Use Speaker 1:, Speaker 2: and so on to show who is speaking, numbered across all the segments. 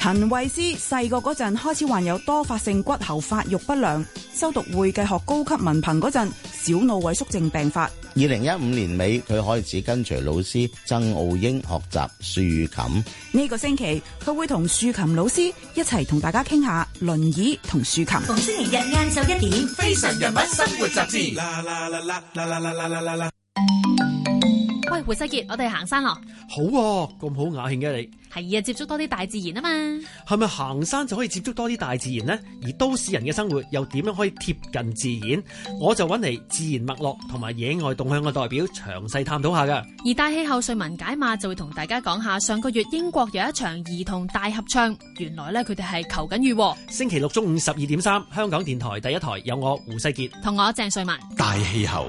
Speaker 1: 陳慧思細個嗰陣開始患有多發性骨喉發育不良，修讀會計學高級文憑嗰陣，小腦萎縮症病發。
Speaker 2: 二零一五年尾，佢開始跟隨老師曾奧英學習豎琴。
Speaker 1: 呢個星期佢會同豎琴老師一齊同大家傾下輪椅同豎琴。
Speaker 3: 逢星期日晏晝一點，非常人物生活雜誌。
Speaker 4: 啦啦啦啦啦啦啦啦啦啦啦！
Speaker 5: 喂，胡世杰，我哋行山咯，
Speaker 4: 好喎，咁好雅興嘅你，
Speaker 5: 係啊，接觸多啲大自然啊嘛。
Speaker 4: 係咪行山就可以接觸多啲大自然呢？而都市人嘅生活又點樣可以貼近自然？我就揾嚟自然脈絡同埋野外動向嘅代表詳細探討下㗎。
Speaker 5: 而大氣候瑞文解碼就會同大家講下，上個月英國有一場兒童大合唱，原來咧佢哋係求緊雨喎，
Speaker 4: 星期六中午十二點三，香港電台第一台有我胡世傑。
Speaker 5: 同我鄭瑞文。
Speaker 6: 大氣候，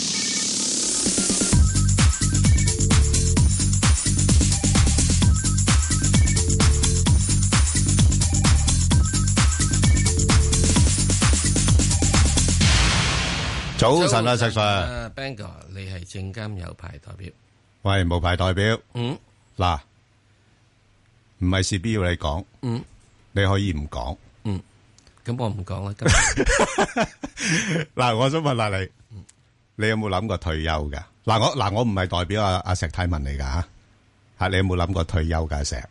Speaker 7: 早晨啊，石 Sir，
Speaker 8: 啊，Bangor，你係證監有牌代表，
Speaker 7: 喂，無牌代表，
Speaker 8: 嗯，
Speaker 7: 嗱，唔係事必要你講，
Speaker 8: 嗯，
Speaker 7: 你可以唔講，
Speaker 8: 嗯，咁我唔講啦，今日
Speaker 7: 嗱，我想問下你，你有冇諗過退休噶？嗱，我嗱我唔係代表阿阿石泰文嚟噶吓，吓你有冇諗過退休噶石？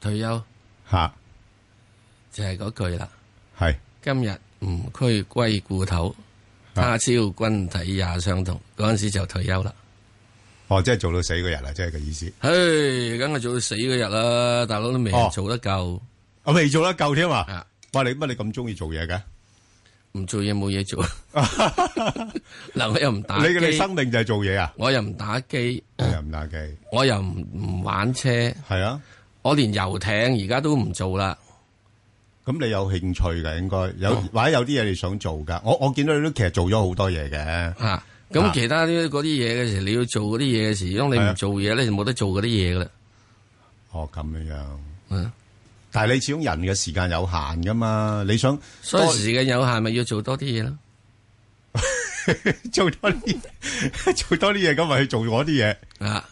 Speaker 8: 退休
Speaker 7: 吓
Speaker 8: 就係嗰句啦。
Speaker 7: 係
Speaker 8: 今日吾軀歸故土，他朝君體也相同。嗰陣時就退休啦。
Speaker 7: 哦，即係做到死嗰日啦，即係個意思。
Speaker 8: 唉，梗係做到死嗰日啦，大佬都未
Speaker 7: 哦
Speaker 8: 做得夠，
Speaker 7: 我未做得夠添啊！哇，你乜你咁中意做嘢嘅？
Speaker 8: 唔做嘢冇嘢 做。嗱，我又唔打
Speaker 7: 你嘅你
Speaker 8: 機
Speaker 7: 生命就係做嘢啊？
Speaker 8: 我又唔打機，
Speaker 7: 你又唔打機，
Speaker 8: 我又唔唔玩車，
Speaker 7: 係啊？
Speaker 8: 我連遊艇而家都唔做啦。
Speaker 7: 咁你有興趣嘅應該有，或者有啲嘢你想做噶。我我見到你都其實做咗好多嘢嘅。
Speaker 8: 吓，
Speaker 7: 啊
Speaker 8: 咁其他啲嗰啲嘢嘅時，你要做嗰啲嘢嘅時，因為你
Speaker 7: 係啊
Speaker 8: 唔做嘢咧，就冇得做嗰啲嘢噶啦。
Speaker 7: 哦，咁樣樣。
Speaker 8: 嗯，
Speaker 7: 但係你始終人嘅時間有限噶嘛，你想
Speaker 8: 所以
Speaker 7: 多
Speaker 8: 時間有限，咪要做多啲嘢咯。
Speaker 7: 做多啲 做多啲嘢，咁咪去做嗰啲嘢。哦
Speaker 8: 啊，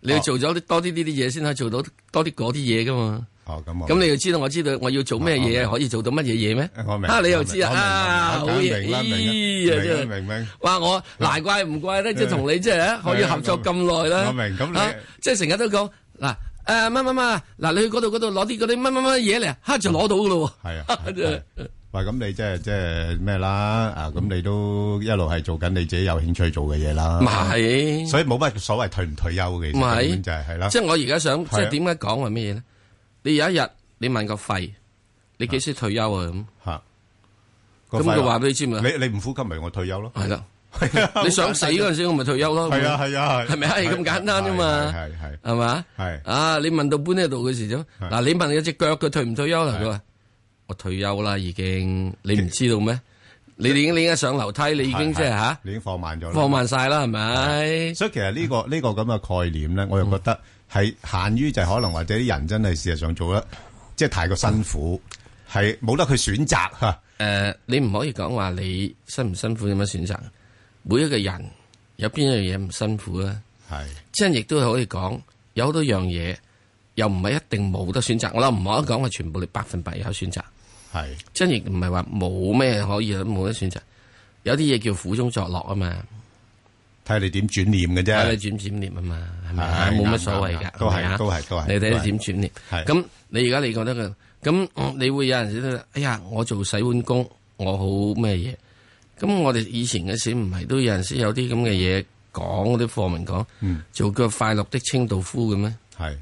Speaker 8: 你要做咗啲多啲呢啲嘢，先可以做到多啲嗰啲嘢噶嘛。
Speaker 7: 哦，咁我
Speaker 8: 咁你要知道，我知道我要做咩嘢，
Speaker 7: 啊
Speaker 8: 可以做到乜嘢嘢咩？
Speaker 7: 我明
Speaker 8: 啊，你又知啊？
Speaker 7: 我明
Speaker 8: 啊，好
Speaker 7: 我明
Speaker 8: 嘢！
Speaker 7: 明啦，明
Speaker 8: 咦
Speaker 7: 啦
Speaker 8: 啊，
Speaker 7: 明啦
Speaker 8: 真係
Speaker 7: 明 明
Speaker 8: 哇！我難怪唔怪咧，即係同你即係 啊可以合作咁耐啦。
Speaker 7: 我明咁你
Speaker 8: 啊即係成日都講嗱，誒乜乜乜嗱，你去嗰度嗰度攞啲嗰啲乜乜乜嘢嚟，啊嚇就攞到噶咯喎。
Speaker 7: 係啊。係喂，咁你即係即係咩啦？啊，咁你都一路係做緊你自己有興趣做嘅嘢啦。
Speaker 8: 咪係
Speaker 7: 所以冇乜所謂退唔退休嘅，其實
Speaker 8: 唔係
Speaker 7: 根本就係係啦。
Speaker 8: 即係我而家想，即
Speaker 7: 係啊
Speaker 8: 係點解講話咩嘢咧？你有一日你問個肺，你幾時退休啊？咁
Speaker 7: 吓，
Speaker 8: 咁佢話俾你知咪
Speaker 7: 你你唔呼吸咪我退休咯。
Speaker 8: 係啦，
Speaker 7: 係啊
Speaker 8: 你想死嗰陣時，我咪退休咯。
Speaker 7: 係啊係啊係
Speaker 8: 係咪啊？係咁簡單啫嘛，
Speaker 7: 係係係
Speaker 8: 係嘛？
Speaker 7: 係
Speaker 8: 啊，你問到搬呢度嘅時啫。
Speaker 7: 係
Speaker 8: 嗱，你問有隻腳佢退唔退休啦？佢話我退休啦，已經。你唔知道咩？你已經你而家上樓梯，你已經即係吓
Speaker 7: 你已經放慢咗啦。
Speaker 8: 放慢晒啦，係咪？
Speaker 7: 所以其實呢、個呢、個咁嘅概念咧，我又覺得係限於就係可能或者啲人真係事實上做得即係太過辛苦，係冇得佢選擇嚇。
Speaker 8: 誒、呃你唔可以講話你辛唔辛苦有乜選擇？每一個人有邊樣嘢唔辛苦咧？
Speaker 7: 係
Speaker 8: 即係亦都可以講，有好多樣嘢又唔係一定冇得選擇。我諗唔可以講話全部你百分百有選擇，
Speaker 7: 係
Speaker 8: 即係亦唔係話冇咩可以冇得選擇。有啲嘢叫苦中作樂啊嘛，
Speaker 7: 睇下你點轉念嘅
Speaker 8: 睇你
Speaker 7: 啫。
Speaker 8: 轉唔轉念啊嘛，係咪
Speaker 7: 係
Speaker 8: 啊
Speaker 7: 啱
Speaker 8: 冇乜所謂
Speaker 7: 啱
Speaker 8: 㗎，
Speaker 7: 啱都係
Speaker 8: 係咪啊
Speaker 7: 都係都係
Speaker 8: 你
Speaker 7: 都
Speaker 8: 睇
Speaker 7: 係
Speaker 8: 你點轉念。
Speaker 7: 係
Speaker 8: 咁你而家你覺得佢咁，嗯你會有陣時都覺得哎呀，我做洗碗工，我好咩嘢？咁我哋以前嘅時唔係都有陣時有啲咁嘅嘢講，嗰啲課文講，
Speaker 7: 嗯
Speaker 8: 做個快樂的清道夫嘅咩？
Speaker 7: 係，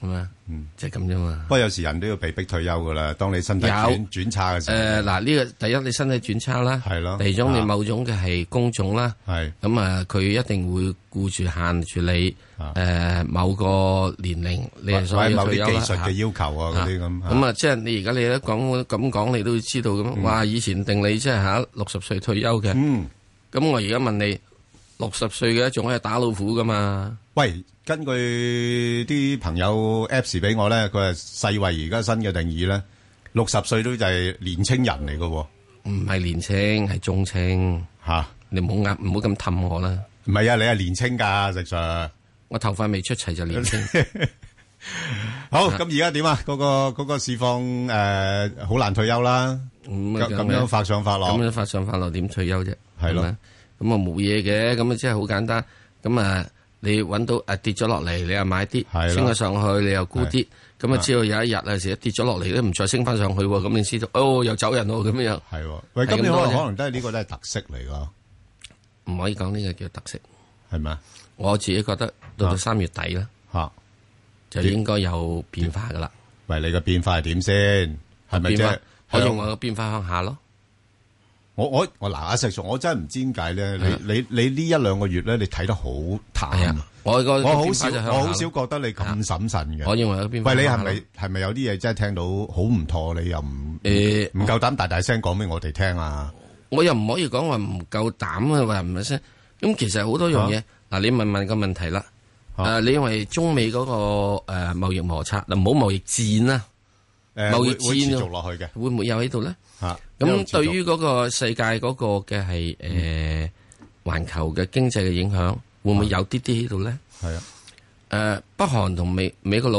Speaker 8: 係咪啊？
Speaker 7: 嗯。
Speaker 8: 即係咁啫嘛
Speaker 7: 不。過有時人都要被逼退休噶啦。當你身體
Speaker 8: 有
Speaker 7: 轉轉差嘅時候，
Speaker 8: 誒嗱，呢個第一你身體轉差啦，
Speaker 7: 係咯
Speaker 8: 第二種你
Speaker 7: 啊
Speaker 8: 某種嘅係工種啦，
Speaker 7: 係
Speaker 8: 咁啊，佢一定會顧住限住你
Speaker 7: 啊
Speaker 8: 誒某個年齡，你係
Speaker 7: 或
Speaker 8: 所
Speaker 7: 者
Speaker 8: 以
Speaker 7: 某啲
Speaker 8: 退休
Speaker 7: 技
Speaker 8: 啦
Speaker 7: 術嘅要求啊
Speaker 8: 啊
Speaker 7: 嗰啲咁。
Speaker 8: 咁啊，即係你而家你都講咁講，你都知道咁。哇！以前定你即係嚇六十歲退休嘅，
Speaker 7: 嗯
Speaker 8: 咁我而家問你六十歲嘅仲可以打老虎噶嘛？
Speaker 7: 喂，根據啲朋友 Apps 俾我咧，佢係世衛而家新嘅定義咧，六十歲都就係年青人嚟嘅喎。
Speaker 8: 唔係年青，係中青
Speaker 7: 吓，
Speaker 8: 你唔好呃，唔好咁氹我啦。
Speaker 7: 唔係啊，你係年青㗎，石 Sir。
Speaker 8: 我頭髮未出齊就年 青。
Speaker 7: 好，咁而家點啊？嗰個嗰個市況誒，好難退休啦。
Speaker 8: 咁啊
Speaker 7: 咁樣發上發落
Speaker 8: 咁樣發上發落點退休啫？
Speaker 7: 係咯
Speaker 8: 咪，咁啊冇嘢嘅，咁啊即係好簡單。咁啊，你揾到啊跌咗落嚟，你又買啲，
Speaker 7: 咯
Speaker 8: 升咗上去，你又沽啲。咁啊，
Speaker 7: 係
Speaker 8: 只要有一日啊，時跌咗落嚟都唔再升翻上去喎，咁你知道哦，又走人咯，咁樣。
Speaker 7: 係喎，喂，
Speaker 8: 係咁
Speaker 7: 今年可
Speaker 8: 多
Speaker 7: 能
Speaker 8: 啫
Speaker 7: 可能都係呢個都係特色嚟㗎，
Speaker 8: 唔可以講呢個叫特色。
Speaker 7: 係咪啊？
Speaker 8: 我自己覺得
Speaker 7: 啊
Speaker 8: 到到三月底啦，
Speaker 7: 嚇，
Speaker 8: 就應該有變化噶啦。
Speaker 7: 喂，你個變化係點先？係咪即
Speaker 8: 變
Speaker 7: 係
Speaker 8: 化？我
Speaker 7: 向
Speaker 8: 用我嘅變化向下咯。
Speaker 7: 我我我嗱，阿石 Sir，我真係唔知點解咧，
Speaker 8: 係啊
Speaker 7: 你你你呢一兩個月咧，你睇得好淡
Speaker 8: 係
Speaker 7: 啊
Speaker 8: 啊，我個
Speaker 7: 我好
Speaker 8: 變
Speaker 7: 少
Speaker 8: 化就向下
Speaker 7: 我好
Speaker 8: 咯
Speaker 7: 少覺得你咁審慎嘅。
Speaker 8: 我認為個變化
Speaker 7: 喂，你係
Speaker 8: 向下
Speaker 7: 咪
Speaker 8: 咯
Speaker 7: 係咪有啲嘢真係聽到好唔妥，你又唔
Speaker 8: 誒
Speaker 7: 唔夠膽大大聲講俾我哋聽啊？
Speaker 8: 我又唔可以講話唔夠膽啊，話唔係聲。咁其實好多樣嘢，嗱你問問個問題啦。誒，你認為中美嗰個誒貿易摩擦，嗱唔好貿易戰啦，
Speaker 7: 誒
Speaker 8: 貿易
Speaker 7: 會會持
Speaker 8: 戰啊
Speaker 7: 續落去嘅
Speaker 8: 會唔會有喺度咧？
Speaker 7: 嚇。一路
Speaker 8: 咁
Speaker 7: 持續
Speaker 8: 對於嗰個世界嗰個嘅係誒環球嘅經濟嘅影響，會唔會有啲啲喺度咧？
Speaker 7: 係啊，
Speaker 8: 誒，呃北韓同美美國佬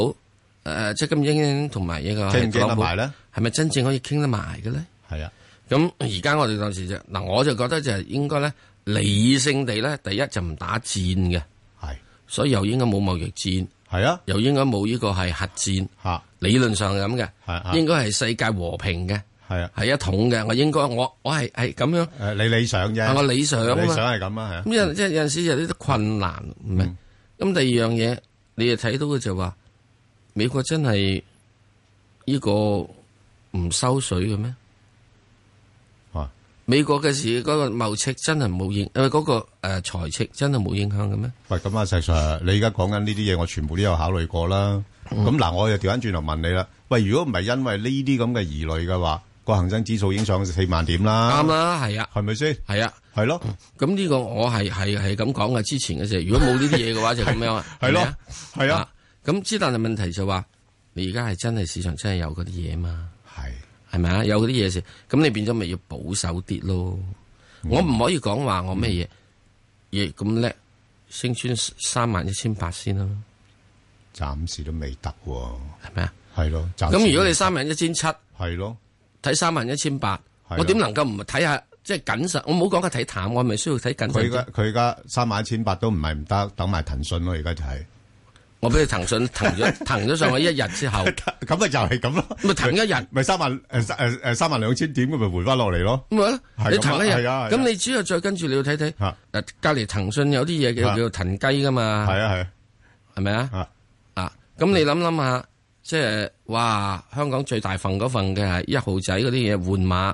Speaker 8: 誒，即係金英英同埋呢個
Speaker 7: 傾唔傾
Speaker 8: 特
Speaker 7: 得
Speaker 8: 朗普
Speaker 7: 埋咧？
Speaker 8: 係咪真正可以傾得埋嘅咧？
Speaker 7: 係啊，
Speaker 8: 咁而家我哋當時就嗱，我就覺得就係應該咧理性地咧，第一就唔打戰嘅，
Speaker 7: 係
Speaker 8: 所以又應該冇貿易戰，
Speaker 7: 係啊，
Speaker 8: 又應該冇呢個係核戰，
Speaker 7: 嚇
Speaker 8: 理論上係咁
Speaker 7: 係
Speaker 8: 嘅，
Speaker 7: 係
Speaker 8: 應該係世界和平嘅，
Speaker 7: 係啊，
Speaker 8: 係一統嘅。我應該我我係係咁樣，
Speaker 7: 誒你理想啫，
Speaker 8: 係我理想啊
Speaker 7: 理
Speaker 8: 嘛
Speaker 7: 想。係咁啊，係
Speaker 8: 咁
Speaker 7: 啊，
Speaker 8: 有即係有陣時有啲啲困難，唔係。咁第二樣嘢，你又睇到嘅就話美國真係呢個唔收水嘅咩？
Speaker 7: 啊
Speaker 8: 美國嘅事嗰個貿赤真係冇影，誒嗰個誒財赤真係冇影響嘅咩？
Speaker 7: 喂，咁啊，石 Sir，你而家講緊呢啲嘢，我全部都有考慮過啦。
Speaker 8: 嗯
Speaker 7: 咁嗱、我又調翻轉頭問你啦。喂，如果唔係因為呢啲咁嘅疑慮嘅話，個恒生指數已經上四萬點啦，
Speaker 8: 啱啦，係啊，
Speaker 7: 係咪先？
Speaker 8: 係啊。
Speaker 7: 係咯，
Speaker 8: 咁呢個我係係係咁講嘅，之前嘅時候，如果冇呢啲嘢嘅話就咁樣啊，
Speaker 7: 係
Speaker 8: 咪
Speaker 7: 咯
Speaker 8: 啊，
Speaker 7: 係啊，。
Speaker 8: 咁之但係問題就話，你而家係真係市場真係有嗰啲嘢嘛？
Speaker 7: 係
Speaker 8: 係咪啊？有嗰啲嘢食，咁你變咗咪要保守啲咯？
Speaker 7: 嗯
Speaker 8: 我唔可以講話我咩嘢，亦咁叻，升穿三萬一千八先啦，
Speaker 7: 暫時都未得喎，
Speaker 8: 係咪啊？
Speaker 7: 係咯。暫時
Speaker 8: 咁如果你三萬一千七
Speaker 7: 係咯，
Speaker 8: 睇三萬一千八，
Speaker 7: 係啊
Speaker 8: 我點能夠唔睇下即係謹慎？我唔好講佢睇淡，我係咪需要睇謹
Speaker 7: 佢
Speaker 8: 慎
Speaker 7: 而家
Speaker 8: 啲？
Speaker 7: 佢而家三萬一千八都唔係唔得，等埋騰訊咯，而家就係、
Speaker 8: 我俾佢騰訊騰 咗騰咗上去一日之後，
Speaker 7: 咁咪就係咁咯，
Speaker 8: 咪騰一日，咁
Speaker 7: 咪三萬誒誒誒三萬兩千點咁咪回翻落嚟咯。
Speaker 8: 咪咯
Speaker 7: 係咁啊
Speaker 8: 你騰一日，
Speaker 7: 係啊係啊
Speaker 8: 咁你只要再跟住你要睇睇，
Speaker 7: 嚇
Speaker 8: 誒隔離騰訊有啲嘢叫
Speaker 7: 嚇
Speaker 8: 叫做騰雞噶嘛，
Speaker 7: 啊係啊係啊
Speaker 8: 係咪啊？
Speaker 7: 啊
Speaker 8: 啊，咁你諗諗下，即係哇，香港最大份嗰份嘅係一號仔嗰啲嘢換馬，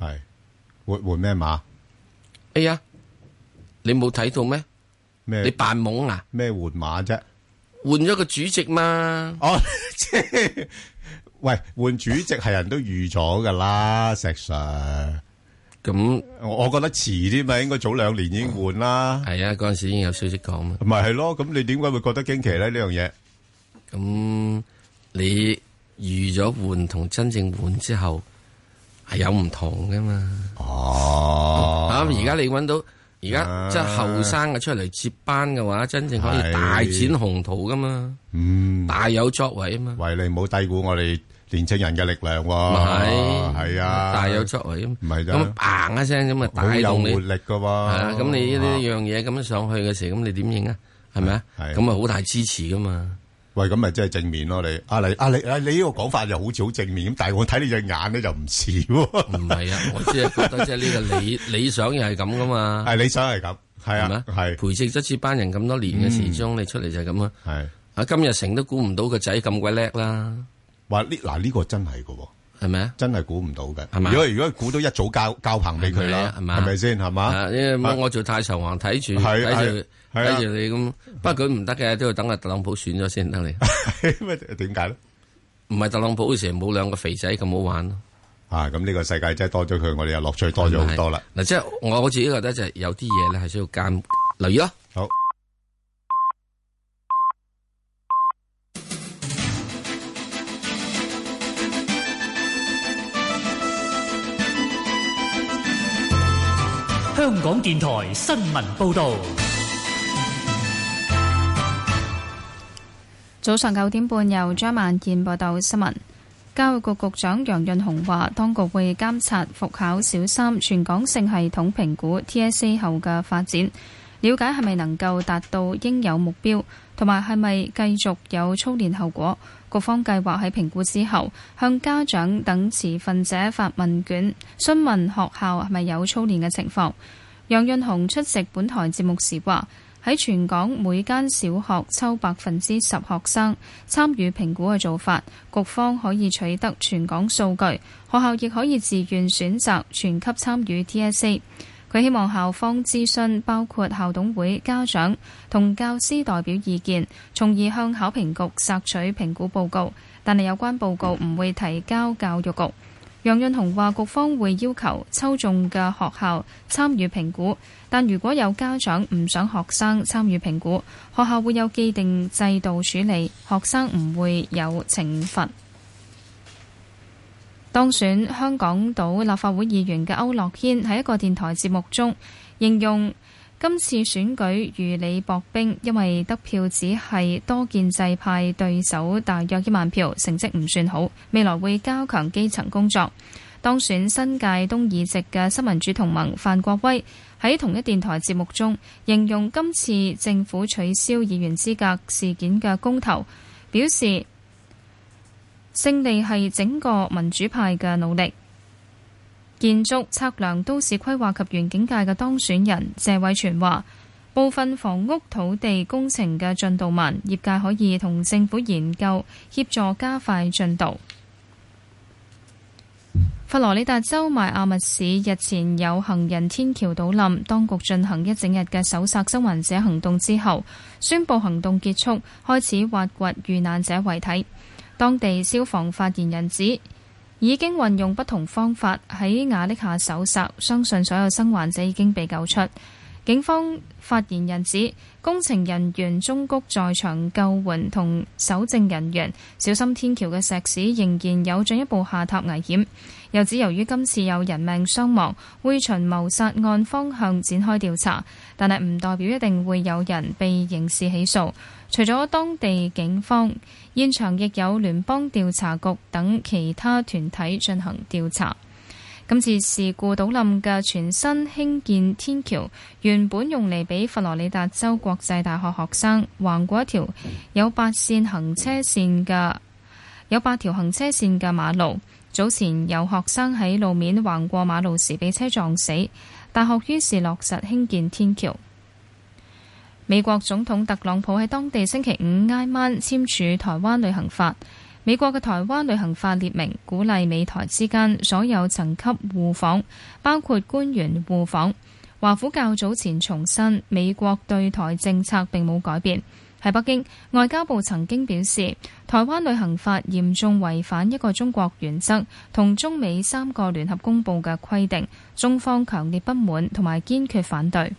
Speaker 7: 係換換咩馬
Speaker 8: 哎呀，你冇睇到咩？
Speaker 7: 咩
Speaker 8: 你扮懵啊？
Speaker 7: 咩換馬啫？
Speaker 8: 換咗個主席嘛？
Speaker 7: 哦，即系喂，換主席係人都預咗噶啦，石 Sir。
Speaker 8: 咁
Speaker 7: 我我觉得遲啲咪，應該早兩年已經換啦。
Speaker 8: 係啊，嗰陣時已經有消息講嘛。
Speaker 7: 咪係咯，咁你點解會覺得驚奇咧？呢樣嘢
Speaker 8: 咁你預咗換同真正換之後係有唔同噶嘛？
Speaker 7: 哦
Speaker 8: 啊，而家你揾到。而家
Speaker 7: 啊
Speaker 8: 即係後生嘅出嚟接班嘅話，真正可以
Speaker 7: 係
Speaker 8: 大展宏圖噶嘛，
Speaker 7: 嗯，
Speaker 8: 大有作為啊嘛。
Speaker 7: 喂，你唔好低估我哋年青人嘅力量喎。
Speaker 8: 咪係
Speaker 7: 係啊，
Speaker 8: 大有作為咁，
Speaker 7: 唔係咋
Speaker 8: 咁嘭一聲咁啊，
Speaker 7: 好
Speaker 8: 帶
Speaker 7: 有
Speaker 8: 動你
Speaker 7: 活
Speaker 8: 係
Speaker 7: 力噶喎。
Speaker 8: 啊，咁你呢樣嘢咁樣上去嘅時候，咁你點應啊？係咪啊？
Speaker 7: 係
Speaker 8: 咁啊，好大支持噶嘛。
Speaker 7: 喂，咁咪真係正面咯？你啊，你啊，你啊，你呢個講法就好似好正面咁，但係我睇你隻眼咧就唔似喎。
Speaker 8: 唔係 啊，我只係覺得即係呢個理 理想又係咁噶嘛，
Speaker 7: 係理想係咁，係
Speaker 8: 係咪啊
Speaker 7: 啊，？係嗯
Speaker 8: 培植咗接班人咁多年嘅時鐘，你出嚟就係咁啊！
Speaker 7: 係。
Speaker 8: 啊，今日成都估唔到個仔咁鬼叻啦，
Speaker 7: 話呢嗱呢個真係嘅喎，
Speaker 8: 係咪啊？
Speaker 7: 真係估唔到嘅。
Speaker 8: 係嘛
Speaker 7: 如果如果估到一早交交棚俾佢啦，
Speaker 8: 係咪啊係嘛
Speaker 7: 係咪先係嘛？
Speaker 8: 啊，因為
Speaker 7: 啊
Speaker 8: 我做太上皇睇住
Speaker 7: 係
Speaker 8: 睇住
Speaker 7: 係係啊
Speaker 8: 睇住你咁，不過佢唔得嘅，都要等阿特朗普選咗先得你。
Speaker 7: 咩點解咧？
Speaker 8: 唔係特朗普嗰時冇兩個肥仔咁好玩咯。
Speaker 7: 啊，咁呢個世界真係多咗佢，我哋又樂趣多咗好多啦。
Speaker 8: 嗱，即係我自己覺得就係有啲嘢咧係需要監留意咯。
Speaker 7: 好。
Speaker 9: 香港電台新聞報道，
Speaker 10: 早上九點半，由張萬健報道新聞。教育局局長楊潤雄話，當局會監察復考小三全港性系統評估 TSA 後嘅發展，了解係咪能夠達到應有目標，同埋係咪繼續有操練後果。局方計劃喺評估之後，向家長等持份者發問卷，詢問學校係咪有操練嘅情況。楊潤雄出席本台節目時話。喺全港每間小學抽百分之十學生參與評估嘅做法，局方可以取得全港數據，學校亦可以自願選擇全級參與 TSA。佢希望校方諮詢包括校董會、家長同教師代表意見，從而向考評局索取評估報告，但係有關報告唔會提交教育局。楊潤雄話：局方會要求抽中嘅學校參與評估，但如果有家長唔想學生參與評估，學校會有既定制度處理，學生唔會有懲罰。當選香港島立法會議員嘅區諾軒喺一個電台節目中形容今次選舉如履薄冰，因為得票只係多建制派對手大約一萬票，成績唔算好。未來會加強基層工作。當選新界東議席嘅新民主同盟范國威喺同一電台節目中形容今次政府取消議員資格事件嘅公投，表示勝利係整個民主派嘅努力。建築、測量、都市規劃及園境界嘅當選人謝偉銓話：部分房屋土地工程嘅進度慢，業界可以同政府研究協助加快進度。佛羅里達州邁阿密市日前有行人天橋倒冧，當局進行一整日嘅搜索生還者行動之後，宣布行動結束，開始挖掘遇難者遺體。當地消防發言人指，已經運用不同方法喺瓦礫下搜索，相信所有生還者已經被救出。警方發言人指，工程人員中谷在場救援同搜證人員小心天橋嘅石屎仍然有進一步下塌危險。又指由於今次有人命傷亡，會循謀殺案方向展開調查，但係唔代表一定會有人被刑事起訴。除咗當地警方，現場亦有聯邦調查局等其他團體進行調查。今次事故倒冧嘅全新興建天橋，原本用嚟俾佛羅里達州國際大學學生橫過一條有八線行車線嘅有八條行車線嘅馬路。早前有學生喺路面橫過馬路時被車撞死，大學於是落實興建天橋。美國總統特朗普喺當地星期五挨晚簽署台灣旅行法。美國嘅台灣旅行法列明，鼓勵美台之間所有層級互訪，包括官員互訪。華府較早前重申，美國對台政策並冇改變。喺北京，外交部曾經表示，台灣旅行法嚴重違反一個中國原則同中美三個聯合公佈嘅規定，中方強烈不滿同埋堅決反對。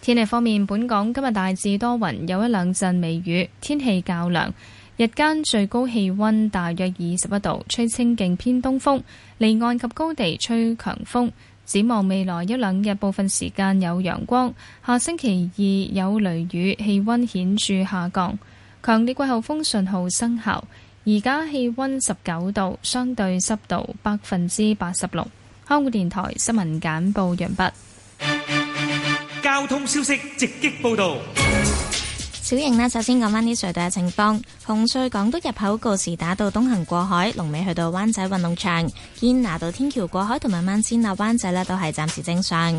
Speaker 10: 天氣方面，本港今日大致多雲，有一兩陣微雨，天氣較涼。日間最高氣溫大約二十一度，吹清勁偏東風，離岸及高地吹強風。展望未來一兩日，部分時間有陽光。下星期二有雷雨，氣溫顯著下降。強烈季候風信號生效。而家氣溫十九度，相對濕度百分之八十六。香港電台新聞簡報完畢。
Speaker 9: 交通消息直擊報道。
Speaker 11: 小瑩呢，首先講翻啲隧道嘅情況。紅隧港島入口告士打道東行過海，龍尾去到灣仔運動場；堅拿道天橋過海同埋慢線落灣仔呢，都係暫時正常。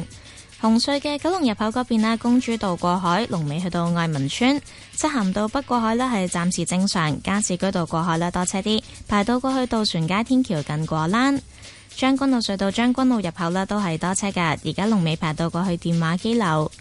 Speaker 11: 紅隧嘅九龍入口嗰邊呢，公主道過海，龍尾去到愛民村；漆咸道北過海呢，係暫時正常。加士居道過海呢，多車啲，排到過去渡船街天橋近果欄。將軍澳隧道將軍澳入口呢都係多車㗎，而家龍尾排到過去電話機樓。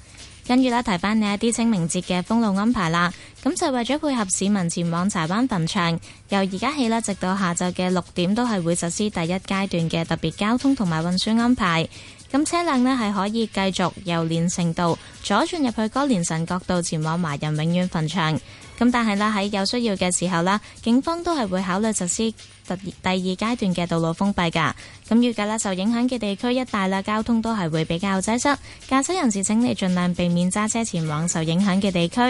Speaker 11: 跟住呢，提翻你一啲清明節嘅封路安排啦。咁就為咗配合市民前往柴灣墳場，由而家起呢，直到下晝嘅六點都係會實施第一階段嘅特別交通同埋運輸安排。咁車輛呢係可以繼續由連城道左轉入去歌連臣角道前往華人永遠墳場。咁但係啦，喺有需要嘅時候啦，警方都係會考慮實施特第二階段嘅道路封閉㗎。咁預計啦，受影響嘅地區一帶啦，交通都係會比較擠塞。駕車人士請你盡量避免揸車前往受影響嘅地區。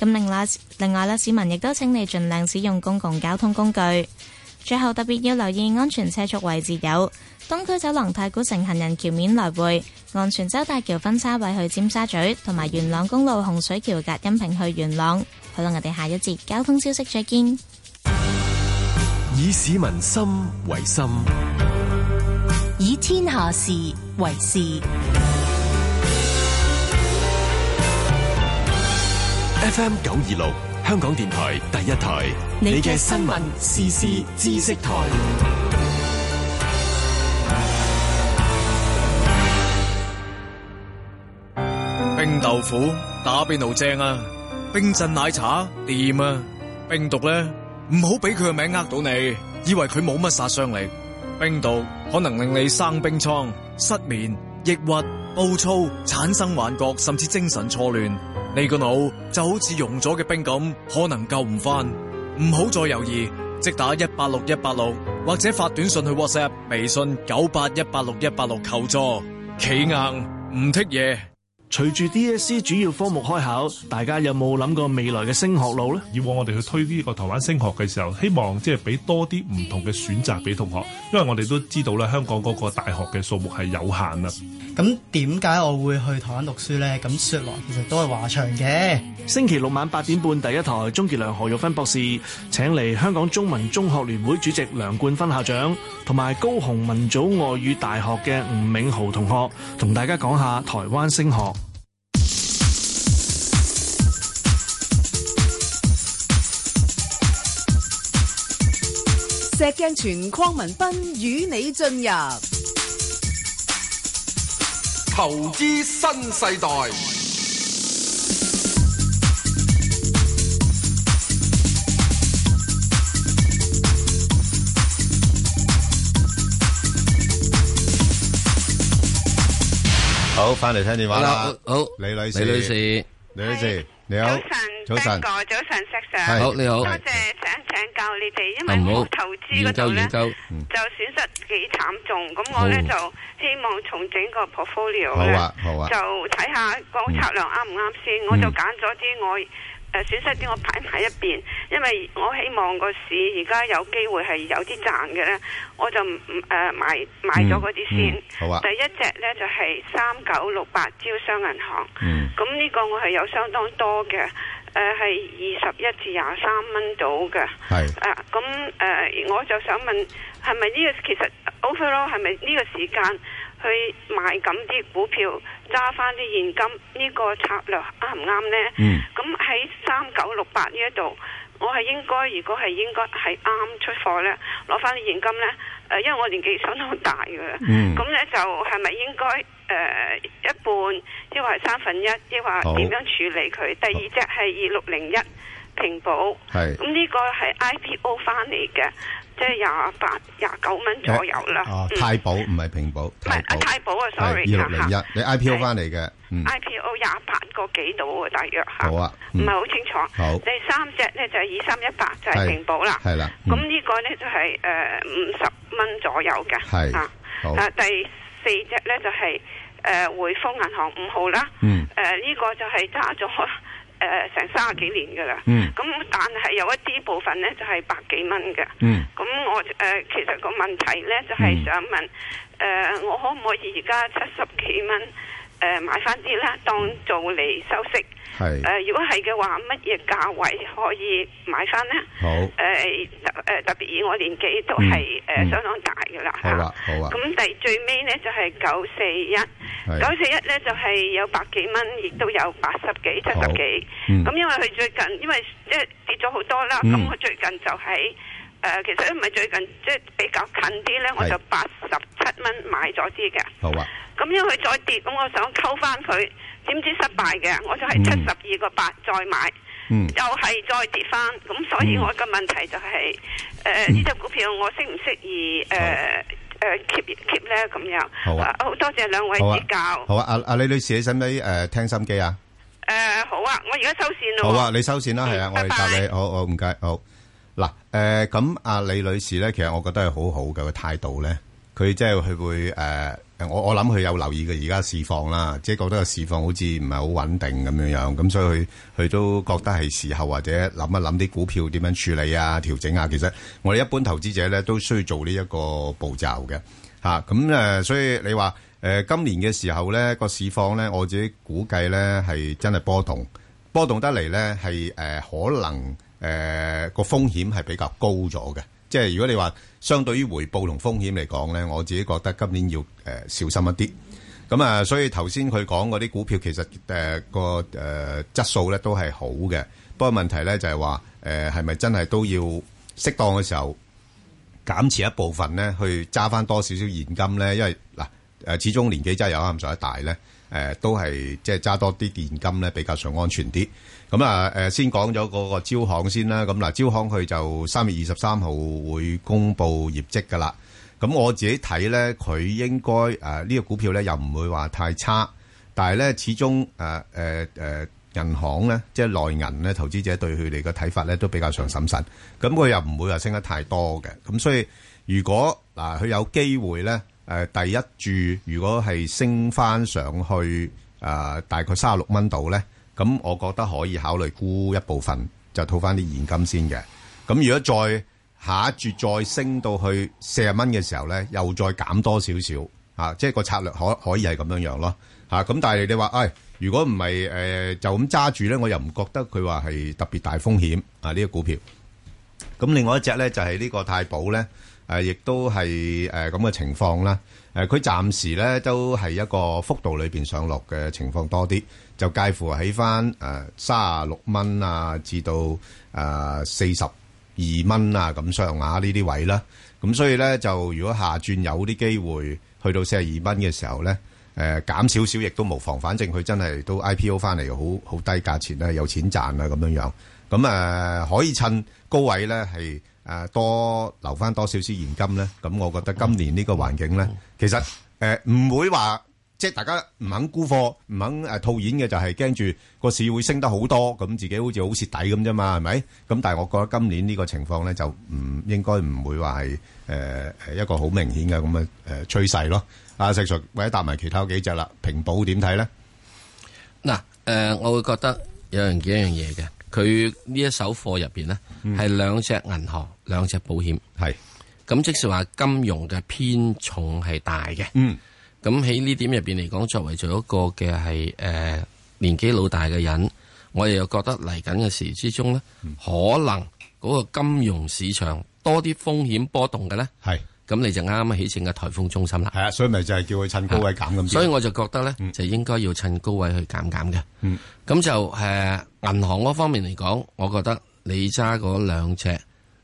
Speaker 11: 咁另外，另外啦，市民亦都請你盡量使用公共交通工具。最後特別要留意安全車速位置有東區走廊、太古城行人橋面來回、昂船洲大橋分叉位去尖沙咀，同埋元朗公路洪水橋隔音屏去元朗。好啦，我哋下一節交通消息再見。
Speaker 12: 以市民心為心，
Speaker 13: 以天下事為事。
Speaker 12: FM 九二六，香港電台第一台，你嘅新聞時事知識台。
Speaker 14: 冰豆腐打邊爐正啊，冰鎮奶茶掂啊，冰毒咧唔好俾佢個名呃到你，以為佢冇乜殺傷力。冰毒可能令你生冰瘡、失眠、抑鬱、暴躁，產生幻覺，甚至精神錯亂。你個腦就好似溶咗嘅冰咁，可能救唔翻。唔好再猶豫，即打一八六一八六，或者發短信去 WhatsApp、微信九八一八六一八六求助。企硬唔剔嘢。
Speaker 15: 隨住 DSE 主要科目開考，大家有冇諗過未來嘅升學路呢？
Speaker 16: 以往我哋去推呢個台灣升學嘅時候，希望即係俾多啲唔同嘅選擇俾同學，因為我哋都知道咧，香港嗰個大學嘅數目係有限啦。啊
Speaker 17: 咁點解我會去台灣讀書呢？咁說來其實都係華翔嘅。
Speaker 15: 星期六晚八點半第一台，鍾傑良、何玉芬博士請嚟香港中文中學聯會主席梁冠芬校長，同埋高雄民族外語大學嘅吳銘豪同學，同大家講下台灣升學。
Speaker 18: 石鏡泉鄺民彬與你進入
Speaker 19: 投資新世代。
Speaker 7: 好，翻嚟聽電話啦。
Speaker 8: 好，
Speaker 7: 李女士，
Speaker 8: 李女士，
Speaker 7: 李女士，你好，
Speaker 20: 早晨，
Speaker 7: 早
Speaker 20: 早晨石 Sir，
Speaker 7: 係
Speaker 8: 好你好
Speaker 20: 多謝請請教你哋，因
Speaker 8: 啊唔
Speaker 20: 為
Speaker 8: 好
Speaker 20: 我投資嗰度咧
Speaker 8: 研究研
Speaker 20: 就
Speaker 8: 究嗯
Speaker 20: 損失幾慘重，咁我咧就希望重整個 portfolio
Speaker 8: 好
Speaker 20: 咧
Speaker 8: 啊好啊，
Speaker 20: 就睇下個策略啱唔啱先，我就揀咗啲我誒損失啲我擺埋一邊，因為我希望個市而家有機會係有啲賺嘅咧，我就唔誒、呃、買買咗嗰啲先。
Speaker 7: 嗯好啊
Speaker 20: 第一隻咧就係三九六八招商銀行。
Speaker 7: 嗯
Speaker 20: 咁呢個我係有相當多嘅，誒係二十一至廿三蚊到嘅。
Speaker 7: 係
Speaker 20: 啊，咁誒、呃我就想問，係咪呢個其實呃 overall 係咪呢個時間去買咁啲股票，揸翻啲現金呢、個策略啱唔啱呢？
Speaker 7: 嗯
Speaker 20: 咁喺三九六八呢一度，我係應該如果係應該係啱出貨呢，攞翻啲現金呢，誒、呃因為我年紀相當大㗎啦，
Speaker 21: 嗯
Speaker 20: 咁呢、就係咪應該誒、呃一半，抑或係三分一，抑
Speaker 21: 好
Speaker 20: 或點樣處理佢？第二隻係二六零一平保，
Speaker 7: 係
Speaker 20: 咁呢個係 IPO 翻嚟嘅，即係廿八廿九蚊左右啦。
Speaker 7: 哦，
Speaker 20: 嗯
Speaker 7: 太保唔係平保，太
Speaker 20: 啊太保啊
Speaker 7: 係
Speaker 20: ，sorry
Speaker 7: 二六零一
Speaker 20: 嚇，
Speaker 7: 你 IPO 翻嚟嘅，嗯，
Speaker 20: IPO 廿八個幾度啊，大約嚇，
Speaker 7: 好啊，
Speaker 20: 唔
Speaker 7: 嗯
Speaker 20: 係好清楚。
Speaker 7: 好
Speaker 20: 第三隻咧就係二三一八，就係平保啦。
Speaker 7: 係啦，嗯
Speaker 20: 咁呢個咧就係誒五十蚊左右嘅。
Speaker 7: 係
Speaker 20: 啊
Speaker 7: 好
Speaker 20: 啊第四隻咧就係誒匯豐銀行五號啦。
Speaker 7: 嗯
Speaker 20: 誒呃呢個就係揸咗 誒成三十幾年噶啦。
Speaker 7: 嗯
Speaker 20: 咁但係有一啲部分咧就係百幾蚊嘅。
Speaker 7: 嗯
Speaker 20: 咁我誒、呃其實個問題咧就係、想問誒、呃我可唔可以而家七十幾蚊誒買翻啲啦，當做嚟收息？
Speaker 7: 係
Speaker 20: 誒、如果係嘅話，乜嘢價位可以買翻呢？
Speaker 7: 好
Speaker 20: 誒、特誒特別以我年紀都係誒、
Speaker 7: 嗯嗯
Speaker 20: 相當大嘅啦
Speaker 7: 好 啊，好啊
Speaker 20: 咁，第最尾呢，就係九四一，九四一呢，就係、有百幾蚊，亦都有八十幾、七十幾。
Speaker 7: 嗯
Speaker 20: 咁、因為佢最近因為即係跌咗好多啦，
Speaker 7: 嗯
Speaker 20: 咁、我最近就喺、誒、其實都唔係最近，即係比較近啲呢，我
Speaker 7: 係
Speaker 20: 就八十七蚊買咗啲嘅。
Speaker 7: 好啊，
Speaker 20: 咁因為佢再跌，咁我想溝翻佢，點知失敗嘅，我就係七十二個八再買。
Speaker 7: 嗯
Speaker 20: 又係再跌翻，咁所以
Speaker 7: 嗯
Speaker 20: 我嘅問題就係誒呢只股票我適唔適宜誒誒呃 keep keep 咧咁樣？
Speaker 7: 啊好啊
Speaker 20: 呃好多謝兩位
Speaker 7: 好啊
Speaker 20: 指教。
Speaker 7: 好啊，阿阿李女士，你使唔使诶听心機啊？
Speaker 20: 誒好啊，我而家收線咯。
Speaker 7: 好啊，你收線啦，係啊，我哋答你，好好唔該，好嗱，诶，咁阿李女士咧，其實我覺得係好好嘅個態度咧，佢即係佢會诶，誒我我諗佢有留意嘅而家市況啦，即係覺得個市況好似唔係好穩定咁樣樣，咁所以佢佢都覺得係時候或者諗一諗啲股票點樣處理啊、調整啊，其實我哋一般投資者咧都需要做呢一個步驟嘅。吓咁誒，所以你話誒、今年嘅時候咧個市況咧，我自己估計咧係真係波動，波動得嚟咧係誒可能誒呃個、風險係比較高咗嘅。即係如果你話呃相對於回報同風險嚟講咧，我自己覺得今年要誒、小心一啲。咁啊，所以頭先佢講嗰啲股票其實誒個誒質素咧都係好嘅，不過問題咧就係話誒係咪真係都要適當嘅時候減持一部分咧，去揸翻多少少現金咧，因為嗱誒、始終年紀真係有啱上一大咧，誒、都係即係揸多啲現金咧比較上安全啲。咁啊誒，先講咗嗰個招行先啦。咁嗱，招行佢就三月二十三號會公布業績噶啦。咁我自己睇咧，佢應該誒呢、個股票咧又唔會話太差，但係咧始終呃誒誒誒銀行咧，即係內銀咧，投資者對佢哋嘅睇法咧都比較上審慎。咁佢又唔會話升得太多嘅。咁所以如果嗱佢、有機會咧，誒、第一注如果係升翻上去誒、呃大概三十六蚊度咧，咁我覺得可以考慮沽一部分，就套翻啲現金先嘅。咁如果再下一注再升到去四十蚊嘅時候咧，又再減多少少啊！即係個策略可可以係咁樣樣咯嚇。咁、但係你話，唉、如果唔係誒就咁揸住咧，我又唔覺得佢話係特別大風險啊！呢、個股票。咁另外一隻咧就係呢個太保咧，誒、亦都係誒咁嘅情況啦。誒、佢暫時咧都係一個幅度裏邊上落嘅情況多啲，就介乎喺翻誒三十六蚊啊，至到誒四十二蚊啊咁上下呢啲位啦。咁所以咧就如果下轉有啲機會去到四十二蚊嘅時候咧。誒、減少少亦都無妨，反正佢真係都 IPO 翻嚟，好好低價錢啦，有錢賺啊啦咁樣樣。咁誒、呃可以趁高位咧係誒多留翻多少少現金咧。咁我覺得今年呢個環境咧，其實誒唔、會話即係大家唔肯沽貨，唔肯誒套現嘅，就係驚住個市會升得好多，咁自己好似好蝕底咁啫嘛，係咪？咁但係我覺得今年呢個情況咧就唔應該唔會話係誒誒一個好明顯嘅咁嘅誒趨勢咯。阿石 Sir 或者答埋其他幾隻啦，平保點睇咧？
Speaker 8: 嗱，誒、我會覺得有樣幾樣嘢嘅，佢呢一手貨入邊呢，係兩隻銀行、兩隻保險，
Speaker 7: 嗯係
Speaker 8: 咁即是話金融嘅偏重係大嘅，
Speaker 7: 嗯，
Speaker 8: 咁喺呢點入邊嚟講，作為做一個嘅係誒年紀老大嘅人，我哋又覺得嚟緊嘅時之中呢，
Speaker 7: 嗯
Speaker 8: 可能嗰個金融市場多啲風險波動嘅呢，
Speaker 7: 係，
Speaker 8: 咁你就啱啱起正嘅颱風中心啦，啊
Speaker 7: 係啊，所以咪就係叫佢趁高位減咁啲
Speaker 8: 所以我就覺得呢，就應該要趁高位去減減嘅。
Speaker 7: 嗯
Speaker 8: 咁就誒、呃、銀行嗰方面嚟講，我覺得你揸嗰兩隻誒、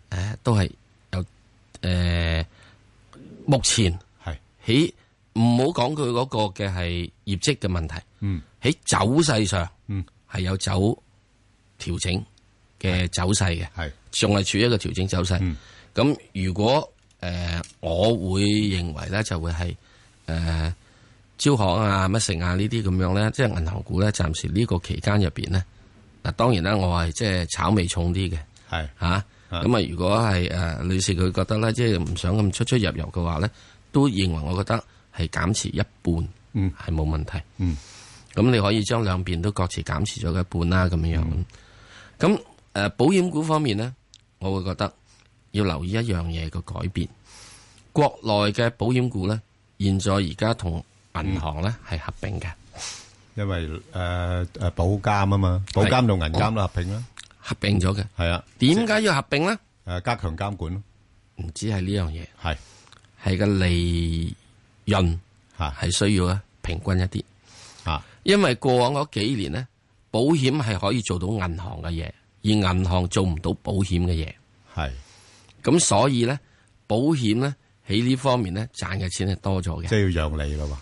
Speaker 8: 呃都係有誒、呃目前
Speaker 7: 係
Speaker 8: 喺唔好講佢嗰個嘅係業績嘅問題，
Speaker 22: Ừ.
Speaker 7: 嗯
Speaker 8: 喺走勢上
Speaker 7: 嗯
Speaker 8: 係有走調整嘅走勢嘅，
Speaker 7: 係
Speaker 8: 仲係處於一個調整走
Speaker 7: 嗯
Speaker 8: 勢。咁、如果誒、呃我會認為咧就會係誒。呃招行啊、乜成啊呢啲咁樣咧，即係銀行股咧，暫時呢個期間入邊咧，嗱當然啦，我係即係炒味重啲嘅，
Speaker 7: 係
Speaker 8: 嚇。咁啊，如果係誒、呃女士佢覺得咧，即係唔想咁出出入入嘅話咧，都認為我覺得係減持一半，
Speaker 7: 嗯，
Speaker 8: 係冇問題，
Speaker 7: 嗯。
Speaker 8: 咁你可以將兩邊都各自減持咗一半啦，咁樣樣。
Speaker 7: 嗯
Speaker 8: 咁誒、呃保險股方面咧，我會覺得要留意一樣嘢嘅改變。國內嘅保險股咧，現在而家同銀行咧係合併嘅，
Speaker 7: 嗯因為誒誒保監啊嘛，保監同銀監啦合併啦，
Speaker 8: 哦合併咗嘅。
Speaker 7: 係啊，
Speaker 8: 點解要合併咧？
Speaker 7: 誒加強監管咯，
Speaker 8: 唔止係呢樣嘢，
Speaker 7: 係
Speaker 8: 係個利潤
Speaker 7: 係
Speaker 8: 需要咧平均一啲
Speaker 7: 啊，
Speaker 8: 因為過往嗰幾年咧，保險係可以做到銀行嘅嘢，而銀行做唔到保險嘅嘢，
Speaker 7: 係
Speaker 8: 咁所以咧，保險咧喺呢方面咧賺嘅錢係多咗嘅，
Speaker 7: 即係要讓利啦喎。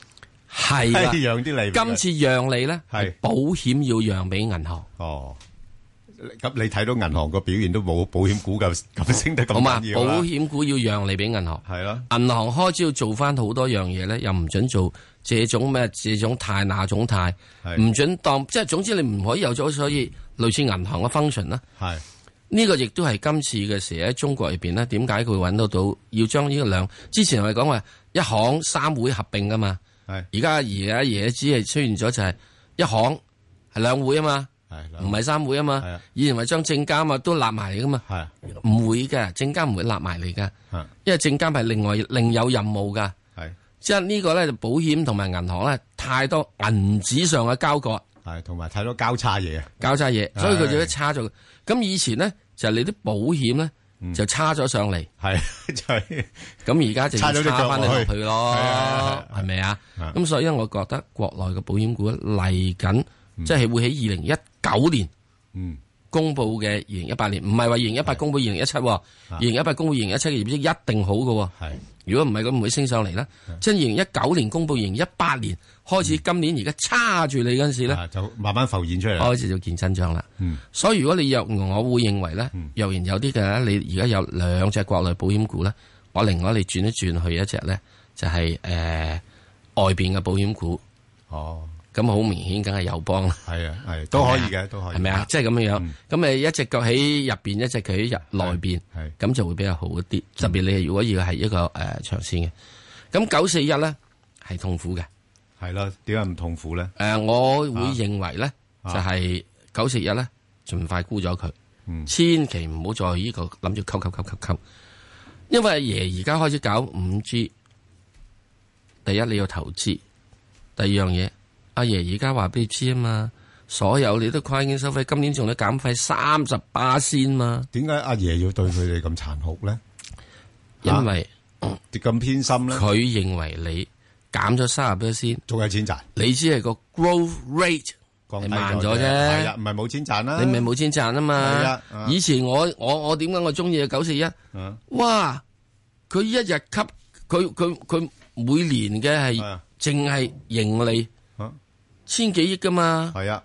Speaker 8: 係 啦，
Speaker 7: 係讓啲利俾佢
Speaker 8: 今次讓利咧，
Speaker 7: 係
Speaker 8: 保險要讓俾銀行。
Speaker 7: 哦，咁你睇到銀行個表現都冇保險股咁咁升得咁
Speaker 8: 好嘛？
Speaker 7: 緊要啦
Speaker 8: 保險股要讓利俾銀行，
Speaker 7: 係咯。
Speaker 8: 銀行開始要做翻好多樣嘢咧，又唔准做這種咩這種貸那種貸，
Speaker 7: 係
Speaker 8: 唔准當即係總之你唔可以有咗所以類似銀行嘅 function 啦。
Speaker 7: 係
Speaker 8: 呢個亦都係今次嘅時喺中國入邊咧，點解佢會揾到到要將呢個兩之前我哋講話一行三會合併噶嘛，
Speaker 7: 係
Speaker 8: 而家而家而家只係出現咗就係一行係兩會啊嘛。唔
Speaker 7: 嗯
Speaker 8: 係三會啊嘛，以前咪將證監啊都立埋嚟噶嘛，唔會嘅，證監唔會立埋嚟噶，因為證監係另外另有任務噶，
Speaker 7: 係
Speaker 8: 即係呢個咧就保險同埋銀行咧太多銀紙上嘅交割，
Speaker 7: 係同埋太多交叉嘢，
Speaker 8: 交叉嘢，所以佢
Speaker 7: 係
Speaker 8: 就一差咗。咁以前咧就係你啲保險咧就差咗上嚟，
Speaker 7: 嗯係 就係
Speaker 8: 咁而家就
Speaker 7: 差
Speaker 8: 要
Speaker 7: 咗隻腳
Speaker 8: 差翻你落
Speaker 7: 落
Speaker 8: 去
Speaker 7: 去係啊
Speaker 8: 咯，係咪啊？咁所以我覺得國內嘅保險股嚟緊，即係會喺二零一九年。
Speaker 7: 嗯。
Speaker 8: 公布嘅二零一八年，唔係話二零一八公布二零一七，
Speaker 7: 啊
Speaker 8: 二零一八公布二零一七嘅業績一定好嘅喎。如果唔係，佢唔會升上嚟啦。即係二零一九年公布二零一八年開始，今年而家叉住你嗰陣時咧，
Speaker 7: 嗯啊就慢慢浮現出嚟，
Speaker 8: 開始就見真章啦。
Speaker 7: 嗯
Speaker 8: 所以如果你若我會認為咧，若然有啲嘅咧，你而家有兩隻國內保險股咧，我另外你轉一轉去一隻咧，就係、誒、外邊嘅保險股。
Speaker 7: 哦，
Speaker 8: 咁好明顯，梗係友邦啦。
Speaker 7: 係啊，係都可以嘅都可以嗯
Speaker 8: 係咪啊？即係咁樣樣。咁你一隻腳喺入邊，一隻腳喺入內邊
Speaker 7: 係，嗯
Speaker 8: 咁就會比較好一啲。特別你如果要係一個誒長線嘅，咁九四一咧係痛苦嘅。
Speaker 7: 係咯，點解唔痛苦咧？
Speaker 8: 誒，呃我會認為咧，就
Speaker 7: 啊
Speaker 8: 係九四一咧，盡快沽咗佢，
Speaker 7: 嗯
Speaker 8: 千祈唔好再呢個諗住溝溝溝溝溝，因為阿爺而家開始搞五 G，第一你要投資，第二樣嘢，阿爺而家話俾你知啊嘛，所有你都跨境收費，今年仲要減費三十八先嘛，
Speaker 7: 點解阿爺要對佢哋咁殘酷咧？
Speaker 8: 因為
Speaker 7: 咁偏心咧，
Speaker 8: 佢認為你減咗三十八先，
Speaker 7: 仲有錢賺，
Speaker 8: 你只係個 growth rate 係慢咗啫，
Speaker 7: 係啊，唔係冇錢賺啦，
Speaker 8: 你咪冇錢賺啊
Speaker 7: 係
Speaker 8: 嘛
Speaker 7: 啊啊！
Speaker 8: 以前我我我點解我中意九四一？
Speaker 7: 啊
Speaker 8: 哇！佢一日吸佢佢佢每年嘅
Speaker 7: 啊
Speaker 8: 係淨係盈利千幾億噶嘛？
Speaker 7: 係啊，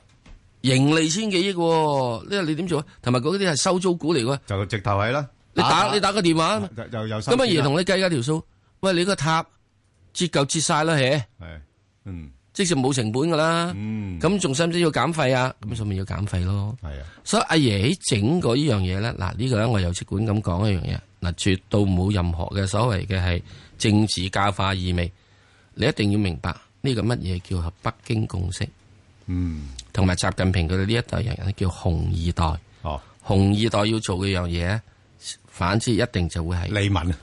Speaker 8: 盈利千幾億喎，呢個你點做啊？同埋嗰啲係收租股嚟喎，
Speaker 7: 就直頭係啦。
Speaker 8: 你
Speaker 7: 打
Speaker 8: 打你打個電話，
Speaker 7: 又又又
Speaker 8: 咁
Speaker 7: 收
Speaker 8: 阿
Speaker 7: 錢
Speaker 8: 爺
Speaker 7: 啦
Speaker 8: 同你計下條數，喂你個塔折舊折晒啦，嘿，
Speaker 7: 係嗯
Speaker 8: 即時冇成本噶啦。
Speaker 7: 嗯
Speaker 8: 咁仲使唔使要減費啊？咁所以咪要減費咯。
Speaker 7: 係啊，
Speaker 8: 所以阿爺喺整個呢樣嘢咧，嗱呢個咧我有即管咁講一樣嘢，嗱絕對冇任何嘅所謂嘅係政治教化意味，你一定要明白呢個乜嘢叫係北京共識，
Speaker 22: Ừ.
Speaker 7: 嗯，
Speaker 8: 同埋習近平佢哋呢一代人咧叫紅二代，
Speaker 7: 哦，
Speaker 8: 紅二代要做嘅樣嘢咧，反之一定就會係
Speaker 7: 利民，啊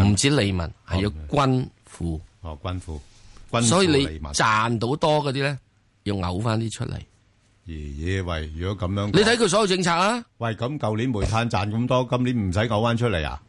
Speaker 8: 唔止利民係要均富，
Speaker 7: 哦均富，均富
Speaker 8: 所以
Speaker 7: 利
Speaker 8: 你
Speaker 7: 民
Speaker 8: 賺到多嗰啲咧，要嘔翻啲出嚟。
Speaker 7: 爺爺喂，如果咁樣，
Speaker 8: 你睇佢所有政策啊，
Speaker 7: 喂，咁舊年煤炭賺咁多，今年唔使嘔翻出嚟啊？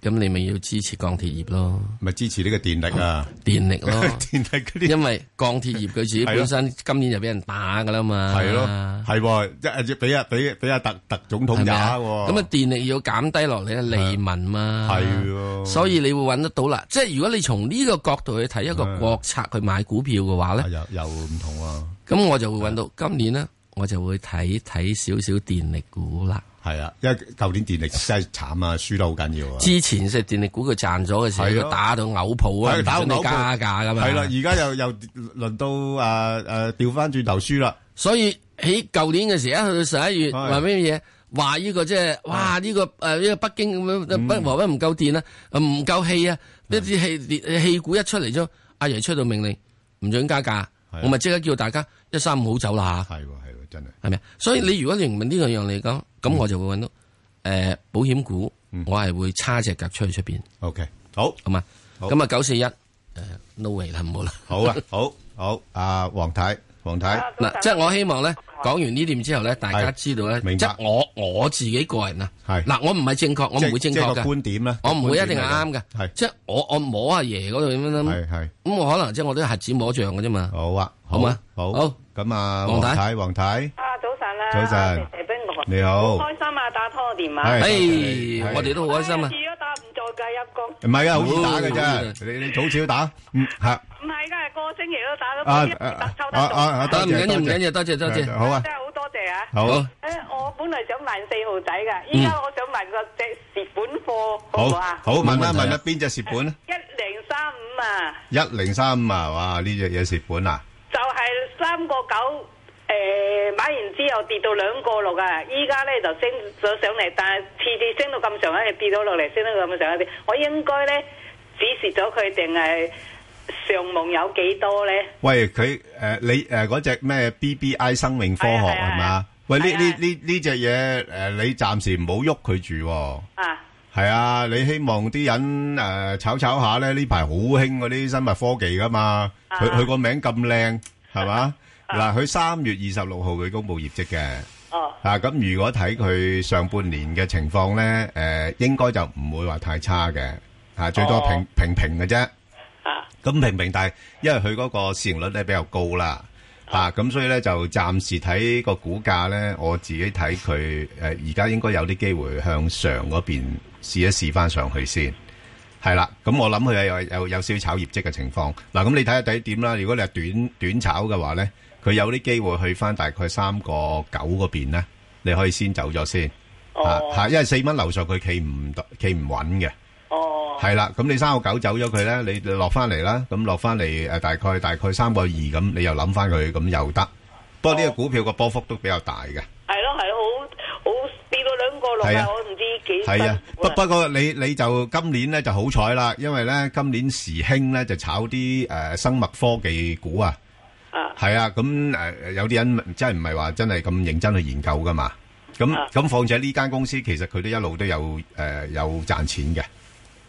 Speaker 8: 咁你咪要支持鋼鐵業咯，
Speaker 7: 咪支持呢個電力啊？
Speaker 8: 電力咯
Speaker 7: 電力嗰啲，
Speaker 8: 因為鋼鐵業佢自己
Speaker 7: 係咯
Speaker 8: 本身今年就俾人打噶啦嘛，
Speaker 7: 係咯，係喎，一一俾啊俾俾阿特特總統
Speaker 8: 係咪
Speaker 7: 打
Speaker 8: 啊？
Speaker 7: 喎，
Speaker 8: 咁啊，電力要減低落嚟啊，利民嘛，
Speaker 7: 係喎
Speaker 8: 所以你會揾得到啦。即係如果你從呢個角度去睇一個國策去買股票嘅話咧，
Speaker 7: 啊又又唔同喎，
Speaker 8: 咁我就會揾到今年呢，我就會睇睇少少電力股啦。
Speaker 7: 係啊，因為舊年電力真係慘啊，輸得好緊要啊。
Speaker 8: 之前食電力股佢賺咗嘅時候，
Speaker 7: 係
Speaker 8: 佢
Speaker 7: 咯
Speaker 8: 打到嘔泡啊，
Speaker 7: 係打到
Speaker 8: 唔准你
Speaker 7: 嘔
Speaker 8: 加
Speaker 7: 泡
Speaker 8: 價噶嘛。
Speaker 7: 係啦，而家又又輪到誒誒調翻轉頭輸啦。
Speaker 8: 所以喺舊年嘅時候，啊一去到十一月話咩嘢？話呢個即係哇呢個誒呢個北京咁
Speaker 7: 嗯
Speaker 8: 樣北華北唔夠電啊，唔夠氣啊，一啲氣氣股一出嚟咗，阿爺出到命令唔准加價，
Speaker 7: 啊
Speaker 8: 我咪即刻叫大家一三五好走啦嚇。
Speaker 7: 係喎係嗯喎，真係
Speaker 8: 係咪啊？所以你如果你唔問呢個樣嚟講，咁我就會揾到誒保險股，我係會叉只腳出去出邊。
Speaker 7: 嗯 OK，好，
Speaker 8: 好嘛，
Speaker 7: 好
Speaker 8: 咁啊九四一誒 no way 啦，唔好啦。
Speaker 7: 好啦，好好，阿黃太，黃太，
Speaker 8: 嗱，即係我希望咧，講完呢點之後咧，大家知道咧，即係我我自己個人啊，
Speaker 7: 係
Speaker 8: 嗱，我唔係正確，我唔會正
Speaker 7: 即係
Speaker 8: 確
Speaker 7: 個
Speaker 8: 嘅
Speaker 7: 觀點咧，
Speaker 8: 我唔會一定係
Speaker 7: 觀
Speaker 8: 啱
Speaker 7: 點嚟
Speaker 8: 嘅，
Speaker 7: 係
Speaker 8: 即係我我摸阿爺嗰度咁樣
Speaker 7: 係係
Speaker 8: 咁，咁我可能即係我都係子摸象嘅啫嘛。
Speaker 7: 好啊，
Speaker 8: 好嘛，
Speaker 7: 好
Speaker 8: 好，
Speaker 7: 咁啊，
Speaker 8: 黃
Speaker 7: 黃
Speaker 8: 太
Speaker 7: 太，黃太，
Speaker 21: 啊，早晨啦，
Speaker 7: 早晨
Speaker 21: 啊謝謝冰哥
Speaker 7: 你好
Speaker 21: 好開心啊，打通個電話，
Speaker 7: 係
Speaker 8: 誒，哎我哋都好開心啊哦
Speaker 21: 如！果打唔到嘅一個，
Speaker 7: 唔係啊，好易打嘅
Speaker 8: 好易
Speaker 7: 啫，你你早少打，嗯，係。
Speaker 21: 唔係㗎，個星期都打
Speaker 7: 啊
Speaker 21: 到，
Speaker 7: 啊啊啊！
Speaker 8: 得唔緊要，唔緊要，多謝多謝。
Speaker 7: 好啊，
Speaker 21: 真係好多謝啊！
Speaker 7: 好啊
Speaker 21: 誒，我本來想問四號仔噶，依家
Speaker 7: 嗯
Speaker 21: 我想問個隻蝕本貨好唔好
Speaker 7: 好
Speaker 21: 啊？
Speaker 7: 好問啦，問啦，邊只蝕本啊咧？
Speaker 21: 一零三五啊，
Speaker 7: 一零三五啊，哇！呢只嘢蝕本啊！
Speaker 21: 就係三個九。誒買完之後跌到兩個六啊！依家咧就升咗上嚟，但係次次升到咁上下，又跌到落嚟，升到咁上下，我應該咧指示咗佢定係上望有幾多咧？
Speaker 7: 喂，佢誒你誒嗰只咩 BBI 生命科學係啊嘛？喂，呢呢呢呢只嘢誒，你暫時唔好喐佢住喎。
Speaker 21: 啊！
Speaker 7: 係啊，你希望啲人誒炒炒下咧，呢排好興嗰啲生物科技噶嘛。佢佢個名咁靚係 嘛？嗱，佢三月二十六號會公布業績嘅。
Speaker 21: 哦。
Speaker 7: 啊，咁如果睇佢上半年嘅情況咧，誒應該就唔會話太差嘅，啊最多平平平嘅啫。咁平平，但係因為佢嗰個市盈率咧比較高啦，啊，咁所以咧就暫時睇個股價咧，我自己睇佢誒而家應該有啲機會向上嗰邊試一試翻上去先，係啦。咁我諗佢有有有少少炒業績嘅情況。嗱，咁你睇下底點啦。如果你係短短炒嘅話咧，佢有啲機會去翻大概三個九嗰邊咧，你可以先走咗先。啊，嚇，因為四蚊樓上佢企唔到企唔穩嘅。係啦，咁你三個九走咗佢咧，你落翻嚟啦，咁落翻嚟誒大概大概三個二咁，你又諗翻佢咁又得。不過呢個股票個波幅都比較大嘅，
Speaker 21: 係咯係咯，好好跌到兩個六
Speaker 7: 係
Speaker 21: 啊
Speaker 7: 啊！
Speaker 21: 我唔知幾
Speaker 7: 係
Speaker 21: 辛
Speaker 7: 啊。
Speaker 21: 苦
Speaker 7: 不不過你你就今年咧就好彩啦，因為咧今年時興咧就炒啲誒生物科技股啊，係啊，咁誒有啲人真係唔係話真係咁認真去研究噶嘛。咁咁況且呢間公司其實佢都一路都有誒有賺錢嘅。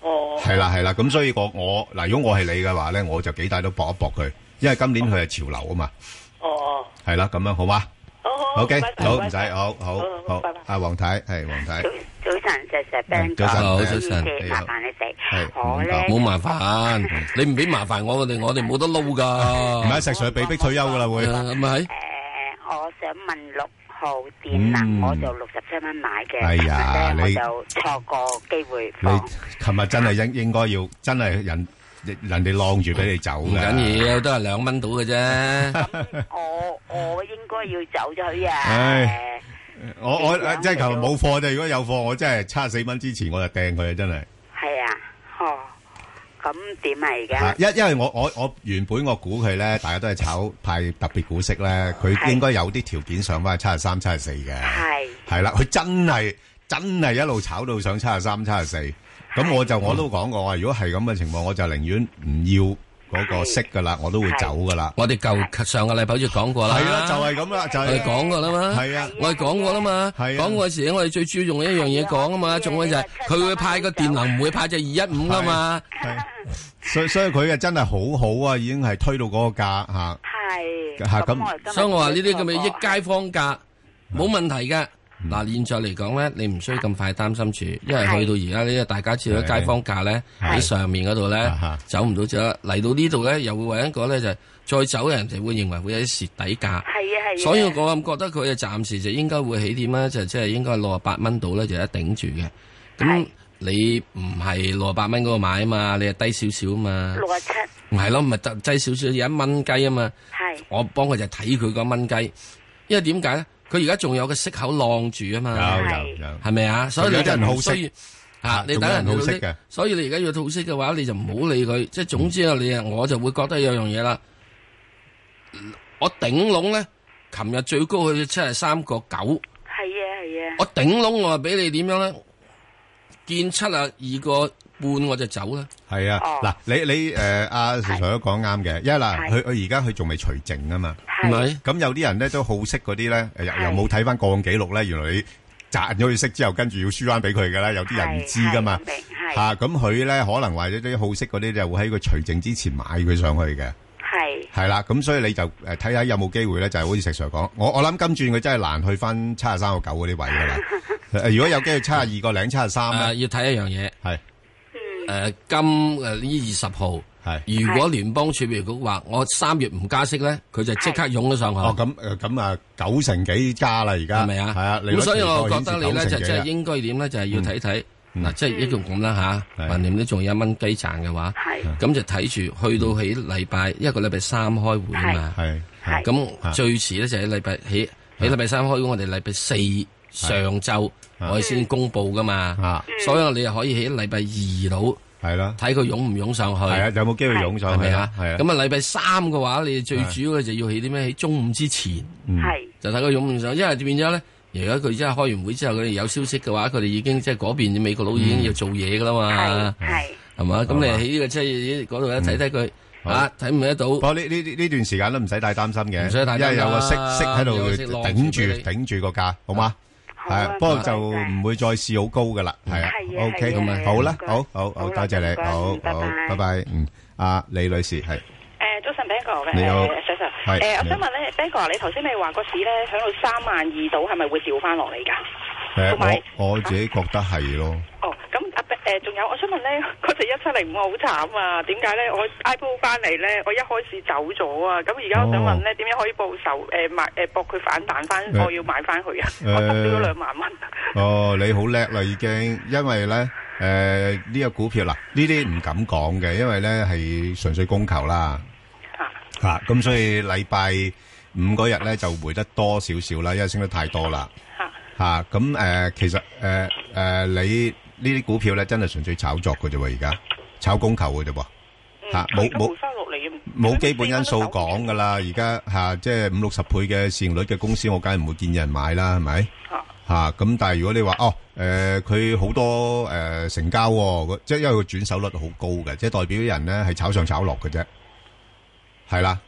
Speaker 21: 哦，
Speaker 7: 係啦係啦，咁所以我我嗱，如果我係你嘅話咧，我就幾大都搏一搏佢，因為今年佢係潮流啊嘛，
Speaker 21: 哦，
Speaker 7: 係啦，咁樣好嘛？
Speaker 21: 好
Speaker 7: o k
Speaker 23: 拜拜
Speaker 7: 好唔
Speaker 23: 拜拜
Speaker 7: 使，好好好，阿黃太係黃 太，
Speaker 23: 早晨，石石 Ben
Speaker 7: 早晨
Speaker 23: 哥
Speaker 7: 好
Speaker 8: 早晨
Speaker 23: 唔好意思麻煩你哋。
Speaker 7: 係
Speaker 23: 我咧
Speaker 8: 冇麻煩，你唔俾麻煩我哋，我哋冇得撈噶。
Speaker 7: 唔係石 Sir 被逼退休噶啦會
Speaker 8: 咁咪
Speaker 23: ờ, 我想問六號電能，
Speaker 7: 嗯
Speaker 23: 我就六十七蚊買嘅，
Speaker 7: 哎呀
Speaker 23: 琴日
Speaker 7: 你
Speaker 23: 咧我就錯過機會
Speaker 7: 你
Speaker 23: 放。
Speaker 7: 琴日真係應應該要真係人人哋晾住俾你走
Speaker 8: 唔
Speaker 7: 嘅，
Speaker 8: 緊要，都係兩蚊到嘅啫。
Speaker 23: 我我應該要走咗去啊！
Speaker 7: 唉，我我即係琴日冇貨啫，如果有貨我真係差四蚊之前我就掟佢啊，真係。
Speaker 23: 係啊，哦，咁點啊而
Speaker 7: 啊
Speaker 23: 家？
Speaker 7: 因因為我我我原本我估佢咧，大家都係炒派特別股息咧，佢應該有啲條件上翻去七十三、七十四嘅。
Speaker 23: 係
Speaker 7: 係啦，佢真係真係一路炒到上七十三、七十四。咁我就我都講過，我話如果係咁嘅情況，我就寧願唔要嗰個息噶啦，我都會走噶啦。
Speaker 8: 我哋舊上個禮拜好似講過啦，
Speaker 7: 係啦，就係咁啦，就
Speaker 8: 啊我
Speaker 7: 係
Speaker 8: 哋講過啦嘛，
Speaker 7: 係啊，
Speaker 8: 我哋講過啦嘛，講過嘅時我哋最注重一樣嘢講啊嘛，仲有就係佢會派個電能，唔會派隻二一五噶嘛。
Speaker 7: 所以所以佢啊真係好好啊，已經係推到嗰個價嚇。
Speaker 23: 係
Speaker 7: 嚇咁，
Speaker 8: 所以我話呢啲咁嘅益街坊價冇問題嘅。
Speaker 7: 嗯
Speaker 8: 嗱，現在嚟講咧，你唔需要咁快擔心住，因為去到而家呢個大家知道街坊價咧
Speaker 7: 係啊
Speaker 8: 喺上面嗰度咧走唔到咗，嚟到呢度咧又會為一個咧就係再走人哋會認為會有啲蝕底價。
Speaker 23: 係啊
Speaker 8: 所以我咁覺得佢就暫時就應該會起點啦，就即係應該六十八蚊度咧就一頂住嘅。咁你唔係六十八蚊嗰個買啊嘛，你係低少少啊嘛，
Speaker 23: 六啊七
Speaker 8: 唔係咯，咪低低少少有一蚊雞啊嘛。
Speaker 23: 係
Speaker 8: 我幫佢就睇佢個蚊雞，因為點解咧？佢而家仲有個息口晾住啊嘛，
Speaker 7: 有有有
Speaker 8: 係咪啊？所以你
Speaker 7: 有啲人好
Speaker 8: 唔需要
Speaker 7: 息
Speaker 8: 啊，你
Speaker 7: 仲有
Speaker 8: 等人
Speaker 7: 人好嗯
Speaker 8: 好息
Speaker 7: 息嘅
Speaker 8: 所以你而家要套息嘅話，你就唔好理佢。即係總之啊，你啊，我就會覺得有樣嘢啦。我頂籠咧，琴日最高去七十三個九，
Speaker 23: 係啊係啊，
Speaker 8: 我頂籠我話俾你點樣咧？見七啊二個半我就走啦。
Speaker 7: 係啊，嗱，你你誒阿石 Sir 都講啱嘅，因為嗱，
Speaker 8: 係
Speaker 7: 佢佢而家佢仲未除淨啊嘛，
Speaker 8: 係咪
Speaker 7: 咁有啲人咧都好識嗰啲咧，誒又又冇睇翻個案記錄咧，原來你賺咗佢息之後，跟住要輸翻俾佢噶啦，有啲人唔知噶嘛，嚇咁佢咧可能或者啲好識嗰啲就會喺佢除淨之前買佢上去嘅，
Speaker 23: 係
Speaker 7: 係啦，咁所以你就誒睇下有冇機會咧，就係好似石 Sir 講，我我諗今轉佢真係難去翻七十三個九嗰啲位噶啦，誒如果有機會七十二個零七十三
Speaker 8: 啊，
Speaker 7: 咧，
Speaker 8: 要睇一樣嘢
Speaker 7: 係
Speaker 8: 誒今誒呢二十號
Speaker 7: 係
Speaker 8: 如果聯邦儲備局話我三月唔加息咧，佢就即刻湧咗上去。
Speaker 7: 哦，咁誒咁啊，九成幾加啦而家，係咪啊？係啊，利率
Speaker 8: 咁所以我覺
Speaker 7: 期貨
Speaker 8: 得
Speaker 7: 顯示
Speaker 8: 你咧就
Speaker 7: 九成幾
Speaker 8: 即係
Speaker 7: 啦
Speaker 8: 應該點咧，就係要睇睇嗱，即係
Speaker 7: 嗯
Speaker 8: 一共咁啦吓，橫掂都仲有一蚊雞賺嘅話，咁就睇住去到喺禮拜一個禮拜三開會啊嘛，
Speaker 7: 係
Speaker 8: 咁最遲咧就喺禮拜喺你禮拜三開工，我哋禮拜四上晝我哋先公佈噶嘛，所以你又可以喺禮拜二
Speaker 7: 到
Speaker 8: 睇佢湧唔湧上去，
Speaker 7: 係啊有冇機會湧上
Speaker 8: 係
Speaker 7: 去
Speaker 8: 咪啊？
Speaker 7: 係啊
Speaker 8: 咁啊禮拜三嘅話，你最主要嘅就要喺啲咩？喺中午之前，
Speaker 7: 嗯
Speaker 8: 就睇佢湧唔上，因為變咗咧。而家佢真係開完會之後，佢哋有消息嘅話，佢哋已經即係嗰邊美國佬已經要做嘢噶啦嘛，係嘛？咁你喺呢個即係嗰度一睇睇
Speaker 7: 嗯
Speaker 8: 佢。啊，睇唔睇得到？不
Speaker 7: 過呢呢呢段時間都唔使太擔心嘅，
Speaker 8: 唔使太擔心啦
Speaker 7: 因為有個息息喺
Speaker 8: 有個息晾住
Speaker 7: 度頂
Speaker 8: 俾你
Speaker 7: 住頂住個價，好嘛？係啊，不過就唔會再試好高噶啦，係啊
Speaker 8: 係啊
Speaker 7: ，OK，
Speaker 8: 係啊係啊
Speaker 7: 好啦
Speaker 8: 唔，該
Speaker 7: 好好好，多謝你，好好，拜拜，嗯，阿李女士係，
Speaker 24: 誒，早晨 b a n g o
Speaker 7: 你好
Speaker 24: 誒，Sir Sir，
Speaker 7: 係
Speaker 24: 誒，我
Speaker 7: 你
Speaker 24: 想問咧 b a n g o 你頭先你話個市咧響到三萬二度，係咪會調翻落嚟㗎？
Speaker 7: 誒，我我自己覺得係咯，
Speaker 24: 哦，咁啊誒，仲有，我想問咧，嗰隻一七零五好慘啊！點解咧？我 IPO 翻嚟咧，我一開始走咗啊！咁而家
Speaker 7: 哦
Speaker 24: 我想問咧，點樣可以報仇？誒買誒博佢反彈翻，
Speaker 7: 誒
Speaker 24: 我要買翻佢啊！
Speaker 7: 誒
Speaker 24: 我得咗兩萬蚊。
Speaker 7: 哦，你好叻啦已經，因為咧誒呢個股票嗱呢啲唔敢講嘅，因為咧係純粹供求啦。
Speaker 24: 啊
Speaker 7: 吓咁、所以禮拜五嗰日咧就回得多少少啦，因為升得太多啦。
Speaker 24: 啊
Speaker 7: 吓咁誒，其實誒誒、你呢啲股票咧真係純粹炒作嘅啫喎，而家炒供求嘅啫喎。
Speaker 24: 嗯
Speaker 7: 吓冇冇
Speaker 24: 翻落嚟啊
Speaker 7: 冇基本因素講噶啦，而家吓即係五六十倍嘅市盈率嘅公司，我梗係唔會建議人買啦，係咪？
Speaker 23: Ờ.
Speaker 7: 吓咁、但係如果你話哦，誒、佢好多誒、成交、喎，佢即係因為佢轉手率好高嘅，即係代表啲人咧係炒上炒落嘅啫，係啦。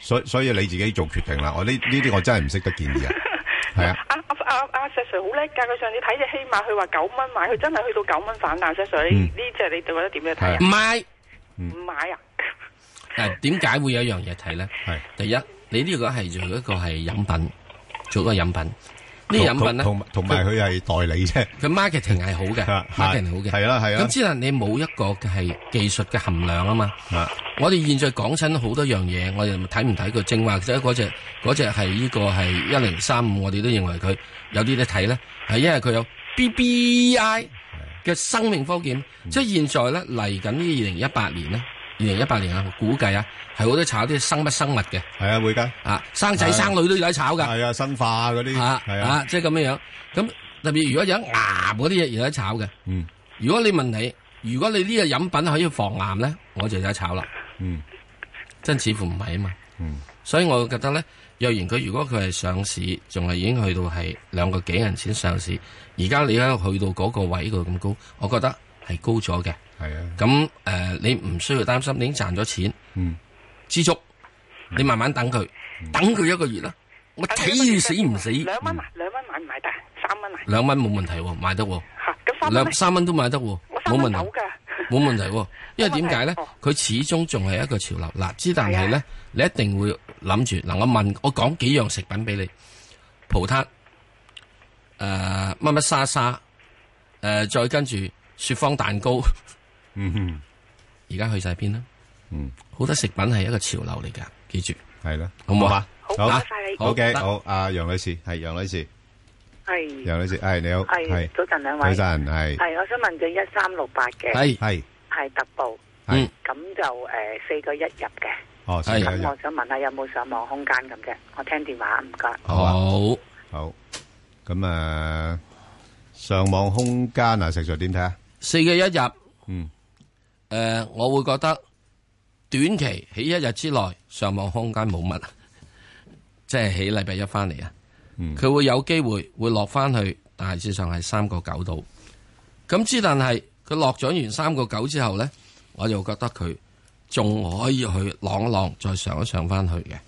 Speaker 7: 所所以你自己做決定啦。我呢呢啲我真係唔識得建議啊，係啊。
Speaker 24: 阿阿阿阿石 Sir 好叻㗎，佢上次睇只希馬，佢話九蚊買，佢真係去到九蚊反彈。石 Sir
Speaker 7: 嗯
Speaker 24: 呢呢只你覺得點樣睇啊？
Speaker 8: 唔買，
Speaker 24: 唔買啊！
Speaker 8: 誒點解會有一樣嘢睇咧？
Speaker 7: 係
Speaker 8: 第一，你呢個係做一個係飲品，做一個飲品。呢啲飲品咧，
Speaker 7: 同同同埋佢係代理啫。
Speaker 8: 佢 marketing 係好嘅，marketing 好嘅，
Speaker 7: 係啦係啦
Speaker 8: 咁只能你冇一個嘅係技術嘅含量啊嘛。我哋現在講親好多樣嘢，我哋睇唔睇佢正話，即係嗰只嗰只係呢個係一零三五，我哋都認為佢有啲咧睇咧，係因為佢有 BBI 嘅生命科技，
Speaker 7: 嗯
Speaker 8: 即係現在咧嚟緊呢二零一八年咧，二零一八年啊，我估計啊係好多炒啲生不生物嘅，
Speaker 7: 係啊會㗎，
Speaker 8: 啊生仔生女都有得炒㗎，
Speaker 7: 係啊生化嗰啲，
Speaker 8: 啊
Speaker 7: 係啊
Speaker 8: 啊即係咁樣樣，咁特別如果有癌嗰啲嘢有得炒嘅，
Speaker 7: 嗯，
Speaker 8: 如果你問你，如果你呢個飲品可以防癌咧，我就有得炒啦。
Speaker 7: 嗯，
Speaker 8: 真似乎唔係啊嘛。
Speaker 7: 嗯，
Speaker 8: 所以我覺得咧，若然佢如果佢係上市，仲係已經去到係兩個幾銀錢上市，而家你喺去到嗰個位度咁高，我覺得係高咗嘅。
Speaker 7: 係啊。
Speaker 8: 咁誒、呃你唔需要擔心，你已經賺咗錢，
Speaker 7: 嗯，
Speaker 8: 知足，你慢慢等佢，等佢一個月啦。我睇住死唔死，
Speaker 24: 兩蚊啊，兩蚊買唔買得啊？三蚊啊？
Speaker 8: 兩蚊冇問題喎，買得喎。
Speaker 24: 咁三蚊
Speaker 8: 兩
Speaker 24: 咧？
Speaker 8: 三蚊都買得喎，冇問題，
Speaker 24: 走㗎。
Speaker 8: 冇問題喎。因為點解咧
Speaker 24: 冇問題？啊
Speaker 8: 佢始終仲係一個潮流。嗱，之但係咧，你一定會諗住嗱，我問我講幾樣食品俾你，葡撻，呃誒乜乜沙沙，誒再跟住雪芳蛋糕，
Speaker 7: 嗯哼，
Speaker 8: 而家去晒邊啦？
Speaker 7: 嗯，
Speaker 8: 好多食品係一個潮流嚟㗎，記住
Speaker 7: 係啦，
Speaker 8: 好唔好啊
Speaker 7: 嘛？好
Speaker 8: 啊
Speaker 7: 好嘅，
Speaker 8: 得
Speaker 7: 好，阿楊女士係楊女士，
Speaker 23: 係
Speaker 7: 楊女士係你好，
Speaker 23: 係
Speaker 7: 係
Speaker 23: 早晨兩位，
Speaker 7: 早晨係
Speaker 23: 係我想問佢一三六八嘅，
Speaker 7: 係係
Speaker 23: 係特步，
Speaker 7: 係
Speaker 23: 咁就誒四個一入嘅，
Speaker 7: 哦，四個一
Speaker 23: 咁我想問下有冇上網空間咁啫？我聽電話唔該，
Speaker 7: 好啊，好，咁啊，上網空間啊，石 Sir 點睇啊？
Speaker 8: 四嘅一日，
Speaker 7: 嗯，
Speaker 8: 誒、呃我會覺得短期喺一日之內上網空間冇乜， 即係喺禮拜一翻嚟啊，佢、會有機會會落翻去大致上係三個九度。咁之但係佢落咗完三個九之後咧，我就覺得佢仲可以去浪一浪，再上一上翻去嘅。誒、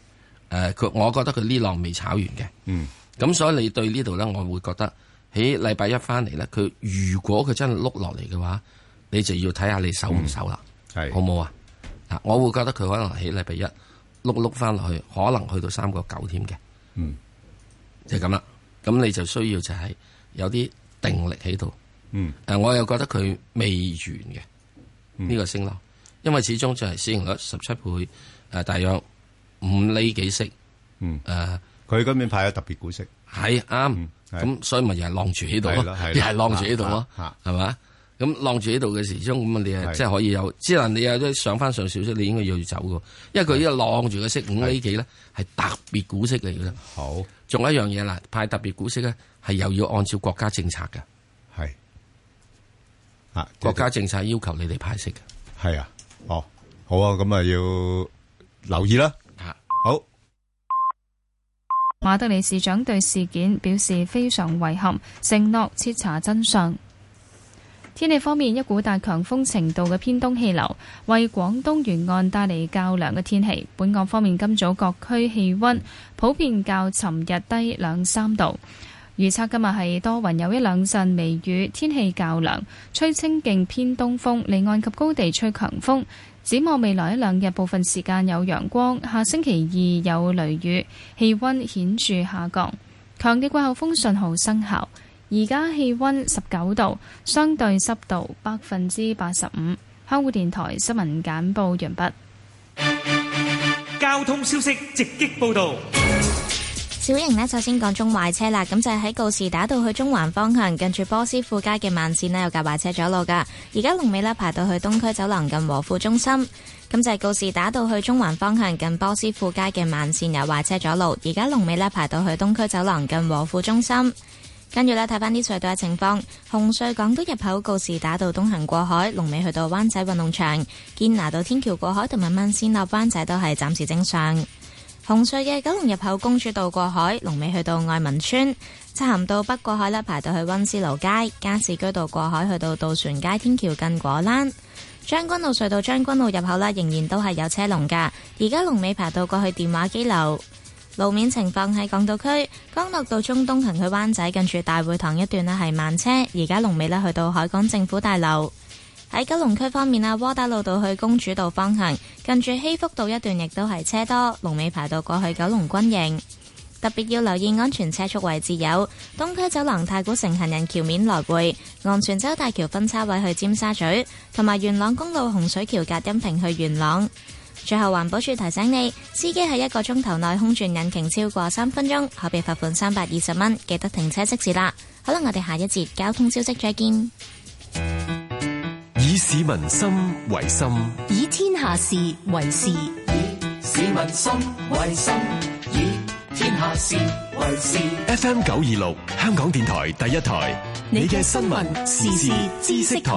Speaker 8: 呃佢我覺得佢呢浪未炒完嘅。
Speaker 7: 嗯，
Speaker 8: 咁所以你對呢度咧，我會覺得喺禮拜一翻嚟咧，佢如果佢真係碌落嚟嘅話，你就要睇下你守唔守啦，
Speaker 7: 嗯係
Speaker 8: 好冇啊？啊，我會覺得佢可能喺禮拜一碌碌翻落去，可能去到三個九添嘅，
Speaker 7: 嗯，
Speaker 8: 就係咁啦。咁你就需要就係有啲定力喺度。
Speaker 7: 嗯，
Speaker 8: 誒、我又覺得佢未完嘅呢、個升浪，因為始終就係市盈率十七倍，誒、大約五厘幾息，
Speaker 7: 嗯，
Speaker 8: 誒、
Speaker 7: 佢今年派咗特別股息，嗯
Speaker 8: 係啱，咁、所以咪又係浪住喺度
Speaker 7: 係啦
Speaker 8: 咯
Speaker 7: 係啦，
Speaker 8: 又係浪住喺度咯
Speaker 7: 啊啊，
Speaker 8: 係嘛？咁晾住呢度嘅時鐘，咁啊你係即係可以有，之能你有啲上翻上少少，你應該要走嘅，因為佢呢個晾住嘅息五厘幾咧，係特別股息嚟嘅。
Speaker 7: 好，
Speaker 8: 仲有一樣嘢啦，派特別股息咧，係又要按照國家政策嘅。
Speaker 7: 係啊，
Speaker 8: 國家政策要求你哋派息嘅。
Speaker 7: 係啊，哦，好啊，咁啊要留意啦。好。
Speaker 10: 馬德里市長對事件表示非常遺憾，承諾徹查真相。天氣方面，一股大強風程度嘅偏東氣流為廣東沿岸帶嚟較涼嘅天氣。本港方面，今早各區氣温普遍較尋日低兩三度。預測今日係多雲，有一兩陣微雨，天氣較涼，吹清勁偏東風，離岸及高地吹強風。展望未來一兩日，部分時間有陽光，下星期二有雷雨，氣温顯著下降。強烈季候風信號生效。而家氣温十九度，相對濕度百分之八十五。香港電台新聞簡報完
Speaker 9: 畢。交通消息直擊報導。
Speaker 11: 小瑩呢，首先講中壞車啦，咁就係喺告士打道去中環方向，近住波斯富街嘅慢線呢，有架壞車阻路噶。而家龍尾呢，排到去東區走廊近和富中心，咁就係告士打道去中環方向近波斯富街嘅慢線有壞車阻路，而家龍尾呢，排到去東區走廊近和富中心。跟住呢，睇翻啲隧道嘅情況，紅隧港島入口告士打道東行過海，龍尾去到灣仔運動場，堅拿道天橋過海同埋慢線落灣仔都係暫時正常。紅隧嘅九龍入口公主道過海，龍尾去到愛民村；漆咸道北過海啦，排到去溫思勞街；加士居道過海去到渡船街天橋近果欄；將軍澳隧道將軍澳入口啦，仍然都係有車龍噶。而家龍尾排到過去電話機樓。路面情況喺港島區，干諾道中東行去灣仔，近住大會堂一段呢係慢車。而家龍尾呢去到海港政府大樓。喺九龍區方面啊，窩打老道去公主道方向，近住禧福道一段亦都係車多，龍尾排到過去九龍軍營。特別要留意安全車速位置有東區走廊、太古城行人橋面來回、昂船洲大橋分叉位去尖沙咀，同埋元朗公路洪水橋隔音屏去元朗。最後環保署提醒你，司機喺一個鐘頭內空轉引擎超過三分鐘，可被罰款三百二十蚊。記得停車熄匙啦。好啦，我哋下一節交通消息再見。
Speaker 12: 以市民心為心，
Speaker 13: 以天下事為事。以
Speaker 25: 市民心為心，以天下事為事。
Speaker 12: FM 九二六，香港電台第一台，你嘅新聞時事知識台，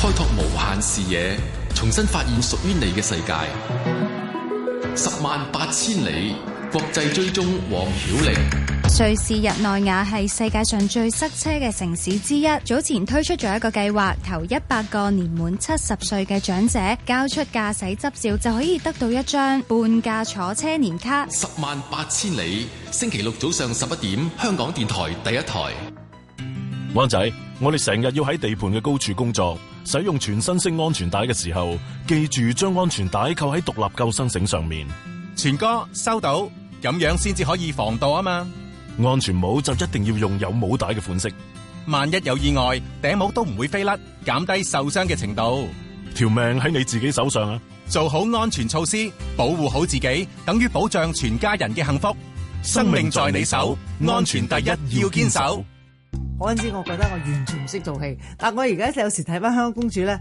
Speaker 6: 開拓無限視野，重新發現屬於你嘅世界。十萬八千里。國際追蹤黃曉玲。
Speaker 26: 瑞士日內瓦係世界上最塞車嘅城市之一。早前推出咗一個計劃，頭一百個年滿七十歲嘅長者交出駕駛執照，就可以得到一張半價坐車年卡。
Speaker 6: 十萬八千里，星期六早上十一點，香港電台第一台。
Speaker 27: 灣仔，我哋成日要喺地盤嘅高處工作，使用全身式安全帶嘅時候，記住將安全帶扣喺獨立救生繩上面。
Speaker 28: 全哥收到，咁樣先至可以防盜啊嘛！
Speaker 27: 安全帽就一定要用有帽帶嘅款式，
Speaker 28: 萬一有意外，頂帽都唔會飛甩，減低受傷嘅程度。
Speaker 27: 條命喺你自己手上啊！
Speaker 28: 做好安全措施，保護好自己，等於保障全家人嘅幸福。生命在你手，安全第一，要堅守。
Speaker 29: 嗰陣時，我覺得我完全唔識做戲，但我而家有時睇翻《香港公主》咧。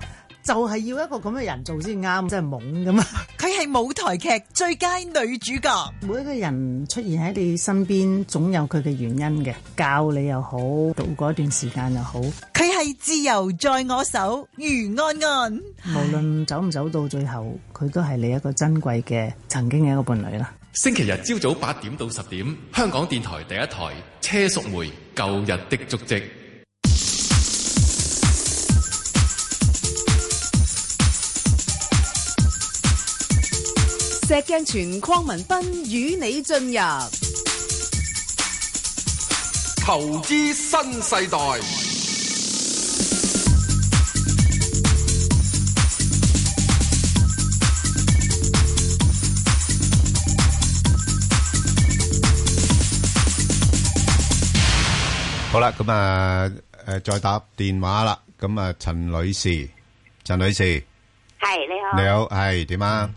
Speaker 29: 就係要一個咁嘅人做先啱，真係懵咁啊！
Speaker 1: 佢係舞台劇最佳女主角。
Speaker 29: 每一個人出現喺你身邊，總有佢嘅原因嘅，教你又好，度嗰段時間又好。
Speaker 1: 佢係自由在我手，余安安。
Speaker 29: 無論走唔走到最後，佢都係你一個珍貴嘅曾經嘅一個伴侶啦。
Speaker 6: 星期日朝早八點到十點，香港電台第一台車淑梅《舊日的足跡》。
Speaker 18: 石鏡泉鄺民彬與你進入
Speaker 19: 投資新世代。
Speaker 7: 好啦，咁啊，誒，再打電話啦。咁啊，陳女士，陳女士，
Speaker 30: 係你好，
Speaker 7: 你好，係點啊？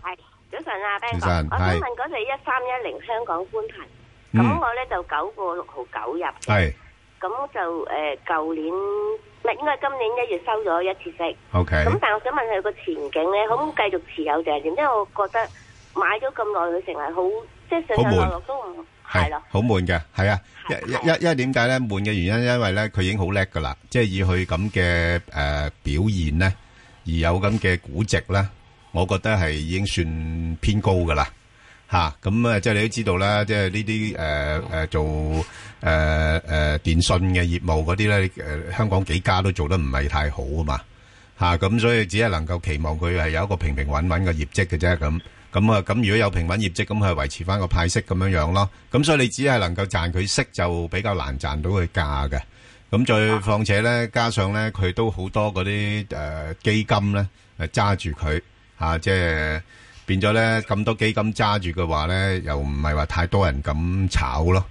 Speaker 30: 早晨啊，Ben
Speaker 7: 早晨
Speaker 30: 哥，我想問嗰隻一三一零香港寬頻，咁我咧就九個六毫九入嘅，咁就誒舊年唔係應該係今年一月收咗一次息。
Speaker 7: OK
Speaker 30: 咁但係我想問佢個前景咧，可唔可以繼續持有定係點？因為我覺得買咗咁耐，佢成日好即係上上落落都唔係咯。
Speaker 7: 好悶嘅，係啊，一一一因為點解咧？悶嘅原因因為咧，佢已經好叻噶啦，即係以佢咁嘅誒表現咧，而有咁嘅估值咧，我覺得係已經算偏高噶啦。吓咁啊！即係你都知道啦，即係呢啲誒誒做誒誒、呃、電信嘅業務嗰啲咧，誒、呃、香港幾家都做得唔係太好啊嘛吓咁、所以只係能夠期望佢係有一個平平穩穩嘅業績嘅啫咁。咁啊，咁如果有平穩業績，咁佢維持翻個派息咁樣樣咯。咁所以你只係能夠賺佢息，就比較難賺到佢價嘅。咁再況且咧，加上咧佢都好多嗰啲誒基金咧誒揸住佢嚇，即係變咗咧咁多基金揸住嘅話咧，又唔係話太多人咁炒咯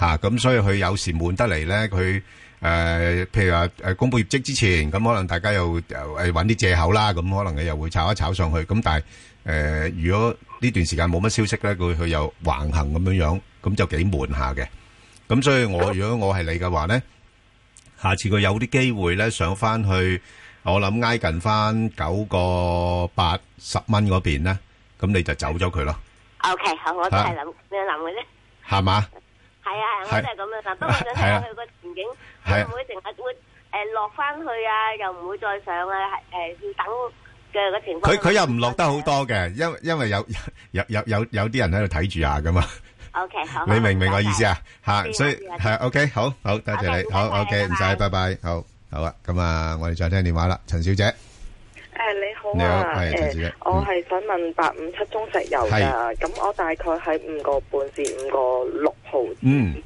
Speaker 7: 嚇。咁、所以佢有時悶得嚟咧，佢誒、呃譬如話誒公佈業績之前，咁可能大家又又誒揾啲藉口啦，咁可能佢又會炒一炒上去。咁但係誒、呃如果呢段時間冇乜消息咧，佢佢又橫行咁樣樣，咁就幾悶下嘅。咁所以我如果我係你嘅話咧。下次佢有啲機會咧上翻去，我諗挨近翻九個八十蚊嗰邊咧，咁你就走咗佢咯，
Speaker 30: O K，好，我都係諗咁樣諗嘅啫。
Speaker 7: 係嘛？
Speaker 30: 係啊，我
Speaker 7: 係
Speaker 30: 都係咁樣諗。不過想睇
Speaker 7: 係
Speaker 30: 下
Speaker 7: 啊
Speaker 30: 佢個前景
Speaker 7: 係
Speaker 30: 會
Speaker 7: 啊
Speaker 30: 唔會成日會誒落翻去啊？又唔會再上啊？係誒要等嘅個情況。
Speaker 7: 佢佢又唔落得好多嘅，因為因為有 有有有有啲人喺度睇住下噶 嘛，
Speaker 30: O K，好。
Speaker 7: 你明唔明我意思啊？嚇，
Speaker 30: 明
Speaker 7: 所以
Speaker 30: 明明
Speaker 7: 係 OK，好好，多謝你，好 OK，唔使，拜拜，好好啊，咁啊，我哋再聽電話啦，陳小姐，
Speaker 31: 誒你好
Speaker 7: 你好
Speaker 31: 啊，
Speaker 7: 係陳小
Speaker 31: 誒
Speaker 7: 姐嗯
Speaker 31: 我係想問八五七中石油㗎，
Speaker 7: 係
Speaker 31: 咁我大概喺五個半至五個六毫
Speaker 7: 嗯，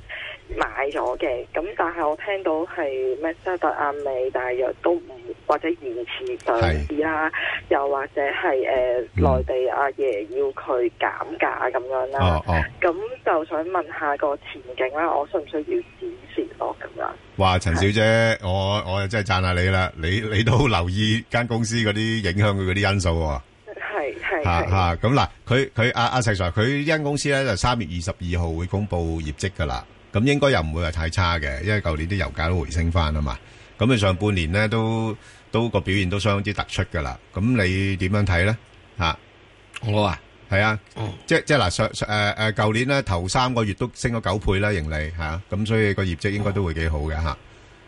Speaker 31: 買咗嘅，咁但係我聽到係咩沙特阿美大約都唔或者延遲上市啦，又或者係誒、
Speaker 7: 嗯
Speaker 31: 呃內地阿爺要佢減價咁樣啦
Speaker 7: 哦，哦，
Speaker 31: 咁、就想問下個前景啦，我需唔需要止蝕咯咁樣？
Speaker 7: 哇，陳小姐，我我真係讚下你啦，你你都留意間公司嗰啲影響佢嗰啲因素喎。
Speaker 31: 係係
Speaker 7: 吓
Speaker 31: 係，
Speaker 7: 吓咁嗱，佢佢阿阿石 Sir，佢呢間公司咧就三月二十二號會公布業績噶啦，咁應該又唔會話太差嘅，因為舊年啲油價都回升翻啊嘛，咁佢上半年咧都都個表現都相當之突出噶啦，咁你點樣睇咧？吓、
Speaker 8: 我啊，
Speaker 7: 係啊，即即嗱上上誒誒，舊、年咧頭三個月都升咗九倍啦盈利吓，咁、所以個業績應該都會幾好嘅吓。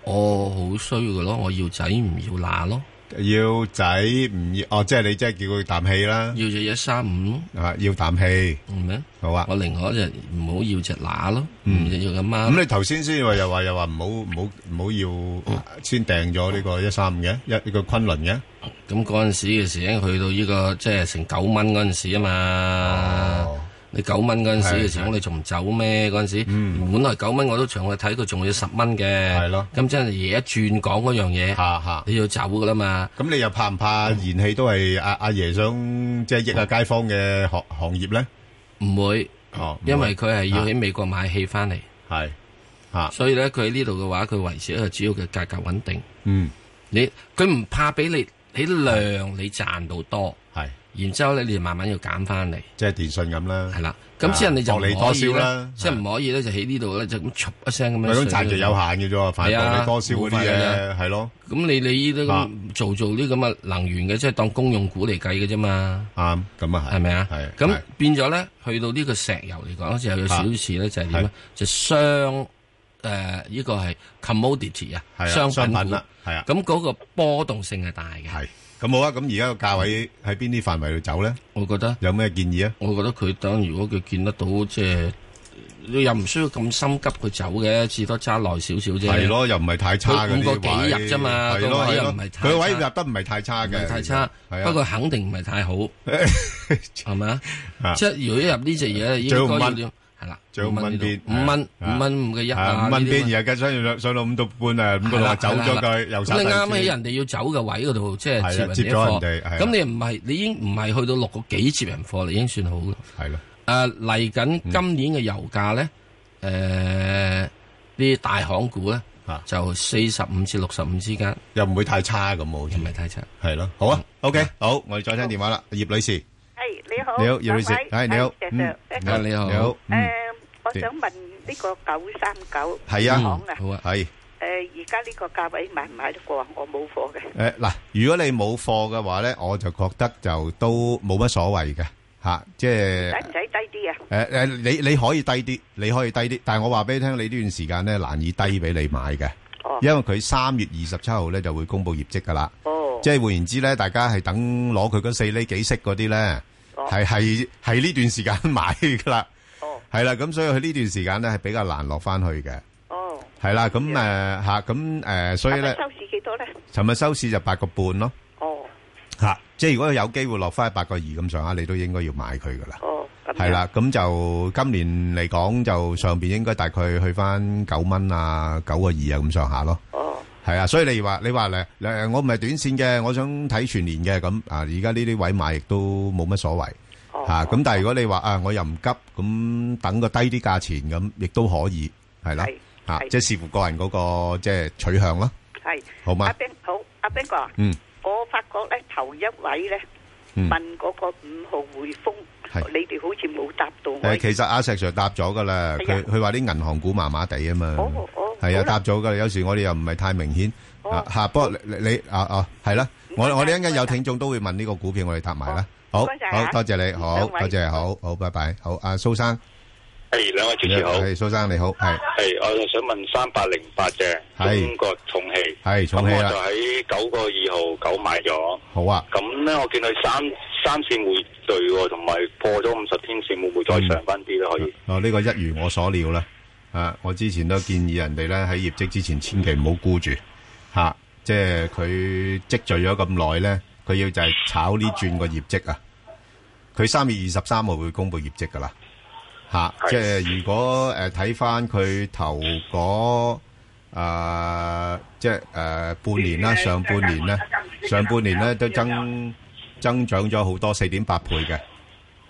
Speaker 8: 我哦好衰嘅咯，我要仔唔要乸咯。
Speaker 7: 要仔唔要哦，即係你即係叫佢啖氣啦。
Speaker 8: 要只一三五咯。嗯
Speaker 7: 啊，要啖氣。
Speaker 8: 咩？
Speaker 7: 好啊。
Speaker 8: 我另外一隻唔好要只乸咯，
Speaker 7: 嗯
Speaker 8: 唔要咁媽。
Speaker 7: 咁你頭先先話又話又話唔好唔好唔好
Speaker 8: 嗯
Speaker 7: 要啊先訂咗呢個一三五嘅一呢個昆侖嘅，
Speaker 8: 咁嗰陣時嘅時已經去到呢、個即係成九蚊嗰陣時啊嘛。你九蚊嗰陣時嘅時
Speaker 32: 係
Speaker 8: 候，你仲唔走咩？嗰陣時本來九蚊我都長去睇，佢仲要十蚊嘅。係咯。咁真係嘢一轉講嗰樣嘢，你要走噶啦嘛。嗯
Speaker 7: 咁你又怕唔怕燃氣都係阿阿爺想即係益下街坊嘅行行業咧？
Speaker 8: 唔會，
Speaker 7: 哦，唔會
Speaker 8: 因為佢係要
Speaker 7: 啊
Speaker 8: 喺美國買氣翻嚟。
Speaker 7: 係。啊。
Speaker 8: 所以咧，佢喺呢度嘅話，佢維持一個主要嘅價格穩定。
Speaker 7: 嗯。
Speaker 8: 你佢唔怕俾你喺量你賺到多，
Speaker 7: 係，
Speaker 8: 然之後咧你就慢慢要減翻嚟，
Speaker 7: 即係電信咁啦，
Speaker 8: 係啦，咁之後你就唔
Speaker 7: 薄利
Speaker 8: 可
Speaker 7: 多
Speaker 8: 以
Speaker 7: 銷
Speaker 8: 咧
Speaker 7: 啦，
Speaker 8: 即係唔可以咧就喺呢度咧就咁唰一聲咁
Speaker 7: 咪
Speaker 8: 樣
Speaker 7: 咁
Speaker 8: 上去，
Speaker 7: 賺就有限嘅啫喎，反
Speaker 8: 係
Speaker 7: 正
Speaker 8: 啊
Speaker 7: 你多銷嗰啲
Speaker 8: 冇法啊㗎
Speaker 7: 嘢係咯，
Speaker 8: 咁你你呢啲
Speaker 7: 啊
Speaker 8: 咁做做啲咁嘅能源嘅，即係當公用股嚟計嘅啫嘛。
Speaker 7: 啱，咁啊
Speaker 8: 係，係咪啊？
Speaker 7: 係
Speaker 8: 咁
Speaker 7: 係
Speaker 8: 變咗咧，去到呢個石油嚟講，就有少少似咧，就係點咧？就商誒呢個係 commodity
Speaker 7: 係
Speaker 8: 啊，
Speaker 7: 啊
Speaker 8: 商
Speaker 7: 商
Speaker 8: 品
Speaker 7: 品
Speaker 8: 股
Speaker 7: 啦係啊
Speaker 8: 咁嗰個波動性係大嘅。
Speaker 7: 係咁好啊！咁而家個價位喺邊啲範圍度走咧？
Speaker 8: 我覺得
Speaker 7: 有咩建議啊？
Speaker 8: 我覺得佢等如果佢見得到即係。你又唔需要咁心急佢走嘅，至多揸耐少少啫。
Speaker 7: 係咯，又唔係太差
Speaker 8: 佢
Speaker 7: 嘅
Speaker 8: 五個幾
Speaker 7: 呢啲位
Speaker 8: 日啫嘛，
Speaker 7: 係咯
Speaker 8: 個位又
Speaker 7: 係
Speaker 8: 唔係
Speaker 7: 咯，
Speaker 8: 太
Speaker 7: 佢位入
Speaker 8: 差
Speaker 7: 得唔係太差
Speaker 8: 唔係
Speaker 7: 嘅，
Speaker 8: 太差，
Speaker 7: 係啊
Speaker 8: 不過肯定唔係太 好，係咪啊？即係如果入呢只嘢，應
Speaker 7: 最好五
Speaker 8: 該要
Speaker 7: 蚊
Speaker 8: 點？係啦，
Speaker 7: 最好
Speaker 8: 五
Speaker 7: 五蚊邊
Speaker 8: 邊，五蚊
Speaker 7: 啊
Speaker 8: 五蚊五嘅一啊，
Speaker 7: 啊，五蚊
Speaker 8: 呢啲
Speaker 7: 邊，而家上到上到五到半啊，五
Speaker 8: 係
Speaker 7: 到六
Speaker 8: 啦
Speaker 7: 啊走
Speaker 8: 係
Speaker 7: 咗
Speaker 8: 啦
Speaker 7: 佢，又
Speaker 8: 咁你啱喺
Speaker 7: 起
Speaker 8: 人哋要走嘅位嗰度，即
Speaker 7: 係啊
Speaker 8: 係接
Speaker 7: 接
Speaker 8: 人
Speaker 7: 咗
Speaker 8: 啲
Speaker 7: 人哋
Speaker 8: 貨。
Speaker 7: 係啊
Speaker 8: 咁你唔係，你已經唔係去到六個幾接人貨，你已經算好啦。
Speaker 7: 係啦。
Speaker 8: 誒嚟緊今年嘅油價咧，誒啲大行股咧就四十五至六十五之間，
Speaker 7: 啊又唔會太差咁，好似唔
Speaker 8: 係太差。
Speaker 7: 係咯，好啊，OK，好，我哋再聽電話啦，葉女士，你
Speaker 33: 係你好，
Speaker 7: 好，葉女士，係你好，
Speaker 33: 你
Speaker 7: 嗯
Speaker 33: 好，
Speaker 7: 你好，
Speaker 33: 誒
Speaker 7: 嗯，，
Speaker 33: 我想問
Speaker 32: 呢個九三九
Speaker 7: 係啊，
Speaker 32: 講啊，
Speaker 7: 係。
Speaker 32: 誒而家呢個價位買唔買得過啊？我冇貨嘅。
Speaker 7: 誒嗱，如果你冇貨嘅話咧，我就覺得就都冇乜所謂嘅嚇，即係
Speaker 32: 使唔使低
Speaker 23: à.
Speaker 32: 啲啊？
Speaker 7: 誒誒，你你可以低啲，你可以低啲，但係我話俾你聽，你呢段時間咧難以低俾你買嘅，
Speaker 32: 哦
Speaker 7: 因為佢三月二十七號咧就會公布業績噶啦，
Speaker 32: 哦
Speaker 7: 即係換言之咧，大家係等攞佢嗰四厘幾息嗰啲咧，
Speaker 32: 哦
Speaker 7: 係係係呢段時間買噶啦，係啦，咁所以佢呢段時間咧係比較難落翻去嘅，係啦，咁誒嚇，咁誒，所以咧。
Speaker 32: 收市幾多咧？
Speaker 7: 尋日收市就八個半咯。
Speaker 32: 哦，
Speaker 7: 吓，即係如果佢有機會落翻去八個二咁上下，你都應該要買佢噶啦。
Speaker 32: 哦，咁樣
Speaker 7: 係啦，咁就今年嚟講就上邊應該大概去翻九蚊啊，九個二啊咁上下咯。
Speaker 32: 哦，
Speaker 7: 係啊，所以你話你話咧誒，我唔係短線嘅，我想睇全年嘅咁啊，而家呢啲位買亦都冇乜所謂。吓，咁但係如果你話啊，我又唔急，咁等個低啲價錢咁，亦都可以係啦。吓，即係視乎個人嗰個即係取向啦。
Speaker 32: 係。
Speaker 7: 好嘛
Speaker 32: 阿 Ben 好，阿 Ben 哥啊，
Speaker 7: 嗯，
Speaker 32: 我發覺咧頭一位咧
Speaker 7: 嗯
Speaker 32: 問嗰個五號匯豐，
Speaker 7: 係
Speaker 32: 你哋好似冇答到我。
Speaker 7: 誒，其實阿石 Sir 答咗噶啦，
Speaker 32: 係
Speaker 7: 佢
Speaker 32: 啊
Speaker 7: 佢話啲銀行股麻麻地啊嘛
Speaker 32: 哦哦，
Speaker 7: 係啊，
Speaker 32: 好啦
Speaker 7: 答咗噶啦。有時我哋又唔係太明顯啊嚇，不過你你你啊啊係啦，我我哋一陣間有聽眾都會問呢個股票，我哋答埋啦。好，
Speaker 33: 唔該晒啊
Speaker 7: 好多謝你，好
Speaker 33: 兩位
Speaker 7: 多謝，好好，拜拜，好，阿蘇生，
Speaker 33: 系两位主持好，
Speaker 7: 係蘇生你好，係
Speaker 33: 系我就想问三八零八隻
Speaker 7: 係
Speaker 33: 中國重汽，
Speaker 7: 係重汽啊
Speaker 33: 咁我
Speaker 7: 啦
Speaker 33: 就喺九個二號九買咗，
Speaker 7: 好啊，
Speaker 33: 咁咧我見佢三三線匯聚喎，同埋破咗五十天線，會唔會
Speaker 7: 嗯
Speaker 33: 再上翻啲咧？可以？
Speaker 7: 哦呢個一如我所料啦，啊，我之前都建議人哋咧喺業績之前千祈唔好沽住嚇，即係佢積聚咗咁耐咧，佢要就係炒呢轉個業績啊。佢三月二十三號會公布業績噶啦，吓、即係如果誒睇翻佢頭嗰誒即係誒、呃半年啦，上半年咧，上半年咧都增增長咗好多，四點八倍嘅，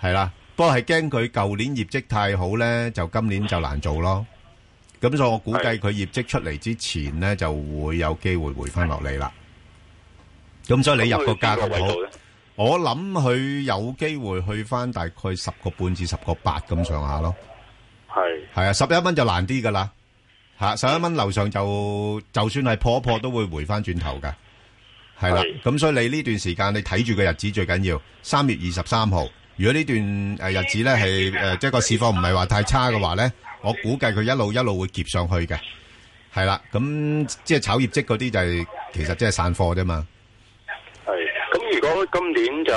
Speaker 7: 係啦。不過係驚佢舊年業績太好咧，就今年就難做咯。咁所以我估計佢業績出嚟之前咧，就會有機會回翻落嚟啦。咁所以你入個價
Speaker 33: 咁佢邊個
Speaker 7: 咁
Speaker 33: 位
Speaker 7: 好
Speaker 33: 度呢。
Speaker 7: 我諗佢有機會去翻大概十個半至十個八咁上下咯。
Speaker 33: 哦係
Speaker 7: 係啊，十一蚊就難啲噶啦。吓，十一蚊樓上就就算係破一破都會回翻轉頭噶。係啦，咁所以你呢段時間你睇住個日子最緊要。三月二十三號，如果呢段诶日子咧係诶即係個市況唔係話太差嘅話咧，我估計佢一路一路會夾上去嘅。係啦，咁即係炒業績嗰啲就係其實即係散貨啫嘛。嗯
Speaker 33: 係咁如果今年就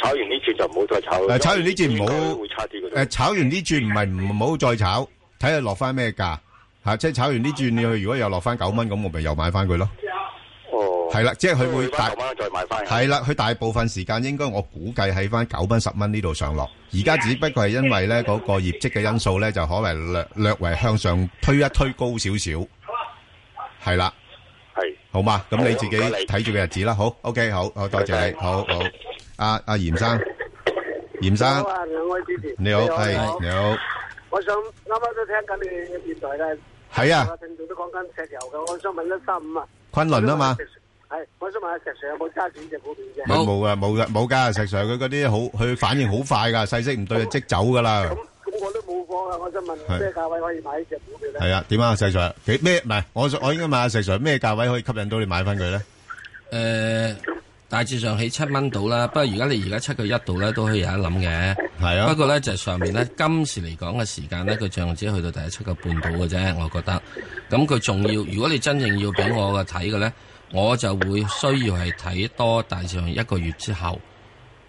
Speaker 33: 炒完呢轉就唔好再炒啦。
Speaker 7: 呃誒，炒完呢轉唔好
Speaker 33: 應該會差啲嘅。
Speaker 7: 誒，炒完呢轉唔係唔好再炒，睇下落翻咩價嚇，即係炒完呢轉你去，如果又落翻九蚊，咁我咪又買翻佢咯。
Speaker 33: 哦，
Speaker 7: 係啦，即係佢會
Speaker 33: 大
Speaker 7: 大
Speaker 33: 九蚊再買翻。
Speaker 7: 係啦，佢大部分時間應該我估計喺翻九蚊十蚊呢度上落。而家只不過係因為咧嗰個業績嘅因素咧，就可能略略為向上推一推高少少。係啦，
Speaker 33: 係
Speaker 7: 好嘛？咁你
Speaker 33: 好
Speaker 7: 自己
Speaker 33: 唔該你
Speaker 7: 睇住個日子啦。好，OK，好，好多謝你，
Speaker 33: 拜拜
Speaker 7: 好好。阿阿嚴生，嚴生
Speaker 14: 好，啊，兩位主持，
Speaker 7: 你好，係你好。
Speaker 14: 我想啱啱都聽緊你嘅電台咧，
Speaker 7: 係啊
Speaker 14: 有個聽眾都講緊石油嘅，我想問一三五啊，
Speaker 7: 昆崙啊嘛。
Speaker 14: 係，我想問下石 Sir 有冇揸住呢只股票啫？
Speaker 7: 冇冇啊，冇噶，冇噶，石 Sir 佢嗰啲好，佢反應好快噶，細息唔對就即走噶啦。
Speaker 14: 咁我都冇貨啊，我想問
Speaker 7: 係
Speaker 14: 咩價位可以買呢只股票咧？
Speaker 7: 係啊，點啊，石 Sir？幾咩？唔係，我我應該問下石 Sir 咩價位可以吸引到你買翻佢咧？
Speaker 8: 誒，呃大致上起七蚊到啦，不過而家你而家七個一度咧，都可以有得諗嘅。
Speaker 7: 係啊
Speaker 8: 不過咧就係上面咧，今時嚟講嘅時間咧，佢漲只去到第七個半到嘅啫，我覺得。咁佢仲要，如果你真正要俾我嘅睇嘅咧，我就會需要係睇多大致上一個月之後，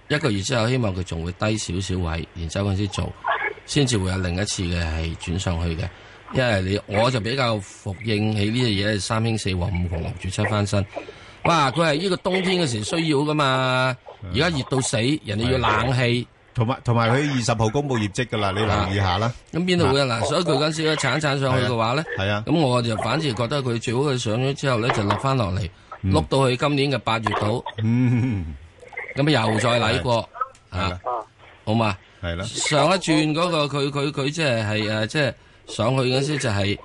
Speaker 8: 一個月之後希望佢仲會低少少位，然之後嗰陣時做，先至會有另一次嘅係轉上去嘅。因為你我就比較服應起呢隻嘢，三興四和五窮六住七翻身。哇！佢係呢個冬天嘅時需要噶嘛，而家熱到死，人哋要冷氣，
Speaker 7: 同埋同埋佢二十號公布業績噶啦，你留意下啦。
Speaker 8: 咁邊度會啊？嗱，所以佢嗰陣時咧鏟一鏟上去嘅話咧，
Speaker 7: 係啊
Speaker 8: 咁我就反而覺得佢最好佢上咗之後咧就落翻落嚟，碌到去今年嘅八月度，
Speaker 7: 嗯，
Speaker 8: 咁啊又再嚟過啊，好嘛？
Speaker 7: 係啦，
Speaker 8: 上一轉嗰、個佢佢佢即係係誒，即係上去嗰陣時就係、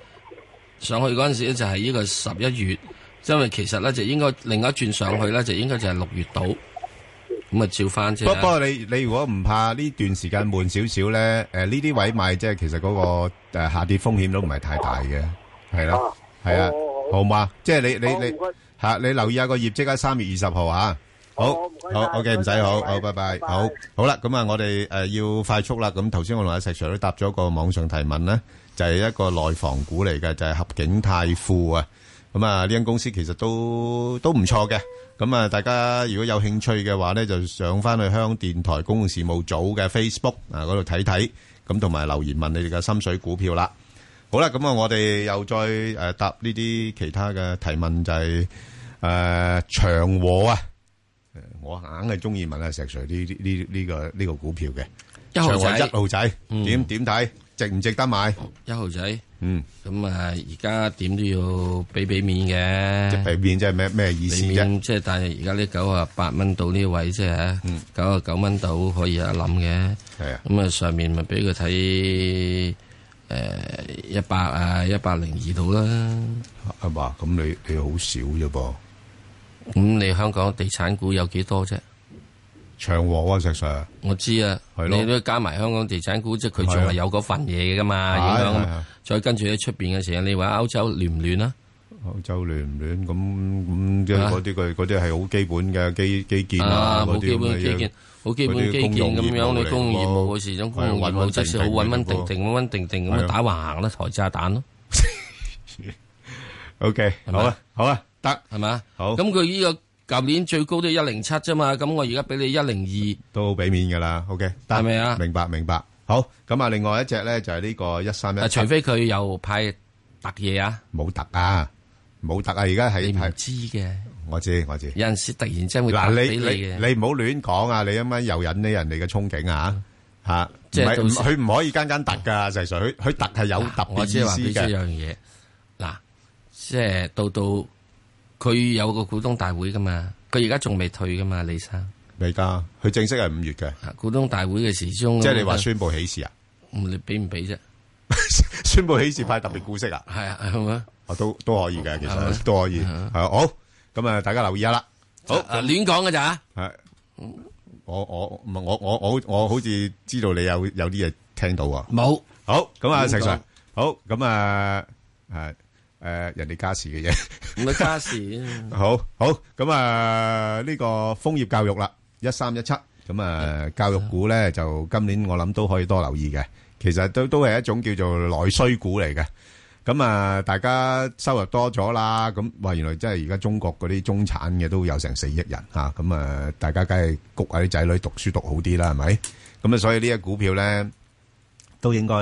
Speaker 8: 上去嗰陣時咧就係呢個十一月，因為其實咧就應該另一轉上去咧就應該就係六月度，咁啊照翻啫。
Speaker 7: 不不過你你如果唔怕呢段時間悶少少咧，誒呢啲位買即係其實嗰個誒下跌風險都唔係太大嘅，係啦，係啊，好嘛？即係你你你嚇你留意下個業績喺三月二十號啊！好好 OK，唔使好好，拜拜，好好啦。咁啊，我哋誒要快速啦。咁頭先我同阿石 Sir 都答咗個網上提問咧，就係一個內房股嚟嘅，就係合景泰富啊。咁啊，呢間公司其實都都唔錯嘅。咁啊，大家如果有興趣嘅話咧，就上翻去香港電台公共事務組嘅 Facebook 啊嗰度睇睇，咁同埋留言問你哋嘅心水股票啦。好啦，咁啊，我哋又再誒答呢啲其他嘅提問，就係誒長和啊。我硬係中意問阿石 Sir 呢呢呢呢個呢個股票嘅
Speaker 8: 一號仔
Speaker 7: 長和一號仔點點睇值唔值得買？
Speaker 8: 一號仔，
Speaker 7: 嗯，
Speaker 8: 咁啊，而家點都要俾俾面嘅，
Speaker 7: 即係俾面即係咩咩意思
Speaker 8: 俾
Speaker 7: 啫？
Speaker 8: 面即係但係而家呢九啊八蚊到呢位即係
Speaker 7: 嗯
Speaker 8: 九啊九蚊到可以有得諗嘅，
Speaker 7: 係啊，
Speaker 8: 咁啊上面咪俾佢睇誒一百啊一百零二度啦，
Speaker 7: 係嘛？咁你你好少啫噃，
Speaker 8: 咁你香港地產股有幾多啫？
Speaker 7: 長和啊，石 Sir，
Speaker 8: 我知啊，
Speaker 7: 係咯
Speaker 8: 你都加埋香港地產股，即係佢仲
Speaker 7: 係啊
Speaker 8: 係有嗰份嘢噶嘛，
Speaker 7: 係
Speaker 8: 影響啊
Speaker 7: 係
Speaker 8: 嘛
Speaker 7: 啊。
Speaker 8: 再跟住喺出邊嘅時候，你話歐洲亂唔亂啊？
Speaker 7: 歐洲亂唔亂？咁咁即係
Speaker 8: 啊
Speaker 7: 嗰啲佢嗰啲係好基本嘅基基建
Speaker 8: 啊，
Speaker 7: 啊，
Speaker 8: 冇
Speaker 7: 嗰
Speaker 8: 基
Speaker 7: 啲咁
Speaker 8: 本
Speaker 7: 嘅
Speaker 8: 基
Speaker 7: 嘢
Speaker 8: 建，冇基
Speaker 7: 嗰
Speaker 8: 本
Speaker 7: 啲
Speaker 8: 基建
Speaker 7: 公用
Speaker 8: 咁樣，
Speaker 7: 業務
Speaker 8: 你
Speaker 7: 嚟
Speaker 8: 公用業務
Speaker 7: 喎
Speaker 8: 嗰時，種公
Speaker 7: 係
Speaker 8: 用業
Speaker 7: 穩
Speaker 8: 務
Speaker 7: 穩
Speaker 8: 即使好
Speaker 7: 定定
Speaker 8: 穩穩定
Speaker 7: 嘅噃
Speaker 8: 定、穩穩定定咁
Speaker 7: 係
Speaker 8: 樣
Speaker 7: 啊
Speaker 8: 打橫行啦，台炸彈咯。
Speaker 7: OK，
Speaker 8: 係
Speaker 7: 好
Speaker 8: 咪
Speaker 7: 啊，好啊，得
Speaker 8: 係嘛？
Speaker 7: 好
Speaker 8: 咁佢呢個舊年最高都一零七啫嘛，咁我而家俾你一零
Speaker 7: 都俾面㗎啦。OK，得
Speaker 8: 係咪啊
Speaker 7: 明白明白。好，咁啊，另外一隻咧就係呢個一三
Speaker 8: 二，啊，
Speaker 7: 一，
Speaker 8: 除非佢又派特嘢啊，
Speaker 7: 冇特啊，冇特啊，而家係
Speaker 8: 你唔
Speaker 7: 係
Speaker 8: 知嘅。
Speaker 7: 我知我知。
Speaker 8: 有陣時突然之間會
Speaker 7: 嗱，
Speaker 8: 打
Speaker 7: 你
Speaker 8: 俾你
Speaker 7: 你
Speaker 8: 嘅。
Speaker 7: 你唔好亂講啊！你咁樣又引起人哋嘅憧憬啊！嚇，
Speaker 8: 即
Speaker 7: 即
Speaker 8: 係
Speaker 7: 係
Speaker 8: 到時
Speaker 7: 佢唔可以間間突㗎，實際上佢佢突係有特
Speaker 8: 啊我
Speaker 7: 別
Speaker 8: 即係話俾
Speaker 7: 意
Speaker 8: 你
Speaker 7: 思
Speaker 8: 知一
Speaker 7: 嘅。
Speaker 8: 樣嘢，嗱，即係到到佢有個股東大會噶嘛，佢而家仲未退噶嘛，李生。啊
Speaker 7: 未㗎，佢正式係五月嘅，
Speaker 8: 股東大會嘅時鐘，
Speaker 7: 即係你話宣布起事啊？
Speaker 8: 嗯，你俾唔俾啫？
Speaker 7: 宣布起事派特別股息啊？
Speaker 8: 係啊，係咪啊？
Speaker 7: 啊，都都可以嘅，其
Speaker 8: 係咪
Speaker 7: 實都可以。係啊好，咁啊，大家留意下啦。好，
Speaker 8: 啊亂講嘅咋？
Speaker 7: 係我我唔係我我我我好似知道你有有啲嘢聽到啊。
Speaker 8: 冇
Speaker 7: 好，咁啊，
Speaker 8: 亂
Speaker 7: 石
Speaker 8: 講
Speaker 7: Sir，好，咁啊，誒誒，人哋家事嘅嘢。
Speaker 8: 唔係家事啊
Speaker 7: 好好咁啊！呢個楓葉教育啦，一三一七咁啊，教育股咧就今年我諗都可以多留意嘅。其實都都係一種叫做內需股嚟嘅。咁啊，大家收入多咗啦，咁哇，原來真係而家中國嗰啲中產嘅都有成四億人嚇，咁啊，大家梗係谷下啲仔女讀書讀好啲啦，係咪？咁啊，所以呢一股票咧。都應該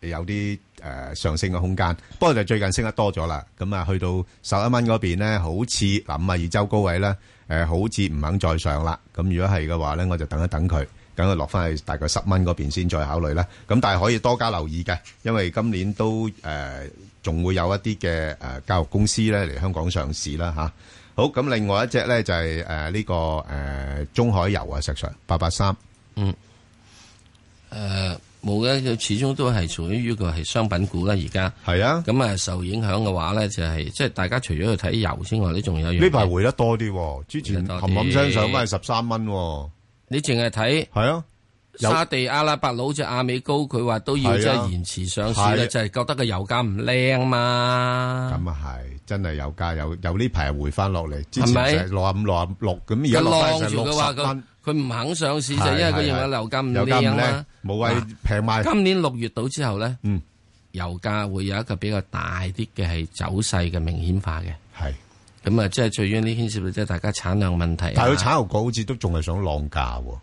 Speaker 7: 有啲誒、呃上升嘅空間，不過就最近升得多咗啦。咁啊，去到十一蚊嗰邊咧，好似諗啊，二周高位咧，誒、好似唔肯再上啦。咁如果係嘅話咧，我就等一等佢，等佢落翻去大概十蚊嗰邊先再考慮啦。咁但係可以多加留意嘅，因為今年都誒仲、會有一啲嘅誒教育公司咧嚟香港上市啦嚇。好，咁另外一隻咧就係誒呢個誒、呃中海油啊，石 Sir 八八三，
Speaker 8: 嗯，誒、冇嘅，佢始終都係屬於呢個係商品股啦。而家
Speaker 7: 係啊，
Speaker 8: 咁啊受影響嘅話咧，就係、即係大家除咗去睇油之外，呢仲有一樣嘢
Speaker 7: 呢排回得多啲喎，之前冚冚聲上翻去十三蚊喎。
Speaker 8: 你淨係睇
Speaker 7: 係啊，有
Speaker 8: 沙地阿拉伯佬只亞美高，佢話都要即
Speaker 7: 係
Speaker 8: 係
Speaker 7: 啊
Speaker 8: 延遲上市
Speaker 7: 係
Speaker 8: 咧，
Speaker 7: 啊
Speaker 8: 就係覺得個油價唔靚嘛。
Speaker 7: 咁啊係，真係有價有有呢排回翻落嚟，之
Speaker 8: 係
Speaker 7: 前就
Speaker 8: 咪
Speaker 7: 係六啊五六啊六，咁而
Speaker 8: 佢
Speaker 7: 家落
Speaker 8: 晾
Speaker 7: 翻成
Speaker 8: 住
Speaker 7: 六
Speaker 8: 佢話
Speaker 7: 十
Speaker 8: 佢
Speaker 7: 蚊，
Speaker 8: 佢唔肯上市就因為佢認為樓價唔
Speaker 7: 有價
Speaker 8: 靚啦。
Speaker 7: 靚冇位平賣。
Speaker 8: 今年啊六月到之後咧，
Speaker 7: 嗯，
Speaker 8: 油價會有一個比較大啲嘅係走勢嘅明顯化嘅。
Speaker 7: 係
Speaker 8: 咁啊，即係最緊要呢牽涉到即係大家產量問題啊。
Speaker 7: 但係佢產油股好似都仲係想浪價喎。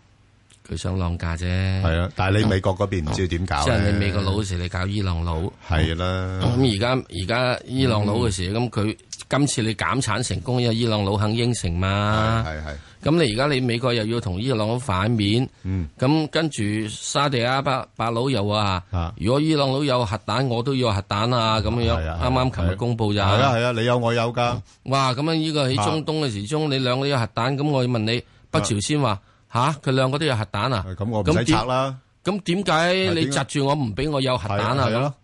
Speaker 8: 佢想浪價啫。哦
Speaker 7: 係啊，但係你美國嗰邊唔知點搞
Speaker 8: 即係
Speaker 7: 咧
Speaker 8: 你美國佬嗰時，你搞伊朗佬。哦
Speaker 7: 係啦，嗯
Speaker 8: 咁而家而家伊朗佬嘅時，咁佢今次你減產成功，因為伊朗佬肯應承嘛。
Speaker 7: 係係。
Speaker 8: 咁你而家你美國又要同伊朗佬反面，
Speaker 7: 嗯
Speaker 8: 咁跟住沙地阿拉伯伯佬又話，如果伊朗佬有核彈，我都要有核彈啊咁樣。
Speaker 7: 啊係啊係啊
Speaker 8: 啱啱琴日公佈咋。
Speaker 7: 係啊係啊，你有我有㗎。啊
Speaker 8: 哇！咁樣呢個喺中東嘅時鐘，你兩個都有核彈，咁我問你，北朝鮮話吓，佢兩個都有核彈啊？
Speaker 7: 啊咁我
Speaker 8: 咁
Speaker 7: 哦唔使
Speaker 8: 點
Speaker 7: 拆啦。
Speaker 8: 咁點解你窒住我唔俾我有核彈啊？
Speaker 7: 係
Speaker 8: 咁
Speaker 7: 啊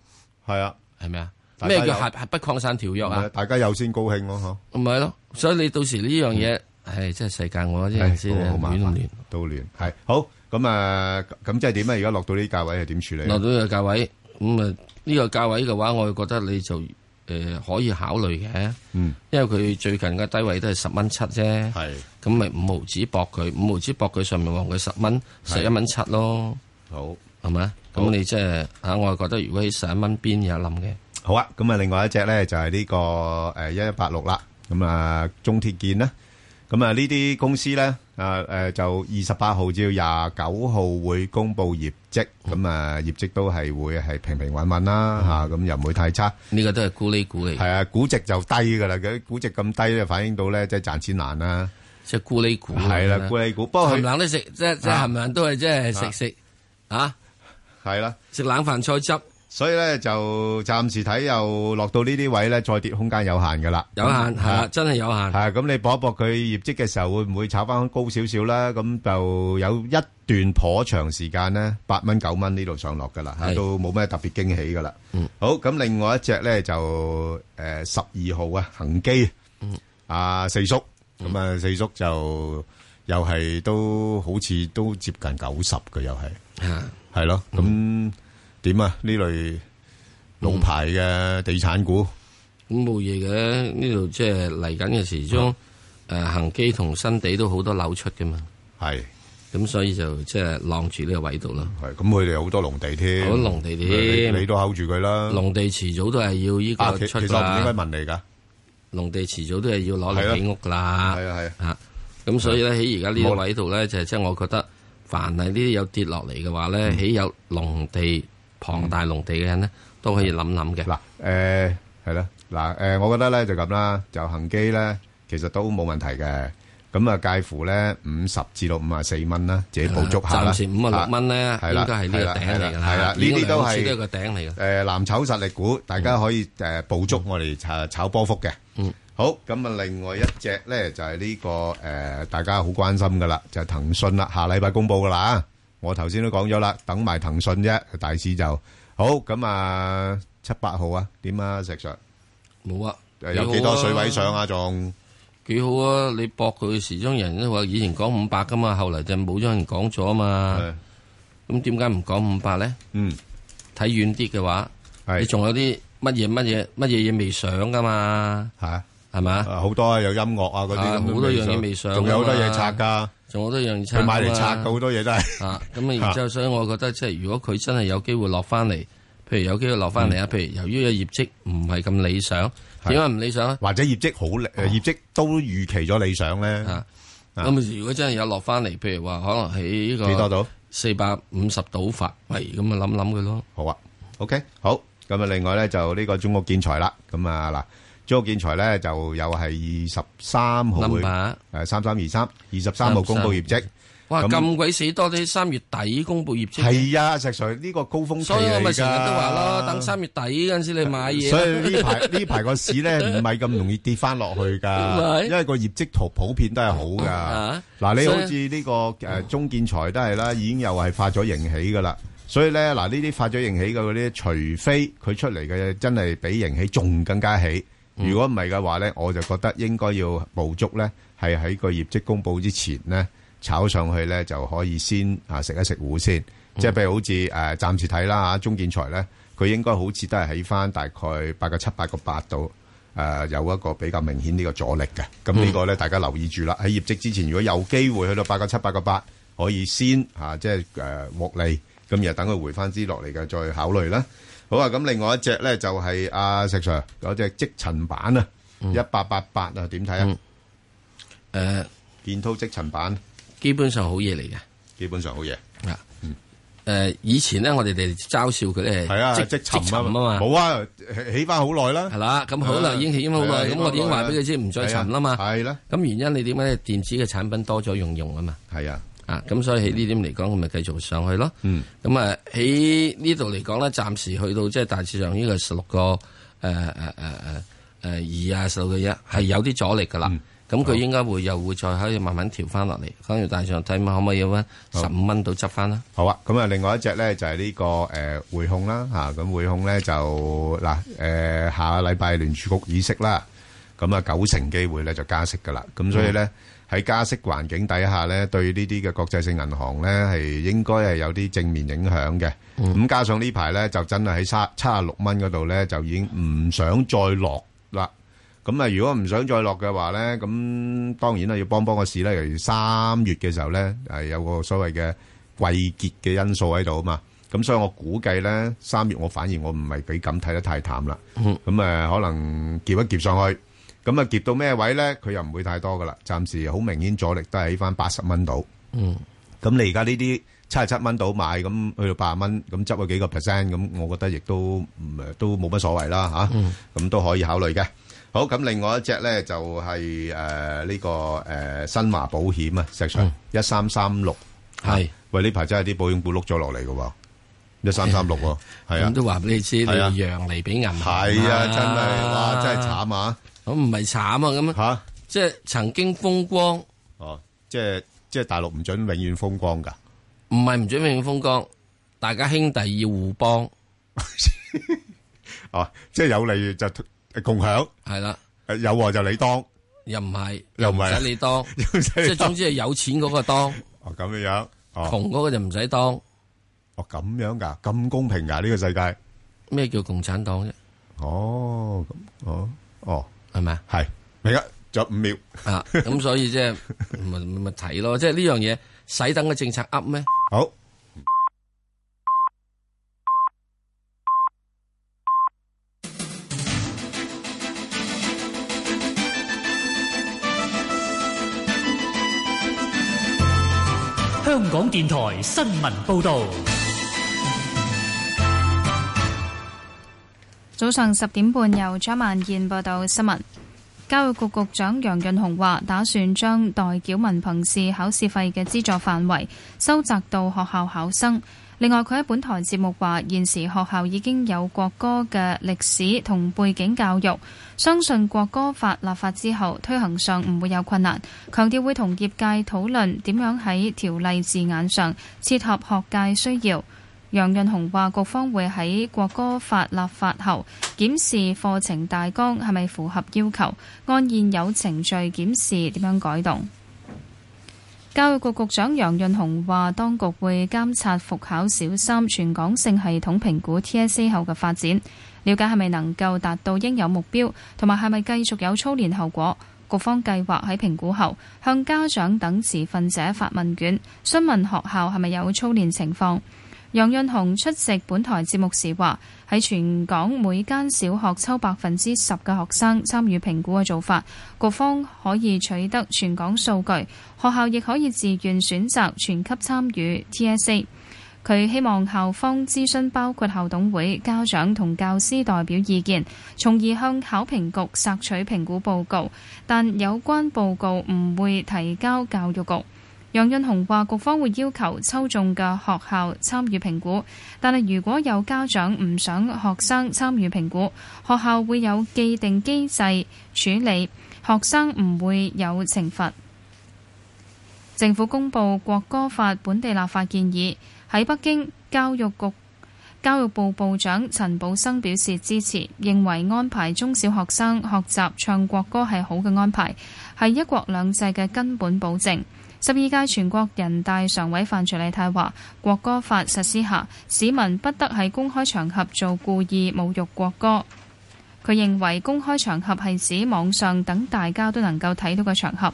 Speaker 7: 係啊，
Speaker 8: 係咪啊？
Speaker 7: 大家
Speaker 8: 咩叫
Speaker 7: 有
Speaker 8: 核核不擴散條約啊？
Speaker 7: 大家有先高興咯，嗬。
Speaker 8: 咪係咯，所以你到時呢樣嘢係即係世界，我呢陣時
Speaker 7: 嗯唉
Speaker 8: 咧
Speaker 7: 好麻
Speaker 8: 亂
Speaker 7: 煩
Speaker 8: 咁亂。
Speaker 7: 都亂係好咁啊！咁即係點啊？而家落到呢啲價位係點處理啊？
Speaker 8: 落到呢個價位，咁啊呢個價位嘅話，我覺得你就誒、呃可以考慮嘅，
Speaker 7: 嗯，
Speaker 8: 因為佢最近嘅低位都係十蚊七啫，係，咁咪五毫子搏佢，五毫子搏佢上面望佢十蚊，十一蚊七咯，
Speaker 7: 好，
Speaker 8: 係咪啊？咁你即係啊，我係覺得如果喺十一蚊邊有諗嘅，
Speaker 7: 好啊，咁啊，另外一隻咧就係呢、個誒一一八六啦，咁啊中鐵建啦，咁啊呢啲公司咧啊誒就二十八號至到廿九號會公布業績，咁啊業績都係會係平平穩穩啦嚇，咁又唔會太差。
Speaker 8: 呢個都係估呢估嚟。
Speaker 7: 係啊，估值就低噶啦，佢估值咁低咧，反映到咧即係賺錢難啦。
Speaker 8: 即係估呢估
Speaker 7: 係啦，估呢估，不過佢
Speaker 8: 冚冷都食，即係即係
Speaker 7: 啊
Speaker 8: 冚冷都係即係食食啊，
Speaker 7: 係啦，
Speaker 8: 食冷飯菜汁。
Speaker 7: 所以咧就暫時睇又落到呢啲位咧，再跌空間有限噶啦，
Speaker 8: 有限係啦，真係有限。
Speaker 7: 係咁，你搏一搏佢業績嘅時候，會唔會炒翻高少少啦？咁就有一段頗長時間咧，八蚊九蚊呢度上落噶啦，
Speaker 8: 係
Speaker 7: 都冇咩特別驚喜噶啦。
Speaker 8: 嗯，
Speaker 7: 好咁，另外一隻咧就誒十二號啊，恒基，嗯，啊四叔，咁啊四叔就又係都好似都接近九十嘅，又係。
Speaker 8: 啊，
Speaker 7: 系咯，咁點啊？呢類老牌嘅地產股，
Speaker 8: 咁冇嘢嘅，呢度即係嚟緊嘅時
Speaker 7: 啊
Speaker 8: 鐘，誒恒基同新地都好多樓出噶嘛，
Speaker 7: 係，
Speaker 8: 咁所以就即係晾住呢個位度啦。
Speaker 7: 係，咁佢哋好多農地添，
Speaker 8: 好多農地添
Speaker 7: 你你都 hold 住佢啦。
Speaker 8: 農地遲早都係要呢
Speaker 7: 啊
Speaker 8: 個
Speaker 7: 其
Speaker 8: 出
Speaker 7: 其實
Speaker 8: 㗎
Speaker 7: 我唔應
Speaker 8: 啦。
Speaker 7: 該問你噶，
Speaker 8: 農地遲早都係要攞
Speaker 7: 係啊
Speaker 8: 嚟起屋㗎啦。
Speaker 7: 係啊係啊，
Speaker 8: 啊，咁所以咧喺而家呢個位度咧，就係即係我覺得，凡係呢啲有跌落嚟嘅話咧，
Speaker 7: 嗯
Speaker 8: 喺有農地龐大農地嘅人咧，都可以諗諗嘅。
Speaker 7: 嗱，誒係啦，嗱誒，我覺得咧就咁啦，就恒基咧其實都冇問題嘅。咁啊，介乎咧五十至到五啊四蚊啦，自己捕捉下啦。
Speaker 8: 暫時56蚊咧
Speaker 7: 啊係啦
Speaker 8: 應該係呢個
Speaker 7: 係啦
Speaker 8: 頂嚟㗎啦
Speaker 7: 係啦，呢啲
Speaker 8: 已
Speaker 7: 都
Speaker 8: 經兩次都
Speaker 7: 係
Speaker 8: 係個頂嚟㗎
Speaker 7: 誒藍籌實力股，大家可以誒捕捉我哋誒炒波幅嘅。
Speaker 8: 嗯，
Speaker 7: 好。咁啊，另外一隻咧就係呢個誒大家好關心㗎啦，就係騰訊啦，下禮拜公佈㗎啦。我頭先都講咗啦，等埋騰訊啫，大市就好。咁啊，七八號啊，點啊，石 Sir？
Speaker 8: 冇啊，
Speaker 7: 誒有幾多水位上啊？仲
Speaker 8: 幾好啊！你博佢時鐘人都話以前講五百噶嘛，後嚟就冇咗人講咗啊嘛。咁點解唔講五百咧？
Speaker 7: 嗯，
Speaker 8: 睇遠啲嘅話，
Speaker 7: 係
Speaker 8: 你仲有啲乜嘢乜嘢乜嘢嘢未上噶嘛？
Speaker 7: 嚇
Speaker 8: 係嘛？
Speaker 7: 好多啊，有音樂啊嗰啲
Speaker 8: 啊
Speaker 7: 咁都
Speaker 8: 好多
Speaker 7: 未
Speaker 8: 樣
Speaker 7: 上
Speaker 8: 嘢未上，
Speaker 7: 仲有好多嘢拆㗎，
Speaker 8: 仲有好多樣嘢拆㗎
Speaker 7: 佢
Speaker 8: 嘛。
Speaker 7: 買嚟拆嘅好多嘢都係。
Speaker 8: 啊，咁啊，然 之後，所以我覺得即係如果佢真係有機會落翻嚟，譬如有機會落翻嚟啊，
Speaker 7: 嗯
Speaker 8: 譬如由於個業績唔係咁理想，
Speaker 7: 係
Speaker 8: 點解唔理想啊？
Speaker 7: 或者業績好誒業績都預期咗理想咧。啊
Speaker 8: 咁如果真係有落翻嚟，譬如話可能喺呢個
Speaker 7: 幾多度？
Speaker 8: 四百五十度法圍咁啊，諗諗佢咯。
Speaker 7: 好啊，OK，好。咁啊，另外咧就呢個中國建材啦。咁啊嗱，中國建材咧就又係二十三號會
Speaker 8: Number
Speaker 7: 誒三三二三二十三號公佈業績。
Speaker 8: 哇，
Speaker 7: 咁
Speaker 8: 啊咁鬼死多啲，三月底公布業績。
Speaker 7: 係啊，石 Sir 呢個高峰期啊
Speaker 8: 所以我咪
Speaker 7: 嚟
Speaker 8: 成日都話
Speaker 7: 㗎。
Speaker 8: 咯，等三月底嗰陣時你買嘢。
Speaker 7: 所以呢排 呢排個市咧唔係咁容易跌翻落去㗎，
Speaker 8: 咪
Speaker 7: 因為個業績圖普遍都係好㗎
Speaker 8: 啊。
Speaker 7: 嗱，你
Speaker 8: 所以
Speaker 7: 好似呢個誒中建材都係啦，已經又係發咗盈起㗎啦。所以咧嗱，呢啲發咗盈起嘅嗰啲，除非佢出嚟嘅真係比盈起仲更加起，如果唔係嘅話咧，我就覺得應該要捕捉咧，係喺個業績公佈之前咧炒上去咧就可以先啊食一食糊先。即係譬如好似誒、呃、暫時睇啦嚇，中建材咧，佢應該好似都係喺翻大概八個七、八個八度誒呃有一個比較明顯呢個阻力嘅。咁
Speaker 8: 嗯
Speaker 7: 呢個咧大家留意住啦。喺業績之前，如果有機會去到八個七、八個八，可以先嚇、啊即係誒獲利，咁然後等佢回翻啲落嚟嘅再考慮啦。好啊，咁另外一隻咧就係、阿、石 Sir 嗰隻積塵板啊，
Speaker 8: 嗯
Speaker 7: 一八八八啊，點睇啊？
Speaker 8: 誒，
Speaker 7: 建滔積塵板
Speaker 8: 呃基本上好嘢嚟嘅，
Speaker 7: 基本上好嘢。嗯
Speaker 8: 啊，誒以前咧，我哋哋嘲笑佢咧，
Speaker 7: 係啊，
Speaker 8: 積
Speaker 7: 積
Speaker 8: 積
Speaker 7: 塵
Speaker 8: 沉
Speaker 7: 啊
Speaker 8: 啊嘛，
Speaker 7: 冇啊，起起翻好耐啦。
Speaker 8: 係啦，咁好啦，已經起咗好
Speaker 7: 係啊
Speaker 8: 耐，咁我哋已經話俾佢知唔再沉啦嘛。
Speaker 7: 係啦，
Speaker 8: 咁原因你點解電子嘅產品多咗用用啊嘛？
Speaker 7: 係啊，
Speaker 8: 啊，咁所以喺呢點嚟講，咁咪繼續上去咯。
Speaker 7: 嗯，
Speaker 8: 咁啊喺呢度嚟講咧，暫時去到即係大致上呢個十六個誒誒誒誒誒二啊，十六個一係有啲阻力噶
Speaker 7: 嗯
Speaker 8: 啦。咁佢應該會又會再可以慢慢調翻落嚟，跟住大致上睇下可唔可以揾
Speaker 7: 好
Speaker 8: 十五蚊到執翻啦。
Speaker 7: 好啊，咁啊，另外一隻咧就係呢個誒匯控啦嚇，咁匯控咧就嗱誒下個禮拜聯儲局議息啦，咁啊九成機會咧就加息噶啦，咁所以咧喺加息環境底下咧，對呢啲嘅國際性銀行咧係應該係有啲正面影響嘅。咁、加上呢排咧就真係喺三七啊六蚊嗰度咧就已經唔想再落啦。咁啊，如果唔想再落嘅話咧，咁當然啦，要幫幫個市啦。尤其三月嘅時候咧，係有個所謂嘅季結嘅因素喺度啊嘛。咁所以我估計咧，三月我反而我唔係幾敢睇得太淡啦。
Speaker 8: 嗯
Speaker 7: 咁誒可能夾一夾上去，咁啊夾到咩位咧？佢又唔會太多噶啦，暫時好明顯阻力都係喺翻八十蚊度。
Speaker 8: 嗯，
Speaker 7: 咁你而家呢啲七十七蚊度買，咁去到八十蚊，咁執咗幾個 percent，咁我覺得亦都唔誒都冇乜所謂啦嚇，咁、都可以考慮嘅。好，咁另外一隻咧就係誒呢個誒、呃新華保險啊，石 Sir 一三三六
Speaker 8: 係
Speaker 7: 喂呢排真係啲保險股碌咗落嚟嘅喎，一三三 六喎，係啊，
Speaker 8: 咁都話俾你知，你
Speaker 7: 係啊
Speaker 8: 要讓嚟俾銀行。
Speaker 7: 係啊真係哇真係慘啊！
Speaker 8: 咁唔係慘啊，咁
Speaker 7: 嚇，
Speaker 8: 即係曾經風光。
Speaker 7: 哦，即係即係大陸唔準永遠風光㗎。
Speaker 8: 唔係唔準永遠風光，大家兄弟要互幫。
Speaker 7: 哦，即係有利就共享，
Speaker 8: 係啦，
Speaker 7: 有禍就你當，
Speaker 8: 又唔係，
Speaker 7: 又唔係啊
Speaker 8: 使你當，即
Speaker 7: 唔使你
Speaker 8: 係
Speaker 7: 當
Speaker 8: 總之係有錢嗰個當，
Speaker 7: 哦咁樣樣，哦
Speaker 8: 窮嗰個就唔使當。
Speaker 7: 哦咁樣㗎，咁公平㗎呢個世界。
Speaker 8: 咩叫共產黨啫？
Speaker 7: 哦，咁哦哦，
Speaker 8: 係咪啊？
Speaker 7: 係，明啊，仲有五秒。
Speaker 8: 啊， 咁所以即係咪咪咪睇咯，即係呢樣嘢使等嘅政策噏咩？
Speaker 7: 好。
Speaker 25: 香港電台新聞報導，
Speaker 10: 早上十點半，由張萬燕報道新聞。教育局局長楊潤雄話，打算將代繳文憑試考試費嘅資助範圍收窄到學校考生。另外，佢喺本台節目話，現時學校已經有國歌嘅歷史同背景教育，相信國歌法立法之後推行上唔會有困難。強調會同業界討論點樣喺條例字眼上切合學界需要。楊潤雄話：局方會喺國歌法立法後檢視課程大綱係咪符合要求，按現有程序檢視點樣改動。教育局局長楊潤雄話：當局會監察復考小三全港性系統評估 TSA 後嘅發展，了解係咪能夠達到應有目標，同埋係咪繼續有操練後果。局方計劃喺評估後向家長等持份者發問卷，詢問學校係咪有操練情況。楊潤雄出席本台節目時話：喺全港每間小學抽百分之十嘅學生參與評估嘅做法，局方可以取得全港數據，學校亦可以自願選擇全級參與 TSA。佢希望校方諮詢包括校董會、家長同教師代表意見，從而向考評局索取評估報告，但有關報告唔會提交教育局。楊潤雄話：局方會要求抽中嘅學校參與評估，但係如果有家長唔想學生參與評估，學校會有既定機制處理，學生唔會有懲罰。政府公布國歌法本地立法建議，喺北京教育局。教育部部長陳寶生表示支持，認為安排中小學生學習唱國歌係好嘅安排，係一國兩制嘅根本保證。十二屆全國人大常委范徐麗泰話：國歌法實施下，市民不得喺公開場合做故意侮辱國歌。佢認為公開場合係指網上等大家都能夠睇到嘅場合，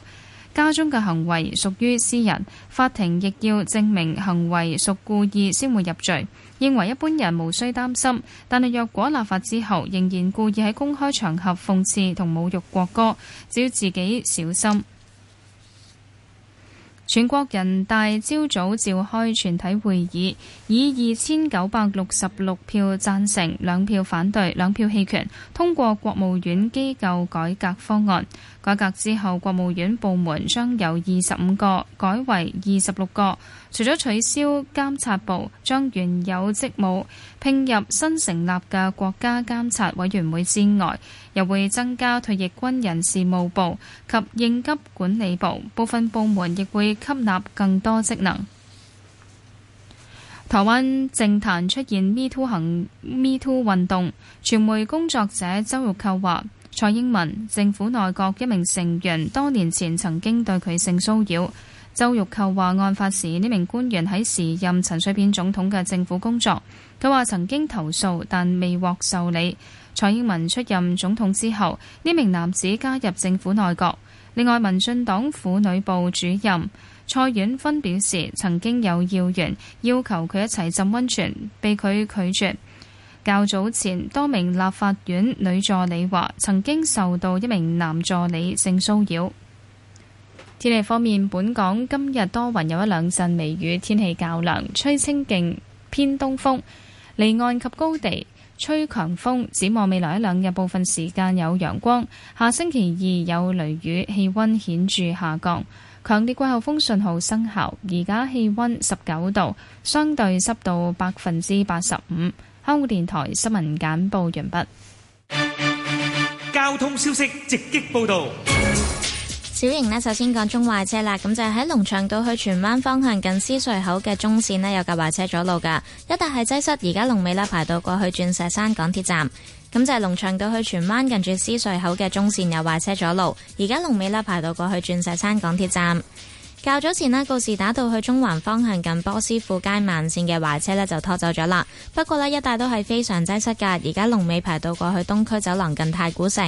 Speaker 10: 家中嘅行為屬於私人，法庭亦要證明行為屬故意先會入罪。認為一般人無需擔心，但係若果立法之後仍然故意喺公開場合諷刺同侮辱國歌，只要自己小心。全國人大朝早召開全體會議，以二千九百六十六票贊成、兩票反對、兩票棄權，通過國務院機構改革方案。改革之後，國務院部門將由二十五個改為二十六個，除咗取消監察部，將原有職務聘入新成立嘅國家監察委員會之外，又會增加退役軍人事務部及應急管理部，部分部門亦會吸納更多職能。台灣政壇出現 Me Too 行 Me Too 運動，傳媒工作者周玉蔻話：蔡英文政府內閣一名成員多年前曾經對佢性騷擾。周玉蔻話：案發時呢名官員喺時任陳水扁總統嘅政府工作，佢話曾經投訴但未獲受理。蔡英文出任總統之後，呢名男子加入政府內閣。另外，民進黨婦女部主任蔡婉芬表示，曾經有要員要求佢一齊浸溫泉，被佢拒絕。較早前，多名立法院女助理話曾經受到一名男助理性騷擾。天氣方面，本港今日多雲有一兩陣微雨，天氣較涼，吹清勁偏東風，離岸及高地吹強風。展望未來一兩日，部分時間有陽光。下星期二有雷雨，氣温顯著下降。強烈季候風信號生效，而家氣温十九度，相對濕度百分之八十五。香港電台新聞簡報完
Speaker 9: 畢。交通消息直擊報道。
Speaker 11: 小瑩呢，首先講中壞車啦，咁就係喺龍翔道去荃灣方向近獅隧口嘅中線呢，有架壞車阻路噶，一帶係擠塞，而家龍尾呢，排到過去鑽石山港鐵站。咁就係龍翔道去荃灣近住獅隧口嘅中線有壞車阻路，而家龍尾呢，排到過去鑽石山港鐵站。較早前呢，告士打道去中環方向近波斯富街慢線嘅壞車呢就拖走咗啦。不過呢，一帶都係非常擠塞㗎，而家龍尾排到過去東區走廊近太古城。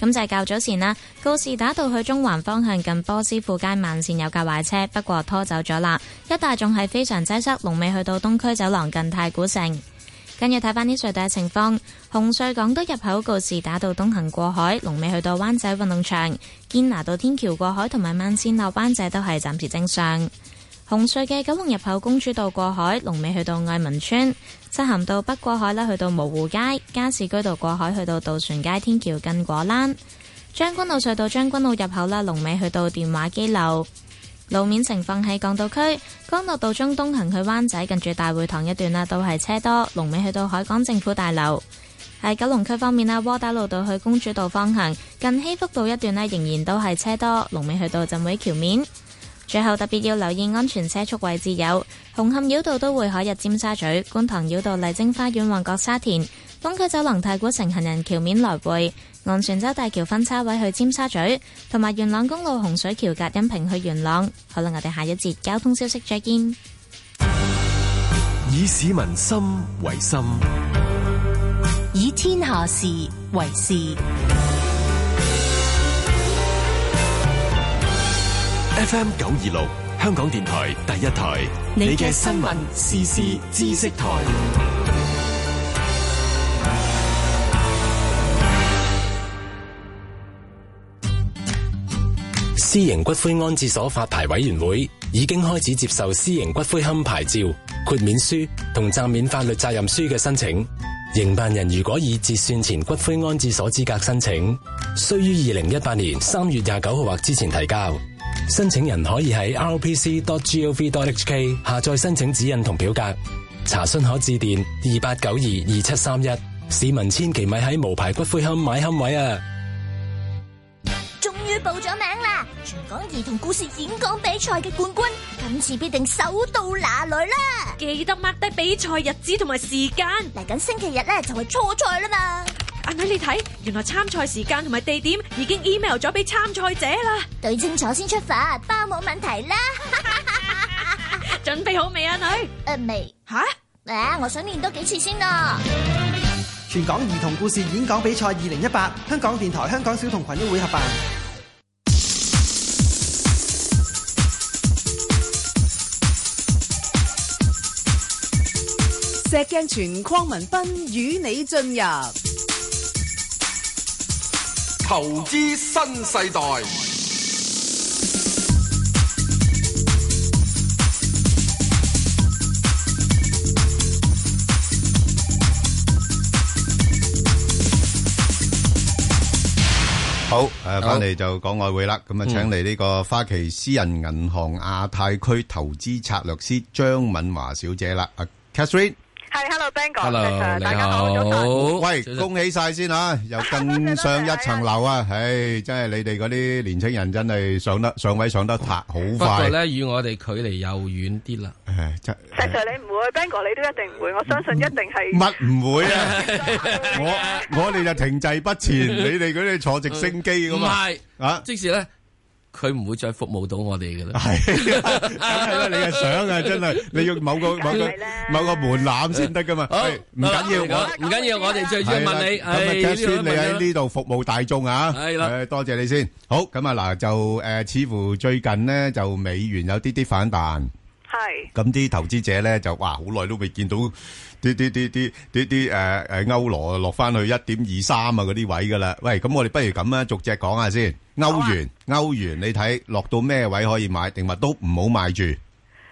Speaker 11: 咁就係較早前啦，告士打道去中環方向近波斯富街慢線有架壞車，不過拖走咗啦。一帶仲係非常擠塞，龍尾去到東區走廊近太古城。跟住睇翻啲隧道嘅情況，紅隧港島入口告士打道東行過海，龍尾去到灣仔運動場；堅拿道天橋過海同埋慢線落灣仔都係暫時正常。紅隧嘅九龍入口公主道過海，龍尾去到愛民村；漆咸道北過海啦，去到蕪湖街；加士居道過海去到渡船街天橋近果欄；將軍澳隧道將軍澳入口啦，龍尾去到電話機樓。路面情況喺港島區，干諾道中東行去灣仔，近住大會堂一段啦，都係車多。龍尾去到海港政府大樓。喺九龍區方面啦，窩打老道去公主道方向，近禧福道一段呢，仍然都係車多。龍尾去到浸會橋面。最後特別要留意安全車速位置有紅磡繞道都會海入尖沙咀、觀塘繞道麗晶花園、旺角沙田、東區走廊太古城行人橋面來回。昂船洲大橋分叉位去尖沙咀，同埋元朗公路洪水橋隔音屏去元朗。好啦，我哋下一節交通消息再見。
Speaker 12: 以市民心為心，
Speaker 13: 以天下事為事。
Speaker 12: FM 九二六，香港電台第一台，你嘅新聞、時事、知識台。
Speaker 22: 私營骨灰安置所發牌委員會已經開始接受私營骨灰龕牌照、豁免書同暫免法律責任書嘅申請。營辦人如果以折算前骨灰安置所資格申請，須於二零一八年三月廿九號或之前提交。申請人可以喺 rpc.gov.hk 下載申請指引同表格。查詢可致電二八九二二七三一。市民千祈咪喺無牌骨灰龕買龕位啊！
Speaker 3: 報咗名啦！全港兒童故事演講比賽嘅冠軍，今次必定手到拿來啦！
Speaker 34: 記得 mark 低比賽日子同埋時間，
Speaker 3: 嚟緊星期日咧就係初賽啦嘛！
Speaker 34: 阿女你睇，原來參賽時間同埋地點已經 email 咗俾參賽者啦，
Speaker 3: 對清楚先出發，包冇問題啦！
Speaker 34: 準備好未啊女？
Speaker 3: 誒未
Speaker 34: 吓？
Speaker 3: 誒，我想練多幾次先啦。
Speaker 35: 全港兒童故事演講比賽二零一八，香港電台、香港小童群益會合辦。
Speaker 18: 石鏡泉鄺民彬與你進入
Speaker 19: 投資新世代。
Speaker 7: 好，誒，翻嚟就講外匯啦。咁啊，請嚟呢個花旗私人銀行亞太區投資策略師張敏華小姐啦。啊，Catherine。
Speaker 32: 係 Hello，Ben 哥
Speaker 7: Hello，
Speaker 32: Sir，
Speaker 7: 你
Speaker 32: 大家好，早晨。
Speaker 7: 喂，恭喜晒先啊，又更上一層樓啊，唉，真係你哋嗰啲年青人真係上得-
Speaker 8: 不
Speaker 7: 上位上得太好
Speaker 8: 過
Speaker 7: 快。
Speaker 8: 咧，與我哋距離又遠啲啦。
Speaker 7: 唉，真-
Speaker 32: 石 Sir 你唔會，Ben 哥你都一定唔會，我相信一定係。
Speaker 7: 乜唔會啊？ 我 -我哋就停滯不前，你哋嗰啲坐直升機㗎
Speaker 8: 唔
Speaker 7: 嘛。
Speaker 8: 係，
Speaker 7: 啊？
Speaker 8: 佢唔會再服務到我哋噶啦。
Speaker 7: 係，梗係啦，你嘅相啊，真係，你要某個-某個-某個門檻先得㗎嘛。
Speaker 8: 好，
Speaker 7: 喂，唔緊要，
Speaker 8: 好啦
Speaker 7: 我
Speaker 8: 唔
Speaker 7: -
Speaker 8: 緊要，我哋最主 要問你，
Speaker 7: 係啦，咁啊，
Speaker 8: 唉
Speaker 7: Cat
Speaker 8: 呢個
Speaker 7: Sun，你
Speaker 8: 問
Speaker 7: 喺
Speaker 8: 啦
Speaker 7: 呢度服務大眾啊，
Speaker 8: 係啦
Speaker 7: 誒多謝你先。好，咁啊嗱，就誒似乎最近呢，就美元有啲啲反彈，
Speaker 32: 係
Speaker 7: 咁啲投資者咧就哇好耐都未見到啲啲啲啲啲啲誒誒歐羅落翻去一點二三啊嗰啲位噶啦。喂，咁我哋不如咁啊，逐隻講下先。歐元，歐元，你睇落到咩位可以買，定話都唔好買住？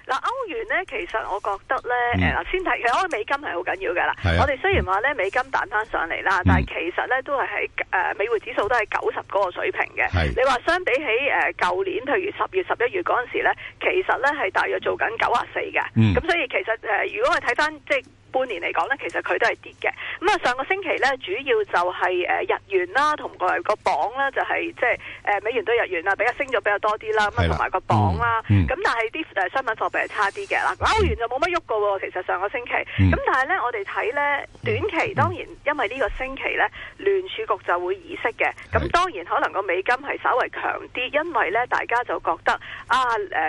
Speaker 32: 嗱，歐元咧，其實我覺得
Speaker 7: 嗯
Speaker 32: 咧，誒嗱、先睇，其實我覺得美金係好緊要㗎啦。
Speaker 7: 係啊嗯
Speaker 32: 我哋雖然話咧美金彈翻上嚟啦，但係其實咧都係喺誒美匯指數都係九十嗰個水平嘅。你話相比起誒舊年，譬如十月、十一月嗰陣時咧，其實咧係大約做緊九啊四嘅。咁、
Speaker 25: 嗯
Speaker 32: 所以其實誒、呃如果我睇翻即係。半年嚟講咧，其實佢都係跌嘅。咁啊，上個星期咧，主要就係誒日元啦，同埋個鎊啦，就係即係誒美元對日元啊，比較升咗比較多啲啦。
Speaker 17: 係
Speaker 32: 咁啊，
Speaker 17: 啦
Speaker 32: 同埋個鎊啦，
Speaker 17: 嗯嗯
Speaker 32: 咁但係啲誒商品貨幣係差啲嘅啦。歐元就冇乜喐過喎，其實上個星期。咁、
Speaker 17: 嗯
Speaker 32: 但係咧，我哋睇咧短期當然因為呢個星期咧聯儲局就會議息嘅。咁當然可能個美金係稍微強啲，因為咧大家就覺得啊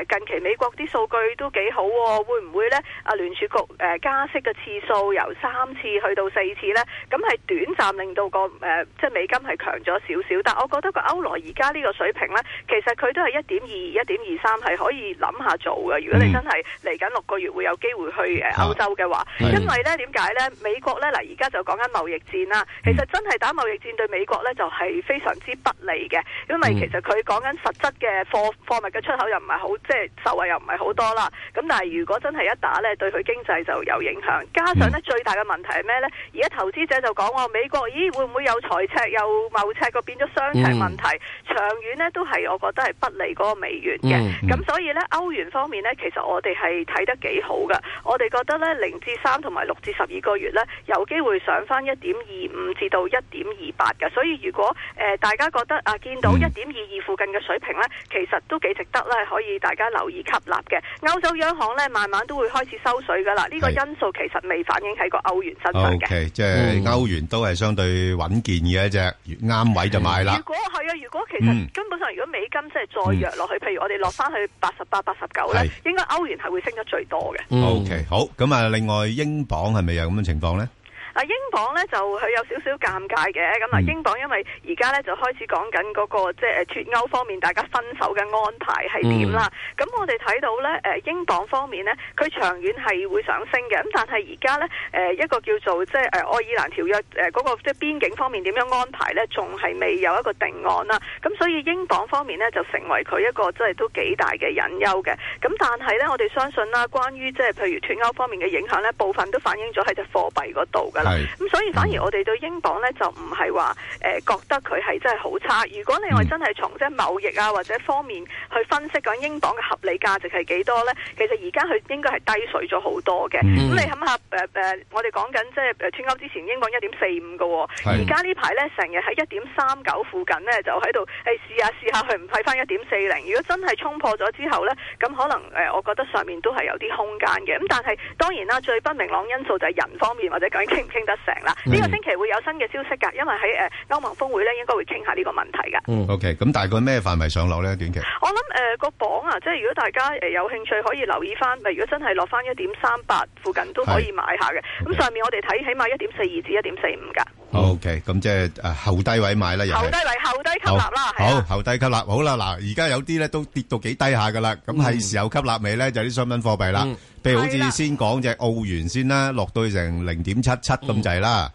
Speaker 32: 誒、近期美國啲數據都幾好喎、會唔會咧啊聯儲局誒、加息嘅次數由三次去到四次咧？咁係短暫令到個誒、即係美金係強咗少少，但我覺得個歐羅而家呢個水平咧，其實佢都係一點二、一點二三係可以諗下做嘅。如果你真係嚟緊六個月會有機會去誒歐洲嘅話，
Speaker 25: 係
Speaker 32: 因為咧點解咧美國咧嗱而家就講緊貿易戰啦，其實真係打貿易戰對美國咧就係非常之不利嘅，因為其實佢講緊實質嘅貨貨物嘅出口又唔係好，即係受惠又唔係好多啦。咁但係如果真係一打咧，對佢經濟就有影響。加上咧最大嘅問題係咩咧？而家投資者就講話哦美國咦會唔會有財赤又貿赤個變咗雙赤問題？長遠咧都係我覺得係不利嗰個美元嘅。
Speaker 25: 嗯嗯
Speaker 32: 咁所以咧歐元方面咧，其實我哋係睇得幾好嘅。我哋覺得咧零至三同埋六至十二個月咧，有機會上翻一點二五至到一點二八嘅。所以如果誒、呃大家覺得啊見
Speaker 25: 嗯
Speaker 32: 到一點二二附近嘅水平咧，其實都幾值得咧，可以大家留意吸納嘅。歐洲央行咧慢慢都會開始收水噶啦，呢、個因素其實未反映喺個歐元身上嘅。
Speaker 7: OK，即係歐元都係相對穩健嘅一隻，越啱位就買啦
Speaker 32: 如。果係啊，如果其
Speaker 7: 嗯
Speaker 32: 實根本上，如果美金即係再弱落去，譬如我哋落翻去八十八、八十九咧，應該歐元係會升得最多嘅。
Speaker 7: OK，好，咁啊，另外英鎊係咪有咁嘅情況呢？
Speaker 32: 啊，英鎊咧就佢有少少尷尬嘅，咁
Speaker 7: 嗯
Speaker 32: 啊，英鎊因為而家咧就開始講緊嗰個即係誒呃脱歐方面大家分手嘅安排係點啦。咁、我哋睇到咧誒英鎊方面咧，佢長遠係會上升嘅，咁但係而家咧誒一個叫做即係誒愛爾蘭條約誒嗰、個即係邊境方面點樣安排咧，仲係未有一個定案啦。咁所以英鎊方面咧就成為佢一個即係都幾大嘅隱憂嘅。咁但係咧，我哋相信啦，關於即係譬如脱歐方面嘅影響咧，部分都反映咗喺隻貨幣嗰度㗎啦。
Speaker 25: 嗯
Speaker 32: 咁所以反而我哋對英鎊咧就唔係話誒覺得佢係真係好差。如果
Speaker 25: 嗯
Speaker 32: 你話真係從即係貿易啊或者方面去分析講英鎊嘅合理價值係幾多咧，其實而家佢應該係低水咗好多嘅。咁、
Speaker 25: 嗯
Speaker 32: 你諗下誒誒，我哋講緊即係誒脱歐之前英鎊一點四五嘅
Speaker 25: 係
Speaker 32: 喎，而家呢排咧成日喺一點三九附近咧就喺度誒試下試下去唔睇翻一點四零。如果真係衝破咗之後咧，咁可能誒、呃我覺得上面都係有啲空間嘅。咁但係當然啦，最不明朗因素就係人方面或者究竟傾唔傾得成啦。
Speaker 7: 嗯
Speaker 32: 呢、個星期會有新嘅消息㗎，因為喺誒歐盟峰會咧應該會傾下呢個問題㗎。
Speaker 7: OK，咁大概咩範圍上落呢？短期。
Speaker 32: 我諗誒個榜啊，即係如果大家誒有興趣可以留意翻，咪如果真係落翻一點三八附近都可以買下嘅。咁上面我哋睇起碼一點四二至一點四五㗎。
Speaker 7: OK，咁即係，誒，後低位買啦，又係。
Speaker 32: 後低位後低吸納啦，係
Speaker 7: 好，
Speaker 32: 啊。
Speaker 7: 後低吸納。好啦，嗱，而家有啲呢都跌到幾低下㗎啦，咁係時候吸納未呢？就啲商品貨幣啦，譬如好似先講隻澳元先啦，落到去成0.77咁滯啦，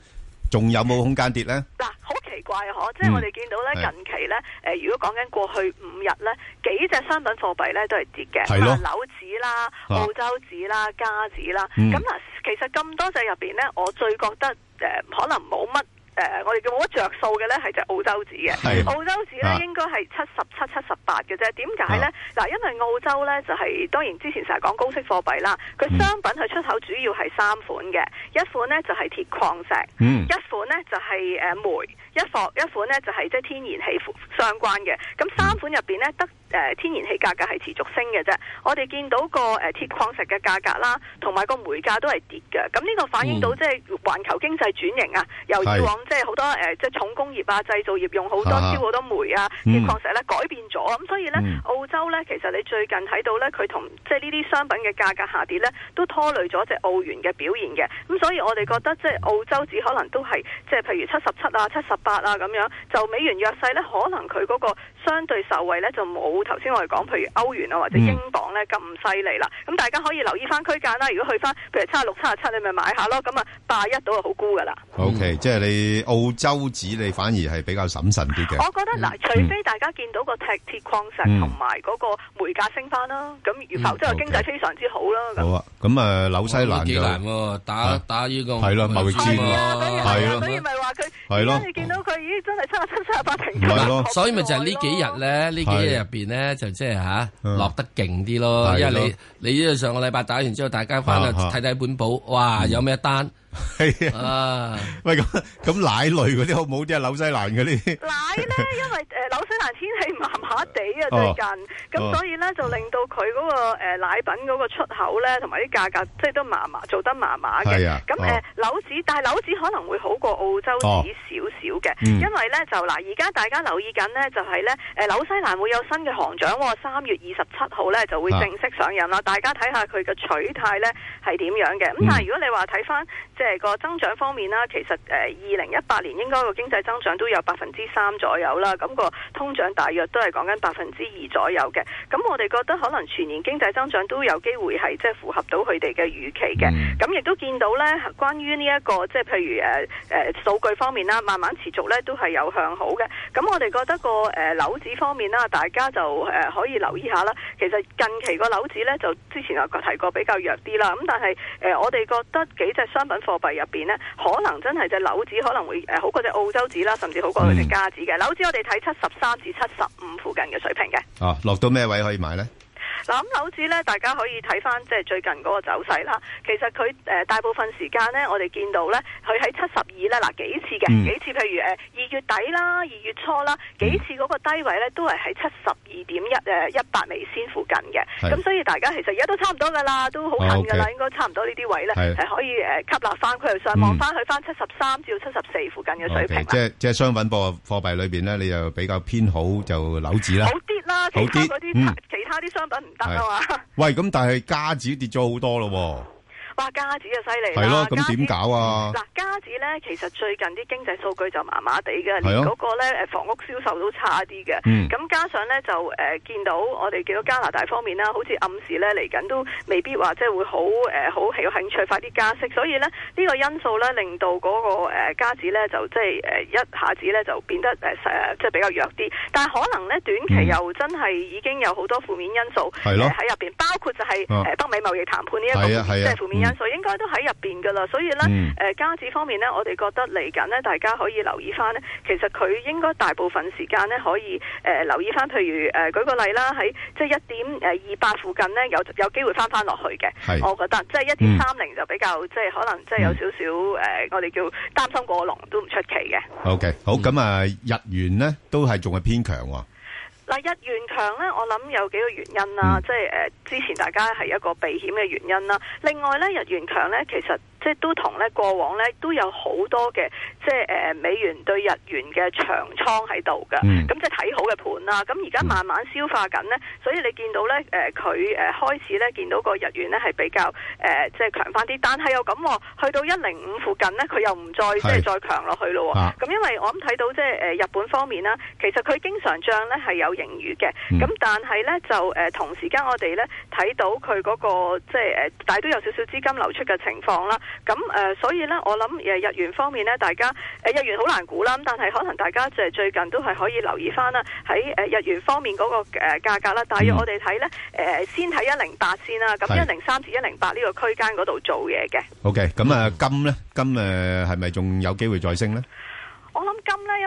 Speaker 7: 仲有冇空間跌呢？
Speaker 32: 好奇怪啊！
Speaker 25: 嗯
Speaker 32: 嗬，即係我哋見到咧
Speaker 7: 係
Speaker 32: 近期咧，誒、如果講緊過去五日咧，幾隻商品貨幣咧都係跌嘅，
Speaker 25: 係咯
Speaker 32: 啊紐紙啦、
Speaker 25: 啊
Speaker 32: 澳洲紙啦、加紙啦，
Speaker 25: 嗯
Speaker 32: 咁嗱、其實咁多隻入邊咧，我最覺得誒、可能冇乜。誒，我哋叫冇乜着數嘅咧，係隻澳洲紙嘅。
Speaker 31: 係
Speaker 32: 澳洲紙
Speaker 31: 啊
Speaker 32: 咧應該係七十七、七十八嘅啫。點解
Speaker 25: 啊
Speaker 32: 咧？嗱，因為澳洲咧就係當然之前成日講高息貨幣啦，佢
Speaker 25: 嗯
Speaker 32: 商品佢出口主要係三款嘅，一款咧就係鐵礦石，
Speaker 31: 嗯
Speaker 32: 一款咧就係誒煤，一貨一款咧就係即係天然氣相關嘅。咁三款入邊咧得。誒、天然氣價格係持續升嘅啫，我哋見到個誒、呃鐵礦石嘅價格啦，同埋個煤價都係跌嘅。咁呢個反映到
Speaker 31: 嗯
Speaker 32: 即係環球經濟轉型啊，由以
Speaker 31: 係
Speaker 32: 往即係好多誒、即係重工業啊、製造業用好多
Speaker 31: 啊
Speaker 32: 燒好多煤啊、
Speaker 31: 嗯
Speaker 32: 鐵礦石咧改變咗，咁所以咧、澳洲咧其實你最近睇到咧佢同即係呢啲商品嘅價格下跌咧，都拖累咗只澳元嘅表現嘅。咁所以我哋覺得即係澳洲指可能都係即係譬如七十七啊、七十八啊咁樣，就美元弱勢咧，可能佢嗰個相對受惠咧就冇頭先我哋講譬如歐元啊或者英鎊咧咁犀利啦。咁大家可以留意翻區間啦，如果去翻譬如七十六、七十七，你咪買下咯。咁啊八一到就好沽噶啦。
Speaker 7: OK，即係你澳洲紙你反而係比較審慎啲嘅。
Speaker 32: 我覺得嗱，除非大家見到個鐵鐵礦石
Speaker 7: 嗯
Speaker 32: 同埋嗰個煤價升翻啦，咁如否則個經濟非常之好啦。咁
Speaker 7: 好啊，咁，呃，紐西蘭
Speaker 8: 幾
Speaker 7: 就-
Speaker 8: 難喎，打打呢個
Speaker 7: 係啦，貿易戰喎。係咯，係咯。
Speaker 32: 你見到佢咦，真係七十七、七十八平均
Speaker 8: 嗱
Speaker 32: 啊，
Speaker 8: 所以咪就係呢幾日咧，呢幾日入邊咧就即係吓落得勁啲咯，
Speaker 7: 係
Speaker 8: 因
Speaker 7: 咯
Speaker 8: 為你你呢度上個禮拜打完之後，大家翻去
Speaker 7: 啊啊
Speaker 8: 睇睇本簿，哇有咩單啊？
Speaker 7: 喂，咁-咁奶類嗰啲好唔好啲啊？紐西蘭嗰啲。
Speaker 32: 奶 咧，因為誒紐西蘭天氣麻麻地啊，
Speaker 7: 哦
Speaker 32: 最近，
Speaker 7: 哦
Speaker 32: 咁所以咧就令到佢嗰個誒奶品嗰個出口咧，同埋啲價格即係都麻麻，做得麻麻嘅
Speaker 31: 係啊。
Speaker 32: 咁
Speaker 31: 哦
Speaker 32: 誒紐紙，但係紐紙可能會好過澳洲
Speaker 31: 哦
Speaker 32: 紙少少嘅，因
Speaker 31: 嗯
Speaker 32: 為咧就嗱，而家大家留意緊咧就係咧誒紐西蘭會有新嘅行長喎，三月二十七號咧就會
Speaker 31: 啊
Speaker 32: 正式上任啦。大家睇下佢嘅取態咧係點樣嘅。咁但係如果你話睇翻即係個增長方面啦，其實誒呃二零一八年應該個經濟增長都有百分之三左右啦，咁、個通脹大約都係講緊百分之二左右嘅。咁我哋覺得可能全年經濟增長都有機會係即係符合到佢哋嘅預期嘅。咁亦、都見到呢，關於呢、一個即係譬如誒誒、呃數據方面啦，慢慢持續呢都係有向好嘅。咁我哋覺得個誒樓指方面啦，大家就誒、呃可以留意下啦。其實近期個樓指呢，就之前有提過比較弱啲啦，咁但係誒、呃我哋覺得幾隻商品貨幣入邊呢，可能真係隻樓指可能會誒、呃好過隻澳洲指啦，甚至好過佢隻加指嘅。樓指我哋睇七十三至七十五附近嘅水平嘅。
Speaker 7: Ờ, 哦，落到咩位可以買呢？
Speaker 32: 嗱，咁樓指咧，大家可以睇翻即係最近嗰個走勢啦。其實佢誒、呃大部分時間咧，我哋見到咧，佢喺七十二咧，嗱幾次嘅、
Speaker 31: 嗯
Speaker 32: 幾次，譬如誒呃二月底啦、二月初啦，
Speaker 7: 嗯
Speaker 32: 幾次嗰個低位咧都係喺七十二點一呃誒一百美仙附近嘅。
Speaker 31: 係
Speaker 32: 咁所以大家其實而家都差唔多噶啦，都好近噶啦，
Speaker 31: 哦，OK
Speaker 32: 應該差唔多呢啲位咧
Speaker 7: 係嗯
Speaker 32: 係可以誒、呃吸納翻佢上望翻去翻七十三至到七十四附近嘅水平
Speaker 7: OK，
Speaker 32: 啦。
Speaker 7: 即係-即係商品貨-貨幣裏邊呢，你就比較偏好就紐紙啦。
Speaker 32: 好啲啦，其他
Speaker 7: 好啲，
Speaker 32: 嗰啲、
Speaker 7: 嗯
Speaker 32: 其他啲商品唔得啊嘛。
Speaker 7: 喂，咁但係加紙跌咗好多咯喎。
Speaker 32: 哇！家子就犀利
Speaker 7: 係
Speaker 32: 啦
Speaker 7: 咯，咁
Speaker 32: 家子
Speaker 7: 點搞啊
Speaker 32: 嗱，家子咧其實最近啲經濟數據就麻麻地嘅，
Speaker 7: 係
Speaker 32: 連
Speaker 7: 咯
Speaker 32: 嗰個咧誒房屋銷售都差啲嘅。
Speaker 31: 啊嗯
Speaker 32: 咁加上咧就誒、呃、見到我哋見到加拿大方面啦，好似暗示咧嚟緊都未必話即係會好誒好有興趣快啲加息，所以咧呢、呢個因素咧令到嗰、個誒家子咧就即係誒一下子咧就變得誒誒、呃即係比較弱啲，但係可能咧短期又真係已經有好多負面因素
Speaker 31: 嗯係咯
Speaker 32: 呃喺入邊，包括就係
Speaker 31: 啊
Speaker 32: 誒北美貿易談判呢一個
Speaker 31: 係啊係
Speaker 32: 即
Speaker 31: 啊
Speaker 32: 係負面因素，應該都喺入邊噶啦。所以咧，
Speaker 31: 嗯
Speaker 32: 誒呃加指方面咧，我哋覺得嚟緊咧，大家可以留意翻咧，其實佢應該大部分時間咧可以誒、呃留意翻，譬如誒、呃、舉個例啦，喺即係一點誒二八附近咧，有有機會翻翻落去嘅。
Speaker 31: 係
Speaker 32: 我覺得即係一點三零就比較即係可能即係有少少誒、呃我哋叫擔心過龍都唔出奇嘅。
Speaker 7: OK，好，咁啊，日元呢，都係仲係偏強喎。
Speaker 32: 嗱，日元強咧，我諗有幾個原因
Speaker 31: 嗯
Speaker 32: 啦，即係誒、呃之前大家係一個避險嘅原因啦。另外咧，日元強咧，其實即係都同咧過往咧都有好多嘅即係誒、呃美元對日元嘅長倉喺度㗎，咁、
Speaker 31: 嗯
Speaker 32: 即係睇好嘅盤啦。咁而家慢慢消化緊咧，所以你見到咧誒佢誒開始咧見到個日元咧係比較誒、呃即係強翻啲，但係又咁、喎，去到一零五附近咧，佢又唔再即係
Speaker 31: 係
Speaker 32: 再強落去咯喎。
Speaker 31: 啊
Speaker 32: 咁因為我諗睇到即係誒呃日本方面啦，其實佢經常帳咧係有盈餘嘅，咁、但係咧就誒、呃同時間我哋咧睇到佢嗰、個即係誒，但係都有少少資金流出嘅情況啦。咁誒、呃所以咧我諗呃誒日元方面咧，大家誒、呃日元好難估啦，咁但係可能大家即係最近都係可以留意翻啦，喺誒日元方面嗰、個誒價格啦，大約
Speaker 31: 嗯
Speaker 32: 我哋睇咧誒先睇一零八先啦，咁
Speaker 7: 係
Speaker 32: 一零三至一零八呢個區間嗰度做嘢嘅。
Speaker 7: à, OK，咁啊，金呢？金，呃，係咪仲有機會再升呢？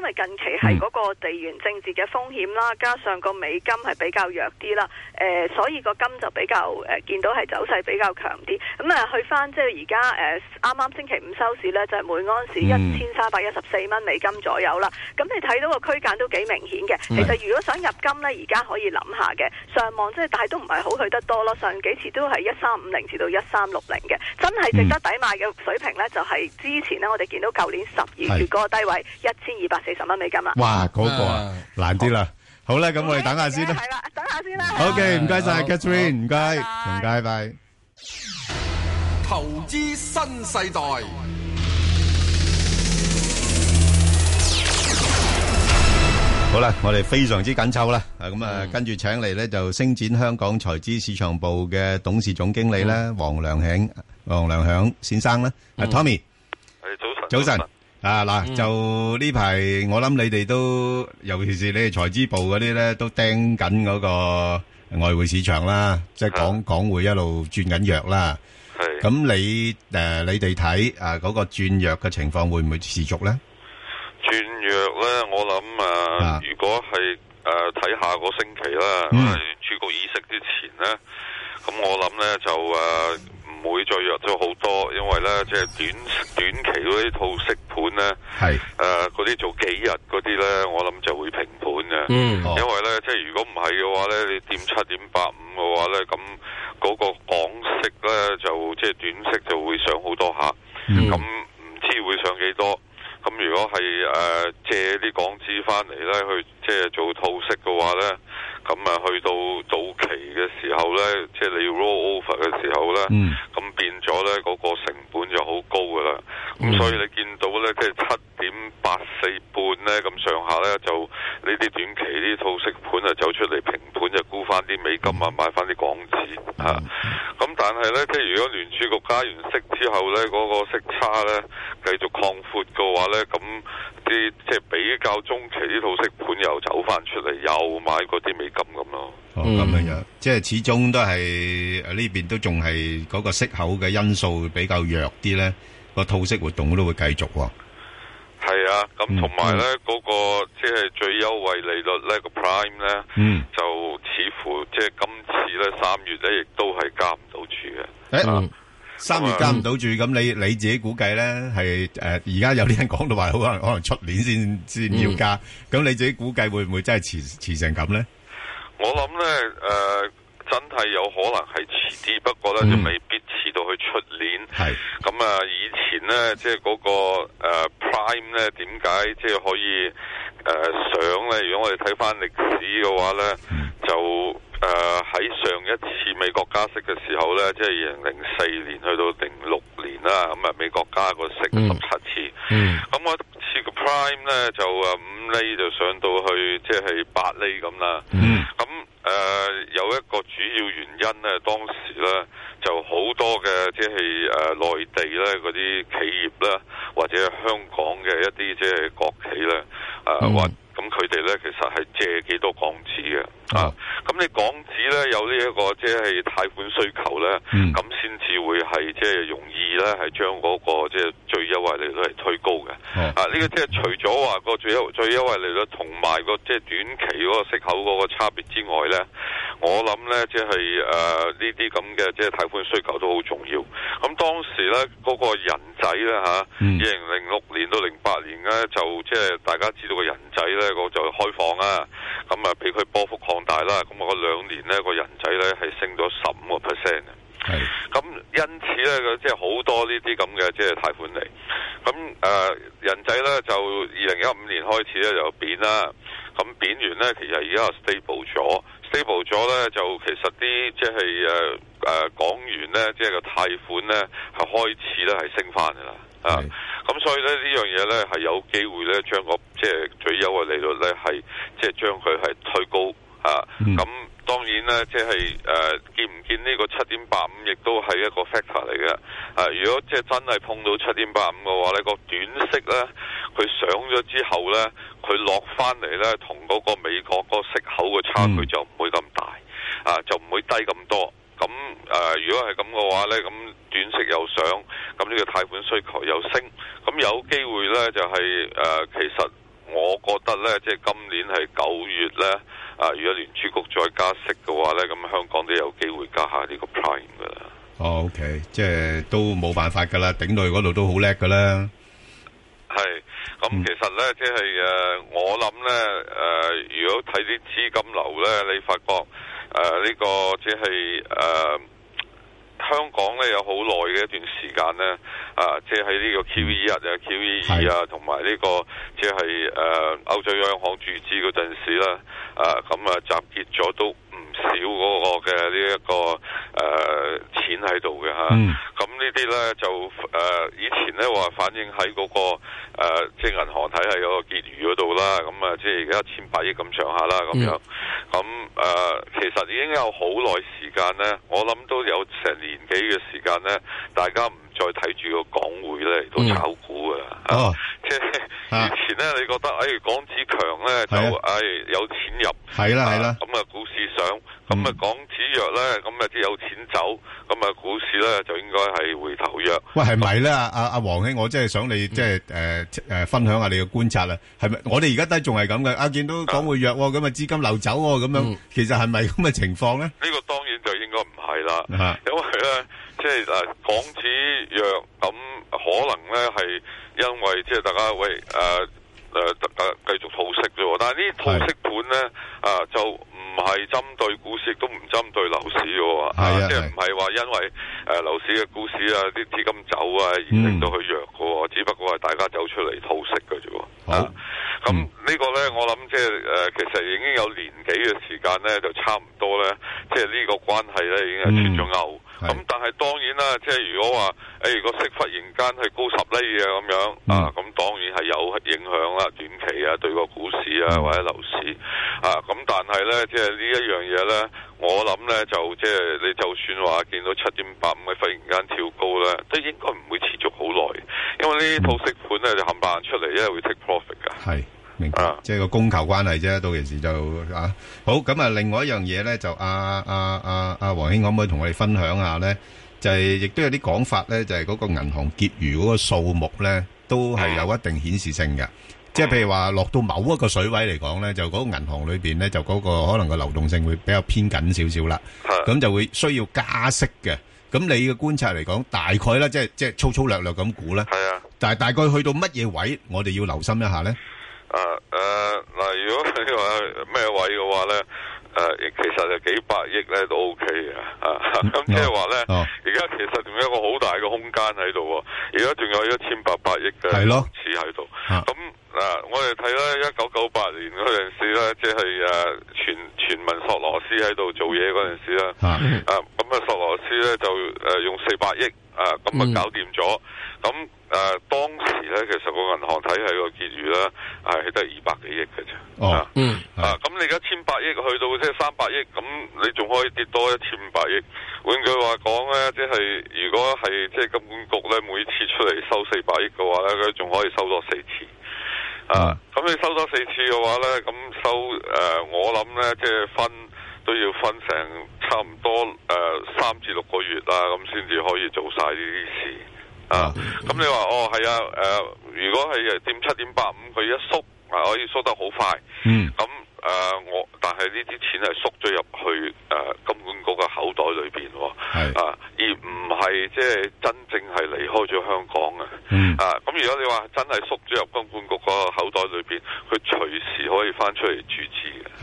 Speaker 32: 為近期係嗰個地緣政治嘅風險啦，加上個美金係比較弱啲啦，誒、所以個金就比較誒、見到係走勢比較強啲。咁、啊，去翻即係而家誒啱啱星期五收市咧，就係、每安士一千三百一十四蚊美金左右啦。咁你睇到個區間都幾明顯嘅。其實如果想入金咧，而家可以諗下嘅。上望即係，但係都唔係好去得多咯。上幾次都係一三五零至到一三六零嘅，真係值得抵買嘅水平咧，就係之前咧我哋見到舊年十二月嗰個低位一千二百四十蚊美金啦。
Speaker 7: 哇，嗰
Speaker 32: À.
Speaker 7: 個啊難啲啦。好啦，咁我哋等下先啦。
Speaker 32: 係啦，等下先啦。
Speaker 7: OK，唔該
Speaker 19: Ờ.
Speaker 7: 晒 Catherine，唔該，唔該，拜。
Speaker 19: 投資新世代，
Speaker 7: 好啦，我哋非常之緊湊啦，啊咁啊，跟住請嚟咧就星展香港財資市場部嘅董事總經理咧，黃良響，黃良響先生啦，啊 Tommy，
Speaker 33: 係
Speaker 7: 早
Speaker 33: 早晨。
Speaker 7: 晨。啊嗱，就呢排我諗你哋都，尤其是你哋財資部嗰啲咧，都盯緊嗰個外匯市場啦，即係港港匯一路轉緊弱啦。
Speaker 33: 係
Speaker 7: 咁你誒你哋睇啊嗰個轉弱嘅情況會唔會持續咧？
Speaker 33: 轉弱咧，我諗誒、呃如果係誒睇下個星期啦，
Speaker 7: 啊
Speaker 33: 啊
Speaker 7: 嗯
Speaker 33: 聯儲、局議息之前咧，咁我諗咧就誒啊唔、會再弱咗好多，因為咧即係短短期嗰啲套息盤咧，
Speaker 7: 係
Speaker 33: 誒嗰啲做幾日嗰啲咧，我諗就會平盤嘅。
Speaker 25: 嗯
Speaker 33: 因為咧即係如果唔係嘅話咧，你點七點八五嘅話咧，咁嗰個港息咧就即係短息就會上好多下。咁唔知會上幾多。咁如果係誒、呃借啲港紙翻嚟咧，去即係做套息嘅話咧，咁啊去到到期嘅時候咧，即係你要 roll over 嘅時候咧，咁、變咗咧嗰個成本就好高噶啦。咁、所以你見到咧，即係七點八四半咧咁上下咧，就呢啲短期啲套息盤啊走出嚟平盤就沽翻啲美金啊，買翻啲港紙嚇。啊咁但係咧，即係如果聯儲局加完息之後咧，嗰、個息差咧繼續擴闊嘅話咧，咁啲即係比較中期呢套息盤又走翻出嚟，又買嗰啲美金咁咯。
Speaker 7: 哦，咁樣樣，即係始終都係誒呢邊都仲係嗰個息口嘅因素比較弱啲咧，個套息活動都會繼續喎。
Speaker 33: 係啊，咁同埋咧
Speaker 7: 嗯
Speaker 33: 嗰個即係最優惠利率咧個 prime 咧，
Speaker 7: 嗯
Speaker 33: 就似乎即係今次咧三月咧亦都係加唔到住嘅。
Speaker 7: 誒，三月加唔到住，咁你你自己估計咧係誒而家有啲人講到話，可能可 能出年先先要加，咁你自己估計會唔會真係遲遲成咁咧？
Speaker 33: 我諗咧，誒、真係有可能係遲啲，不過咧就未必遲到去出年。
Speaker 7: 係
Speaker 33: 咁啊，以前咧即係嗰、個、呃 prime 咧，點解即係可以誒、呃上咧？如果我哋睇翻歷史嘅話咧，就誒喺、上一次美國加息嘅時候咧，即係二零零四年去到零六年啦，咁啊美國加個息
Speaker 7: 嗯
Speaker 33: 十七次。咁我次個 prime 咧就誒呃五厘就上到去即係八厘咁啦。咁誒、呃有一個主要原因咧，當時咧就好多嘅即係誒內地咧嗰啲企業啦，或者香港嘅一啲即係國企咧，誒或咁佢哋咧其實係借幾多港紙嘅。
Speaker 7: 啊，
Speaker 33: 咁你港紙咧有呢、一個即係貸款需求咧，咁先至會係即係容易咧係將嗰個即係最優惠利率係推高嘅。啊，呢、個即係除咗話個最優最優惠利率同埋個即係短期嗰個息口嗰個差別之外咧，我諗咧即係誒呢啲咁嘅即係貸款需求都好重要。咁當時咧嗰、個人仔咧嚇，二零零六年到零八年咧就即係大家知道個人仔咧個就開放啊，咁啊俾佢波幅擴大啦，咁我兩年咧個人仔咧係升咗十五個 percent 啊。咁因此咧，佢即係好多呢啲咁嘅即係貸款嚟。咁誒、呃人仔咧就二零一五年開始咧就貶啦。咁貶完咧，其實而家係 stable 咗，stable 咗咧就其實啲即係呃誒誒港元咧，即係個貸款咧係開始咧係升翻㗎啦。啊，咁所以咧呢樣嘢咧係有機會咧將個即係最優惠利率咧係即係將佢係推高啊。咁、當然咧，即係誒、呃、見唔見呢個七點八五，亦都係一個 factor 嚟嘅。啊，如果即係真係碰到七點八五嘅話咧，個短息咧，佢上咗之後咧，佢落翻嚟咧，同嗰個美國嗰個息口嘅差距就唔會咁大，啊，就唔會低咁多。咁誒、呃如果係咁嘅話咧，咁短息又上，呃咁呢個貸款需求又升，咁有機會咧就係、誒、其實我覺覺得呢，即係今年係九月呢，啊，如果聯儲局再加息嘅話呢，咁香港都有機會加下呢個 prime 噶啦。
Speaker 7: 哦，OK，即係都冇辦法㗎啦，頂到去嗰度都好叻㗎啦。
Speaker 33: 係，咁其實咧，即係誒、呃，我諗咧誒，如果睇啲資金流咧，你發覺誒呢、呃呢個即係呃誒香港咧有好耐嘅一段時間咧，啊、即係喺呢個 QE 一啊、QE 二啊，同埋呢個即係誒歐洲央行注資嗰陣時啦，啊咁啊集結咗都。少嗰個嘅呢一個誒、呃、錢喺度嘅嚇，咁呢啲咧就誒、呃、以前咧話反映喺嗰、個、呃、即係銀行體系嗰個結餘嗰度啦，咁啊即係而家一千百億咁上下啦咁樣，咁誒、呃其實已經有好耐時間咧，我諗都有成年幾嘅時間咧，大家唔再睇住個港匯咧嚟到炒股啊。
Speaker 7: 嗯 哦，啊
Speaker 33: 即係以前咧，你覺得誒、哎、港紙強咧就
Speaker 7: 係
Speaker 33: 誒、
Speaker 7: 啊
Speaker 33: 哎有錢入，
Speaker 7: 係啦
Speaker 33: 啊
Speaker 7: 係啦
Speaker 33: 咁啊股市上，
Speaker 7: 嗯
Speaker 33: 咁啊港紙弱咧，咁啊即係有錢走，咁啊股市咧就應該係回頭弱。
Speaker 7: 喂，係咪咧？阿阿阿黃兄，我真係想你即係诶诶分享下你嘅觀察啦。係咪？我哋而家都仲係咁嘅，啊見到港匯弱喎，咁啊資金流走喎，咁樣其實係咪咁嘅情況咧？
Speaker 33: 呢個當然就應該唔係啦，
Speaker 7: 啊
Speaker 33: 因為咧，即係嗱，港紙弱咁，可能咧係因為即係大家喂誒誒、呃大家繼續套息啫喎，但係呢套息盤咧啊就唔係針對股市，亦都唔針對樓市嘅喎，
Speaker 7: 係
Speaker 33: 啊
Speaker 7: 啊
Speaker 33: 即係唔係話因為誒樓市嘅股市啊啲資金走啊而令到佢弱嘅喎，只不過係大家走出嚟套息嘅啫喎。
Speaker 7: 好，
Speaker 33: 啊
Speaker 7: 嗯
Speaker 33: 咁呢個呢，我諗即係誒，其實已經有年幾嘅時間呢，就差唔多呢，即係呢個關係呢已經係
Speaker 7: 嗯
Speaker 33: 脱咗鈎。咁、但係當然啦，即係如果話誒個息忽然間係高十厘嘅咁樣、啊，咁當然係有影響啦，短期啊對個股市啊或者樓市啊，咁但係呢，即係呢一樣嘢呢，我諗呢，就即係你就算話見到七點八五嘅忽然間跳高呢，都應該唔會持續好耐，因為呢套息盤呢，就冚唪唥出嚟，因為會 take profit 㗎。
Speaker 7: 係明白，即係個供求關係啫。到其時就啊，好咁啊。另外一樣嘢咧，就阿阿阿阿黃兄可唔可以同我哋分享下咧？就係亦都有啲講法咧，就係嗰個銀行結餘嗰個數目咧，都係有一定顯示性嘅。即係譬如話落到某一個水位嚟講咧，就嗰個銀行裏邊咧，就嗰個可能個流動性會比較偏緊少少啦。咁就會需要加息嘅。咁你嘅觀察嚟講，大概咧，即係即係粗粗略略咁估咧。
Speaker 33: 係啊。
Speaker 7: 但係大概去到乜嘢位，我哋要留心一下咧？
Speaker 33: 啊誒嗱、如果 你話咩位嘅話咧，誒、其實就幾百億咧都 OK 嘅啊，
Speaker 7: 嗯
Speaker 33: 咁即係
Speaker 7: 哦
Speaker 33: 話咧，而家、其實仲有一個好大嘅空間喺度喎，而家仲有一千八百億嘅
Speaker 7: 係咯啊
Speaker 33: 市喺度，咁嗱、我哋睇咧一九九八年嗰陣時咧，即係誒全全民索羅斯喺度做嘢嗰陣時咧，啊咁啊索羅斯咧就誒用四百億啊咁啊搞掂咗，咁誒、當時咧其實個銀行體系個結餘咧係得二百幾億嘅啫。
Speaker 7: 哦，
Speaker 8: 嗯，
Speaker 33: 啊，咁你而家千百億去到即係三百億，咁你仲可以跌多一千五百億。換句話講咧，即係如果係即係金管局咧，每次出嚟收四百億嘅話咧，佢仲可以收多四次。啊，咁你收多四次嘅話咧，咁收誒、呃我諗咧即係分都要分成差唔多誒三至六個月啦，咁先至可以做晒呢啲事。啊，咁你話哦係啊，誒、如果係誒佔七點八五，佢一縮啊，可以縮得好快。
Speaker 7: 嗯，
Speaker 33: 咁誒、啊我但係呢啲錢係縮咗入去誒、呃金管局嘅口袋裏邊喎。啊，而唔係即係真正係離開咗香港啊。啊，咁如果你話真係縮咗入金管局個口袋裏邊，佢隨時可以翻出嚟注資嘅。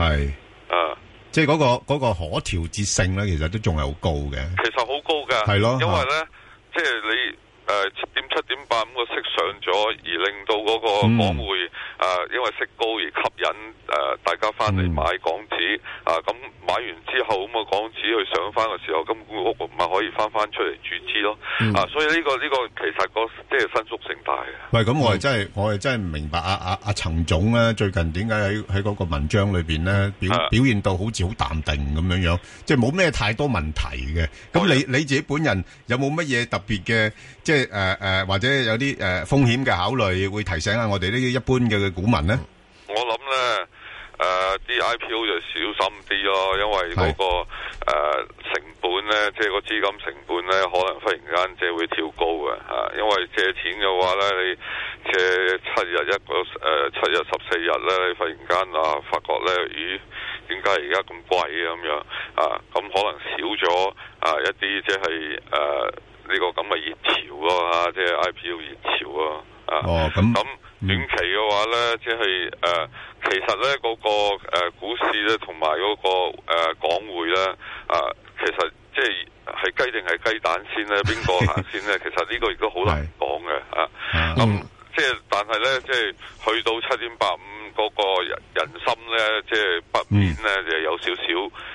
Speaker 7: 係。
Speaker 33: 啊。
Speaker 7: 即係嗰、個嗰個可調節性咧，其實都仲係好高嘅。
Speaker 33: 其實好高㗎，
Speaker 7: 係咯
Speaker 33: 因為咧，即係你誒七點七點八五個息上咗，而令到嗰個
Speaker 7: 嗯
Speaker 33: 港匯誒、呃因為息高而吸引誒、呃大家翻
Speaker 7: 嗯
Speaker 33: 嚟買港紙啊，咁、買完之後咁個港紙去上翻嘅時候，咁個屋咪可以翻翻出嚟注資咯、
Speaker 7: 嗯
Speaker 33: 啊，所以呢、個呢、個其實個即係伸縮性大嘅。
Speaker 7: 喂，咁我係真係我係真係唔明白阿阿阿陳總咧，最近點解喺喺嗰個文章裏邊咧表表現到好似好淡定咁樣樣，即係冇咩太多問題嘅。咁你你自己本人有冇乜嘢特別嘅，即係誒誒或者有啲誒、呃、風險嘅考慮，會提醒下我哋呢啲一般嘅股民咧？
Speaker 33: 我諗咧，誒、啲 IPO 就小心啲咯，因為嗰、個、呃成本咧，即係個資啊金成本咧，可能忽然間即係會跳高嘅嚇、因為借錢嘅話咧，你即係七日一個誒、呃七日十四日咧，你忽然間啊發覺咧，咦點解而家咁貴嘅咁樣啊？咁可能少咗啊一啲即係誒呢個咁嘅熱潮咯嚇、啊即係 IPO 熱潮啊啊！
Speaker 7: 哦，咁
Speaker 33: 咁短期嘅話咧，即係誒、呃其實咧嗰、個、呃、股市咧，同埋嗰個、呃、港匯咧，啊、其實即係係雞定係雞蛋先咧，邊個行先咧？其實呢個亦都好難講嘅啊。咁即係但係咧，即係去到七點八五嗰個人人心咧，即係不免咧就有少少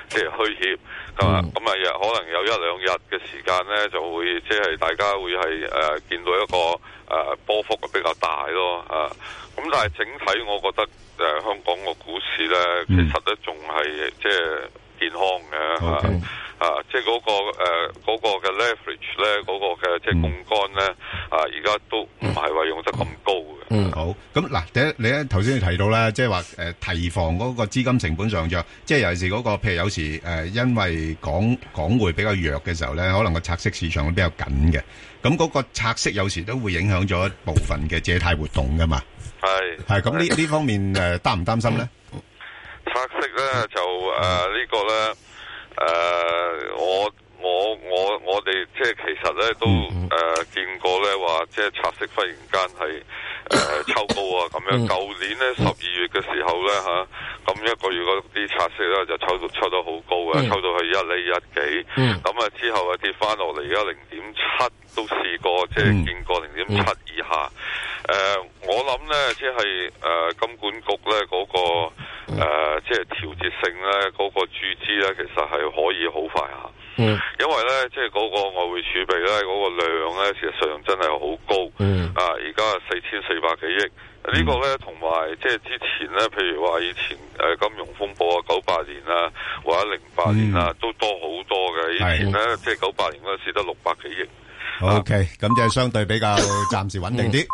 Speaker 33: 即係虛怯，咁啊咁啊，又可能有一兩日嘅時間咧，就會即係大家會係誒、呃、見到一個誒、呃波幅比較大咯啊。咁但係整體我覺得誒、呃香港個股市咧，其實咧仲係即係健康嘅嚇。啊，即係嗰、個誒嗰、個嘅 leverage 咧，嗰、個嘅即係槓桿咧，啊而家都唔係話用得咁高嘅。
Speaker 7: 嗯，好。咁嗱，第一你咧頭先你提到咧，即係話誒提防嗰個資金成本上漲，即係尤其是嗰、個譬如有時誒、呃因為港港匯比較弱嘅時候咧，可能個拆息市場會比較緊嘅。咁嗰個拆息有時都會影響咗部分嘅借貸活動噶嘛。
Speaker 33: 係
Speaker 7: 係咁呢呢方面誒擔唔擔心咧？
Speaker 33: 拆息咧就誒、呃
Speaker 7: 嗯
Speaker 33: 呢個咧誒、呃我我我我哋即係其實咧都
Speaker 7: 嗯
Speaker 33: 誒、呃、見過咧話，即係拆息忽然間係 誒抽高啊咁樣。
Speaker 7: 嗯
Speaker 33: 舊年咧十二月嘅時候咧嚇，咁、一個月嗰啲拆息咧就抽到抽到好高啊，
Speaker 25: 嗯
Speaker 33: 抽到去一厘一幾。
Speaker 25: 嗯
Speaker 33: 咁啊之後啊跌翻落嚟，而家零點七都試過，即係見過零點七以下。誒、我諗咧，即係誒、金管局咧嗰、個、呃即係調節性咧嗰、個注資咧，其實係可以好快下。
Speaker 25: 嗯
Speaker 33: 因為咧，即係嗰個外匯儲備咧，嗰、個量咧，事實上真係好高。
Speaker 25: 嗯
Speaker 33: 啊，而家四千四百幾億，呢個咧同埋即係之前咧，譬如話以前誒、呃金融風暴啊，九八年啊，或者零八年啊，都多好多嘅。以前咧，即係九八年嗰陣時得六百幾億。
Speaker 7: OK，咁就係相對比較暫時穩定啲。